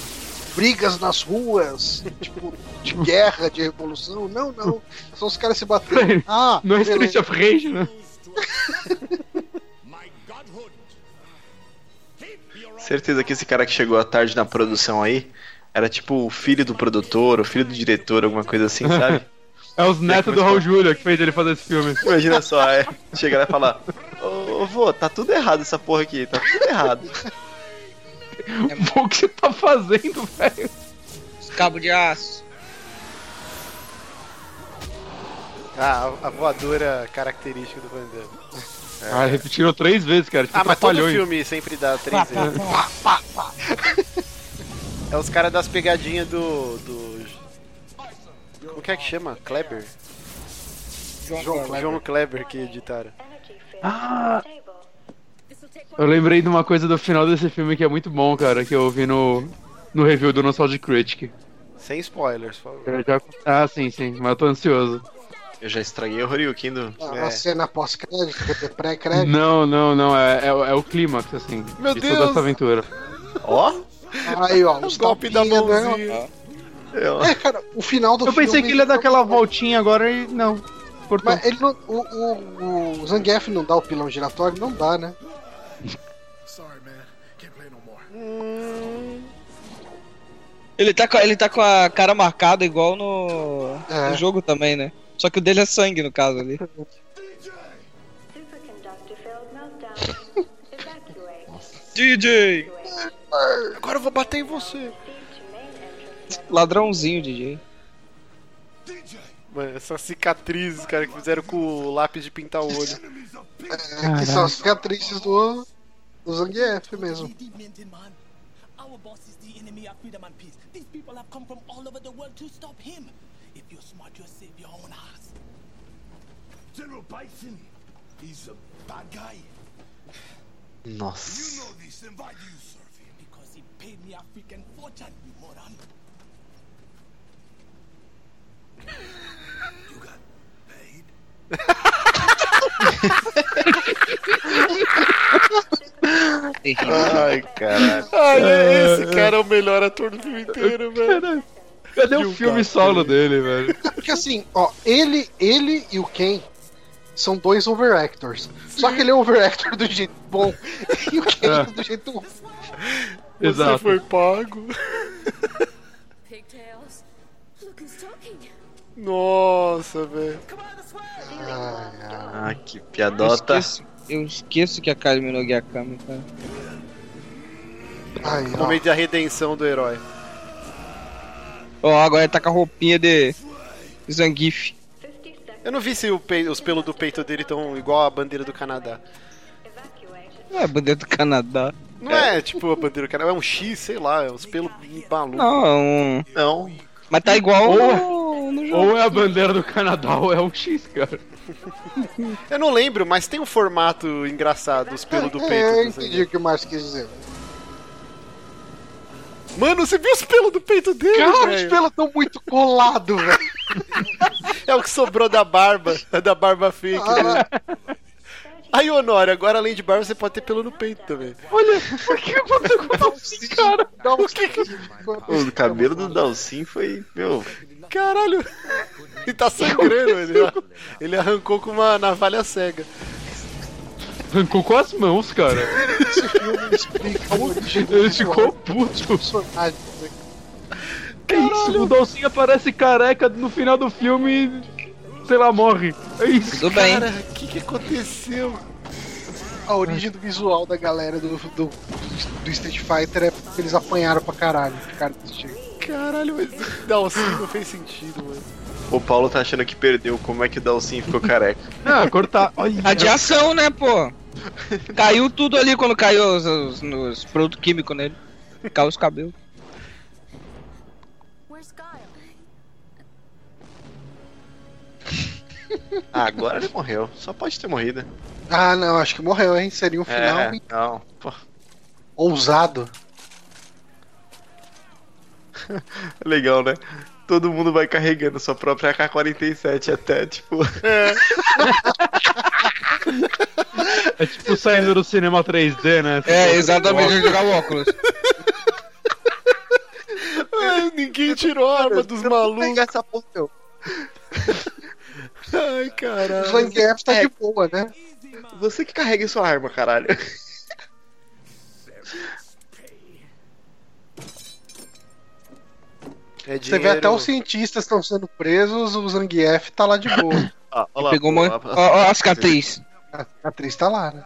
S4: brigas nas ruas, tipo, de guerra, de revolução. Não, não. São os caras se batendo. Ah,
S5: Não é Street
S4: beleza.
S5: of Rage, né?
S10: My godhood. Keep your own
S3: Certeza que esse cara que chegou à tarde na produção aí era tipo o filho do produtor, o filho do diretor, alguma coisa assim, sabe?
S5: É os netos do Raul Júlia que fez ele fazer esse filme.
S3: Imagina só, é, chegar lá e falar: Ô, ô vô, tá tudo errado essa porra aqui, tá tudo errado.
S1: É
S5: Pô, o que você tá fazendo, velho?
S2: Os cabos de aço.
S1: Ah, a- a voadora característica do Van Damme.
S5: Ah, repetiram três vezes, cara. Tipo,
S1: É. Ah, mas todo
S5: atrapalhou, hein?
S1: filme sempre dá três vezes. É os caras das pegadinhas do, do. Como que é que chama? Kleber?
S2: João
S1: João, João Kleber que editaram.
S9: Energy field
S5: Ah.
S9: stable.
S5: Eu lembrei de uma coisa do final desse filme que é muito bom, cara, que eu ouvi no, no review do Nostalgia Critic.
S1: Sem spoilers, por favor.
S5: Eu já- Ah, sim, sim, mas eu tô ansioso.
S3: Eu já estraguei o Ryukin do.
S4: A
S1: É.
S4: cena pós-crédito, quer dizer, pré-crédito.
S5: Não, não, não, é, é, é o clímax, assim,
S1: Meu
S5: de
S1: Deus!
S5: toda essa aventura.
S3: Ó!
S4: Aí, ó, os
S1: Os golpes da
S4: tapinha, né?
S1: mãozinha.
S3: Eu-
S4: É, cara, o final do
S5: Eu pensei
S4: filme-
S5: que ele ia dar aquela voltinha agora e não. Cortou.
S4: Mas ele não, o, o, o Zangief não dá o pilão giratório? Não dá, né?
S10: Sorry, man. Can't play no more.
S2: Ele tá, com, a- ele tá com a cara marcada igual no,
S4: É.
S2: no jogo também, né? Só que o dele é sangue, no caso ali.
S9: Superconductor field meltdown. Evacuate.
S2: DJ!
S1: Agora eu vou bater em você.
S9: Proceed to main entrance.
S2: Ladrãozinho, DJ.
S1: Mano, essas cicatrizes, cara, que fizeram com o lápis de pintar o olho.
S4: É, que são as cicatrizes do, do Zangief mesmo.
S10: Our boss is the enemy of freedom and peace. These people have come from all over the world to stop him. If you're smart, you'll save your own ass. General Bison, he's a bad guy.
S3: Nossa.
S10: this, and why do you serve him? Because he paid me a freaking fortune, you moron. you got paid?
S2: Terrível.
S3: Ai, caralho.
S1: Ai, esse cara é o melhor ator do filme inteiro, velho.
S5: Cadê o filme solo dele, velho?
S4: Porque assim, ó, ele, ele e o Ken são dois overactors. Só que ele é overactor do jeito bom e o Ken é.
S5: É.
S4: do jeito ruim.
S1: Você
S5: Exato.
S1: foi pago.
S8: Pigtails. Look who's talking.
S1: Nossa, velho.
S3: Ah, que piadota.
S2: Eu esqueço, eu esqueço que a Kylie Minogue é a Kami, cara.
S4: Aí, ó.
S1: Momento da redenção do herói.
S2: Ó, agora ele tá com a roupinha de Zangief.
S1: Eu não vi se o pe- os pelos do peito dele estão igual a bandeira do Canadá.
S9: Evacuate.
S2: É, a bandeira do Canadá.
S1: Não é, tipo a bandeira do Canadá, é um X, sei lá, é uns pelos malucos.
S2: Não, é um...
S3: Não.
S2: Mas tá igual no,
S5: Ou-
S2: no jogo.
S5: Ou é a bandeira do Canadá ou é um X, cara.
S1: Eu não lembro, mas tem um formato engraçado, os pelos do
S4: É,
S1: peito.
S4: eu
S1: do
S4: entendi o que o Márcio quis dizer.
S1: Zangief. Mano, você viu os pelos do peito dele,
S4: Cara, os
S1: velho?
S4: pelos tão muito colado, velho.
S1: É o que sobrou da barba, da barba fake. né? Aí, Honório, agora além de barba, você pode ter pelo no peito também.
S5: Olha, por que aconteceu com o Alcim, cara?
S4: Dá um-
S3: O cabelo do Dalsin foi. Meu.
S1: Caralho! E tá sangrando, ele, ele arrancou com uma navalha cega.
S5: Arrancou com as mãos, cara.
S4: Esse filme explica o origem
S5: Ele
S4: dos
S5: ficou puto.
S4: personagens.
S5: Que isso? O Dalsin aparece careca no final do filme e. Sei lá, morre. É isso.
S2: Tudo bem.
S1: Cara, o que que aconteceu?
S4: A origem do visual da galera do, do, do Street Fighter é porque eles apanharam pra caralho. Ficaram desse jeito.
S1: Caralho, mas Dalsin não fez sentido, mano.
S3: O Paulo tá achando que perdeu. Como é que o Dalsin ficou careca?
S5: Ah, cortar. Olha.
S2: Radiação, né, pô? Caiu tudo ali quando caiu os, os- os produtos químicos nele. Caiu os cabelos.
S8: Where's Guile?
S3: Ah, agora ele morreu. Só pode ter morrido.
S4: Ah, não, acho que morreu, hein? Seria um final
S3: É,
S4: hein?
S3: não. Pô,
S4: ousado.
S3: legal, né? Todo mundo vai carregando sua própria AK-47 até, tipo.
S5: É tipo saindo do cinema 3D, né?
S2: É, exatamente, eu jogar o óculos.
S1: Ai, ninguém tirou a arma dos malucos.
S4: essa porra, meu.
S1: Ai,
S4: O
S1: caralho.
S4: Zangief tá de boa, né?
S3: Você que carrega sua arma, caralho.
S1: É
S4: Você vê até os cientistas estão sendo presos, o Zangief tá lá de boa.
S3: Ah, olha lá,
S2: Pegou
S3: pô,
S2: uma.
S3: a-
S2: Ó, ó, a cicatriz.
S4: A atriz tá lá, né?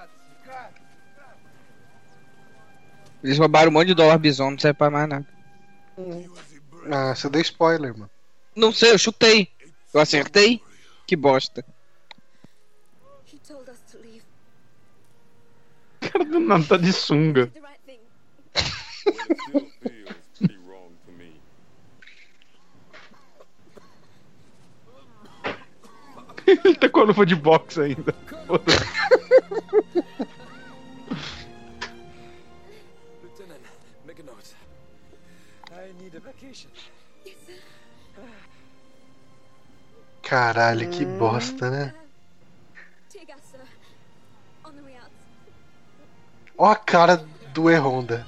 S2: Eles roubaram um monte de dólar bison, não serve pra mais nada.
S1: Hum.
S4: Ah, você deu spoiler, mano.
S2: Não sei, eu chutei. Eu acertei? Que bosta.
S11: He told us to leave.
S5: O cara do nada tá de sunga.
S11: The right thing.
S10: It still feels pretty wrong to me.
S5: Ele tá com a luva de boxe ainda.
S7: Lieutenant, make a note. I need a vacation.
S4: Caralho,
S1: Hum.
S4: que bosta, né?
S11: Take us, sir. On the way out.
S4: Ó a cara do E-Honda.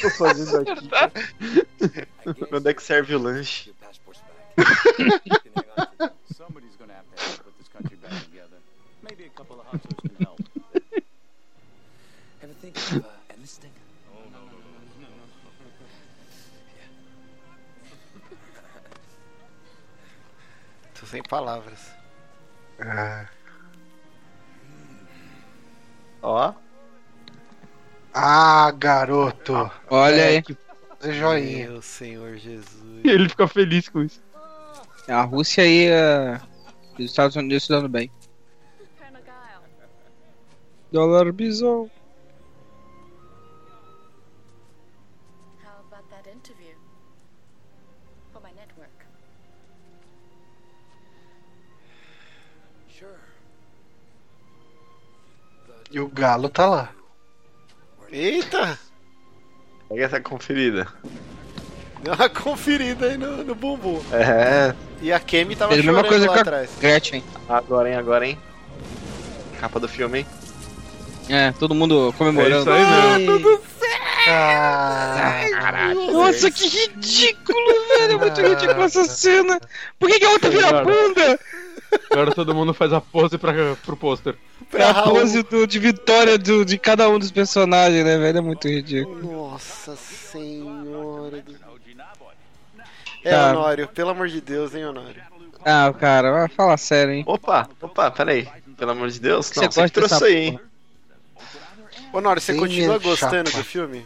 S5: Tô fazendo aqui.
S3: Quando é que serve o lanche?
S7: Your passport's back. You can hang on to it.
S12: Somebody's gonna have to help put this country back together. Maybe a couple of hunters can help.
S7: Ever think of uh, enlisting?
S12: Oh, no, no, no, no, no.
S1: Tô sem palavras.
S4: Ah,
S3: Ó.
S4: Ah, garoto.
S2: Olha aí.
S3: Ah,
S4: Dê joinha.
S1: Meu Senhor Jesus.
S5: E ele fica feliz com isso.
S2: A Rússia e, a... e os Estados Unidos se dando bem.
S8: Colonel Guile.
S2: Dólar bison.
S8: How about that interview? For my network.
S7: Sure.
S4: E o galo tá lá.
S1: Eita!
S3: Pega essa conferida.
S1: Deu uma conferida aí no, no bumbum.
S3: É.
S1: E a Kemi tava
S2: Fez é a
S1: chorando
S2: mesma coisa
S1: lá
S2: que a
S1: atrás.
S2: Gretchen.
S3: Agora, hein, agora, hein. Capa do filme, hein?
S2: É, todo mundo comemorando.
S5: É isso
S4: Ah,
S3: Caralho.
S2: Nossa, que ridículo, velho. É muito ridículo essa cena. Por que, que a outra vira a
S5: Claro.
S2: bunda?
S5: Agora todo mundo faz a pose pra, pro pôster.
S2: É a pose do- de vitória do- de cada um dos personagens, né, velho? É muito ridículo.
S1: Nossa senhora. do- É,
S2: Tá.
S1: Honório, pelo amor de Deus, hein, Honório.
S2: Ah, cara, vai- fala sério, hein?
S3: Opa, opa, peraí. Pelo amor de Deus.
S2: Você
S3: Não, você
S2: gosta
S3: que trouxe
S2: dessa
S3: aí, hein.
S1: Honório, você
S4: Sim,
S1: continua
S4: é
S1: gostando
S4: chapa.
S1: do filme?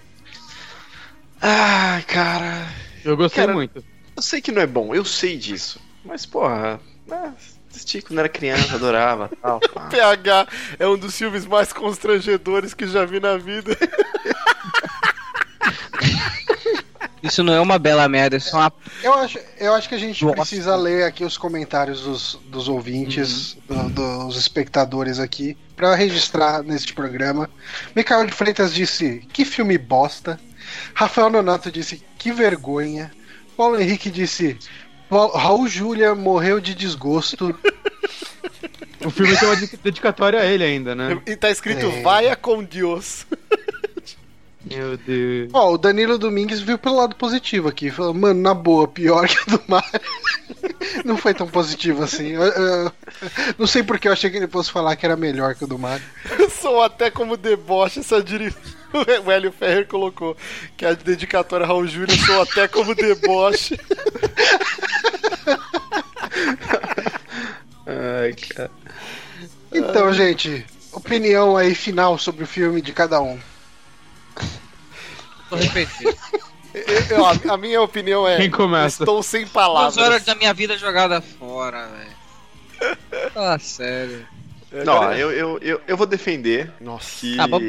S3: Ai, cara.
S5: Eu gostei
S3: Cara,
S5: muito.
S3: Eu sei que não é bom, eu sei disso. Mas, porra, né, assisti quando era criança, adorava tal. pá.
S1: PH é um dos filmes mais constrangedores que já vi na vida.
S2: Isso não é uma bela merda, isso é uma.
S4: Eu acho, eu acho que a gente
S2: Nossa.
S4: precisa ler aqui os comentários dos, dos ouvintes, do- dos espectadores aqui, pra registrar neste programa. Micael de Freitas disse: que filme bosta. Rafael Nonato disse: que vergonha. Paulo Henrique disse: "Pau- Raul Júlia morreu de desgosto.
S5: O filme tem uma de- dedicatória a ele ainda, né?
S1: E tá escrito
S4: É.
S1: Vaia com Deus.
S5: Meu Deus.
S4: Ó, o Danilo Domingues viu pelo lado positivo aqui. Falou, mano, na boa, pior que a do Mario. Não foi tão positivo assim. Eu- eu- não sei porque eu achei que ele fosse falar que era melhor que o do Mario.
S1: Sou até como deboche essa diri... O Hélio Ferrer colocou que é a dedicatória Raul Júlio sou até como deboche.
S3: Ai, cara.
S2: Ah.
S4: Então, gente, opinião aí final sobre o filme de cada um.
S2: Tô repetindo.
S1: Eu- a- a minha opinião é.
S5: Quem começa?
S1: Estou sem
S2: Duas horas
S1: palavras.
S2: da minha vida jogada fora, velho. Fala sério.
S3: Não, eu, eu, eu, eu vou defender
S1: É, Nossa.
S3: que.
S2: Tá bom.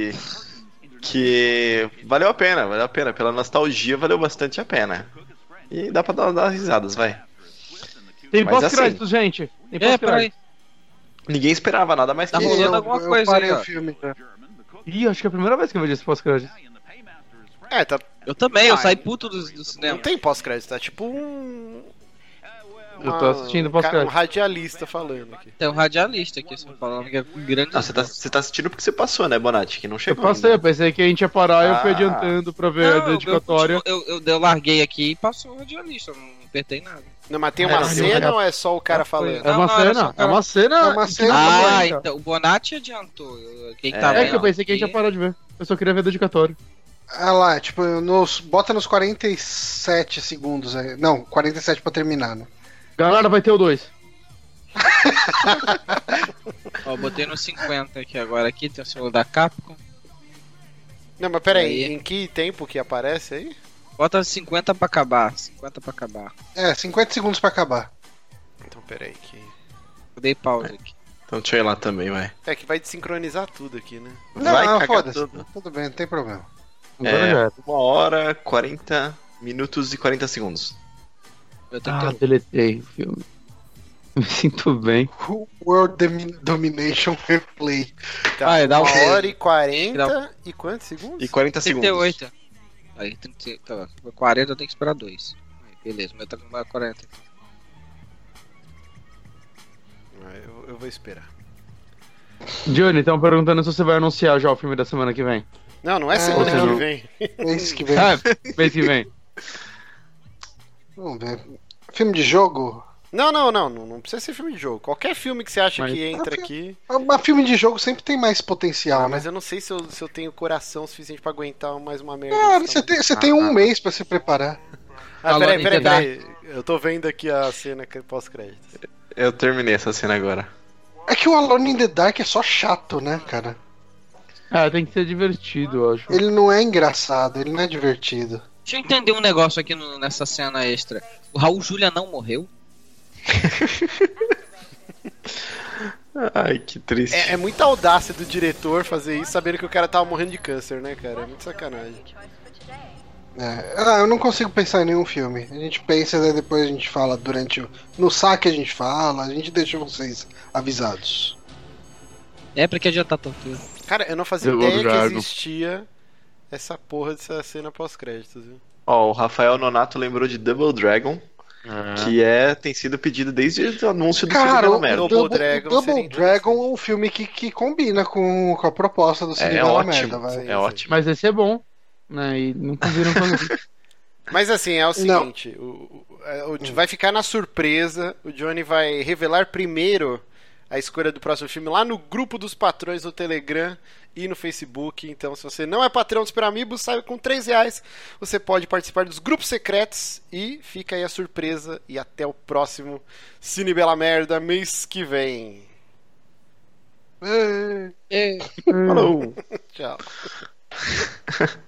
S3: que valeu a pena, valeu a pena. Pela nostalgia, valeu bastante a pena. E dá pra dar, dar risadas, vai.
S5: Tem
S3: Mas
S5: pós-créditos, gente. Tem
S2: É, peraí.
S5: pós-créditos.
S3: Ninguém esperava nada mais
S2: Tá
S3: que isso.
S2: rolando
S4: eu,
S2: alguma
S4: eu
S2: coisa
S4: parei
S2: aí, ó.
S4: o filme.
S5: Ih, acho que é a primeira vez que eu vejo esse pós-crédito.
S1: É, tá,
S2: Eu também, eu saí puto do, do
S1: não
S2: cinema.
S1: tem pós-crédito, tá tipo um.
S5: Eu tô
S1: cara-
S5: assistindo
S1: Um
S5: pós-crédito.
S1: radialista falando aqui.
S2: Tem um radialista aqui, você falando que é um grande.
S3: Não, você tá, você tá assistindo porque você passou, né, Bonatti? Que não
S5: Eu
S3: chegou.
S5: passei, eu
S3: ainda.
S5: pensei que a gente ia parar e eu fui
S3: Ah.
S5: adiantando pra ver
S2: Não,
S5: a dedicatória.
S2: Eu, eu, eu- eu larguei aqui e passou o radialista, eu não apertei nada.
S1: Não, mas tem
S3: É,
S1: uma
S3: não,
S1: cena
S5: não.
S1: ou é só o cara falando?
S5: É uma
S2: Não, não, era só
S5: cena,
S2: pra-
S5: é uma cena.
S4: É uma cena
S5: Ah,
S2: Ah,
S5: bonita.
S2: então o Bonatti adiantou. eu- Quem
S3: É.
S2: tá
S5: É que eu
S2: vendo
S5: pensei que a gente ia
S2: aqui-
S5: parar de ver. Eu só queria ver a dedicatória.
S4: Ah lá, tipo, nos, bota nos 47 segundos aí. Não, 47 pra terminar, né?
S5: Galera, vai ter o 2.
S2: Ó, eu botei no 50 aqui agora, aqui tem o celular da Capcom.
S1: Não, mas peraí, em que tempo que aparece aí?
S2: Bota 50 pra acabar. 50 pra acabar.
S4: É, 50 segundos pra acabar.
S1: Então peraí que.
S2: Eu dei pausa aqui.
S3: Então deixa eu ir lá também, vai.
S1: É que vai desincronizar tudo aqui, né?
S4: Não,
S3: Vai
S4: não,
S3: cagar
S4: foda-se.
S3: tudo.
S4: Tudo bem, não tem problema.
S3: É, uma hora, 40 minutos e 40 segundos.
S2: Eu
S13: Ah, deletei o filme. Me sinto bem.
S4: World Domi- Domination Replay.
S1: Tá,
S13: Vai, dá
S1: uma
S13: um-
S1: hora e 40
S2: Dá-
S1: e quantos segundos?
S3: E 40 segundos.
S2: 38. Aí, 30, tá, bom. 40 eu tenho que esperar 2. Beleza, o meu tá com 40.
S1: Ah, Eu, eu vou esperar.
S5: Johnny, estão perguntando se você vai anunciar já o filme da semana que vem.
S1: Não, não é
S5: Ah,
S1: semana
S5: não.
S1: que vem.
S4: Mês É que vem.
S5: Ah, mês que vem.
S4: Vamos ver. Filme de jogo?
S1: Não, não, não, não, não precisa ser filme de jogo. Qualquer filme que você acha que entra aqui.
S4: Ah, Mas filme de jogo sempre tem mais potencial, né?
S1: Mas eu não sei se eu, se eu tenho coração suficiente pra aguentar mais uma merda. dessa.
S4: Cara, Ah, você tem, você
S2: Ah,
S4: tem
S2: tá.
S4: um mês pra se preparar.
S1: Ah, peraí, peraí,
S4: Falando
S1: peraí. Eu tô vendo aqui a cena que- é pós-crédito.
S3: Eu terminei essa cena agora.
S4: É que o Alone in the Dark é só chato, né, cara?
S5: Ah, tem que ser divertido, eu acho.
S4: Ele não é engraçado, ele não é divertido.
S2: Deixa eu entender um negócio aqui no- nessa cena extra. O Raul Júlia não morreu?
S3: Ai, que triste.
S1: É, é muita audácia do diretor fazer isso, sabendo que o cara tava morrendo de câncer, né, cara? É muito sacanagem.
S4: É, ah, eu não consigo pensar em nenhum filme. A gente pensa, daí depois a gente fala durante o. No saque a gente fala, a gente deixa vocês avisados.
S2: É porque já tá tortura.
S1: Cara, eu não fazia
S3: Eu
S1: ideia que
S3: largo.
S1: existia essa porra dessa cena pós-créditos, viu?
S3: Ó, o Rafael Nonato lembrou de Double Dragon, que é tem sido pedido desde o anúncio do filme
S4: Cara,
S3: da
S4: o
S3: Merda.
S4: Double, Double Dragon, é um filme que, que combina com, com a proposta do
S3: É,
S4: Cine
S3: ótimo,
S4: Merda, vai.
S3: é ótimo.
S5: Mas esse é bom. Né? E nunca viram fazer.
S1: Mas assim, é o
S4: Não.
S1: seguinte: o- o- é, o- vai ficar na surpresa. O Johnny vai revelar primeiro a escolha do próximo filme lá no grupo dos patrões do Telegram e no Facebook. Então, se você não é patrão do Super Amigos, saiba que com 3 reais você pode participar dos grupos secretos. E fica aí a surpresa. E até o próximo Cine Bela Merda mês que vem.
S4: É.
S1: Tchau.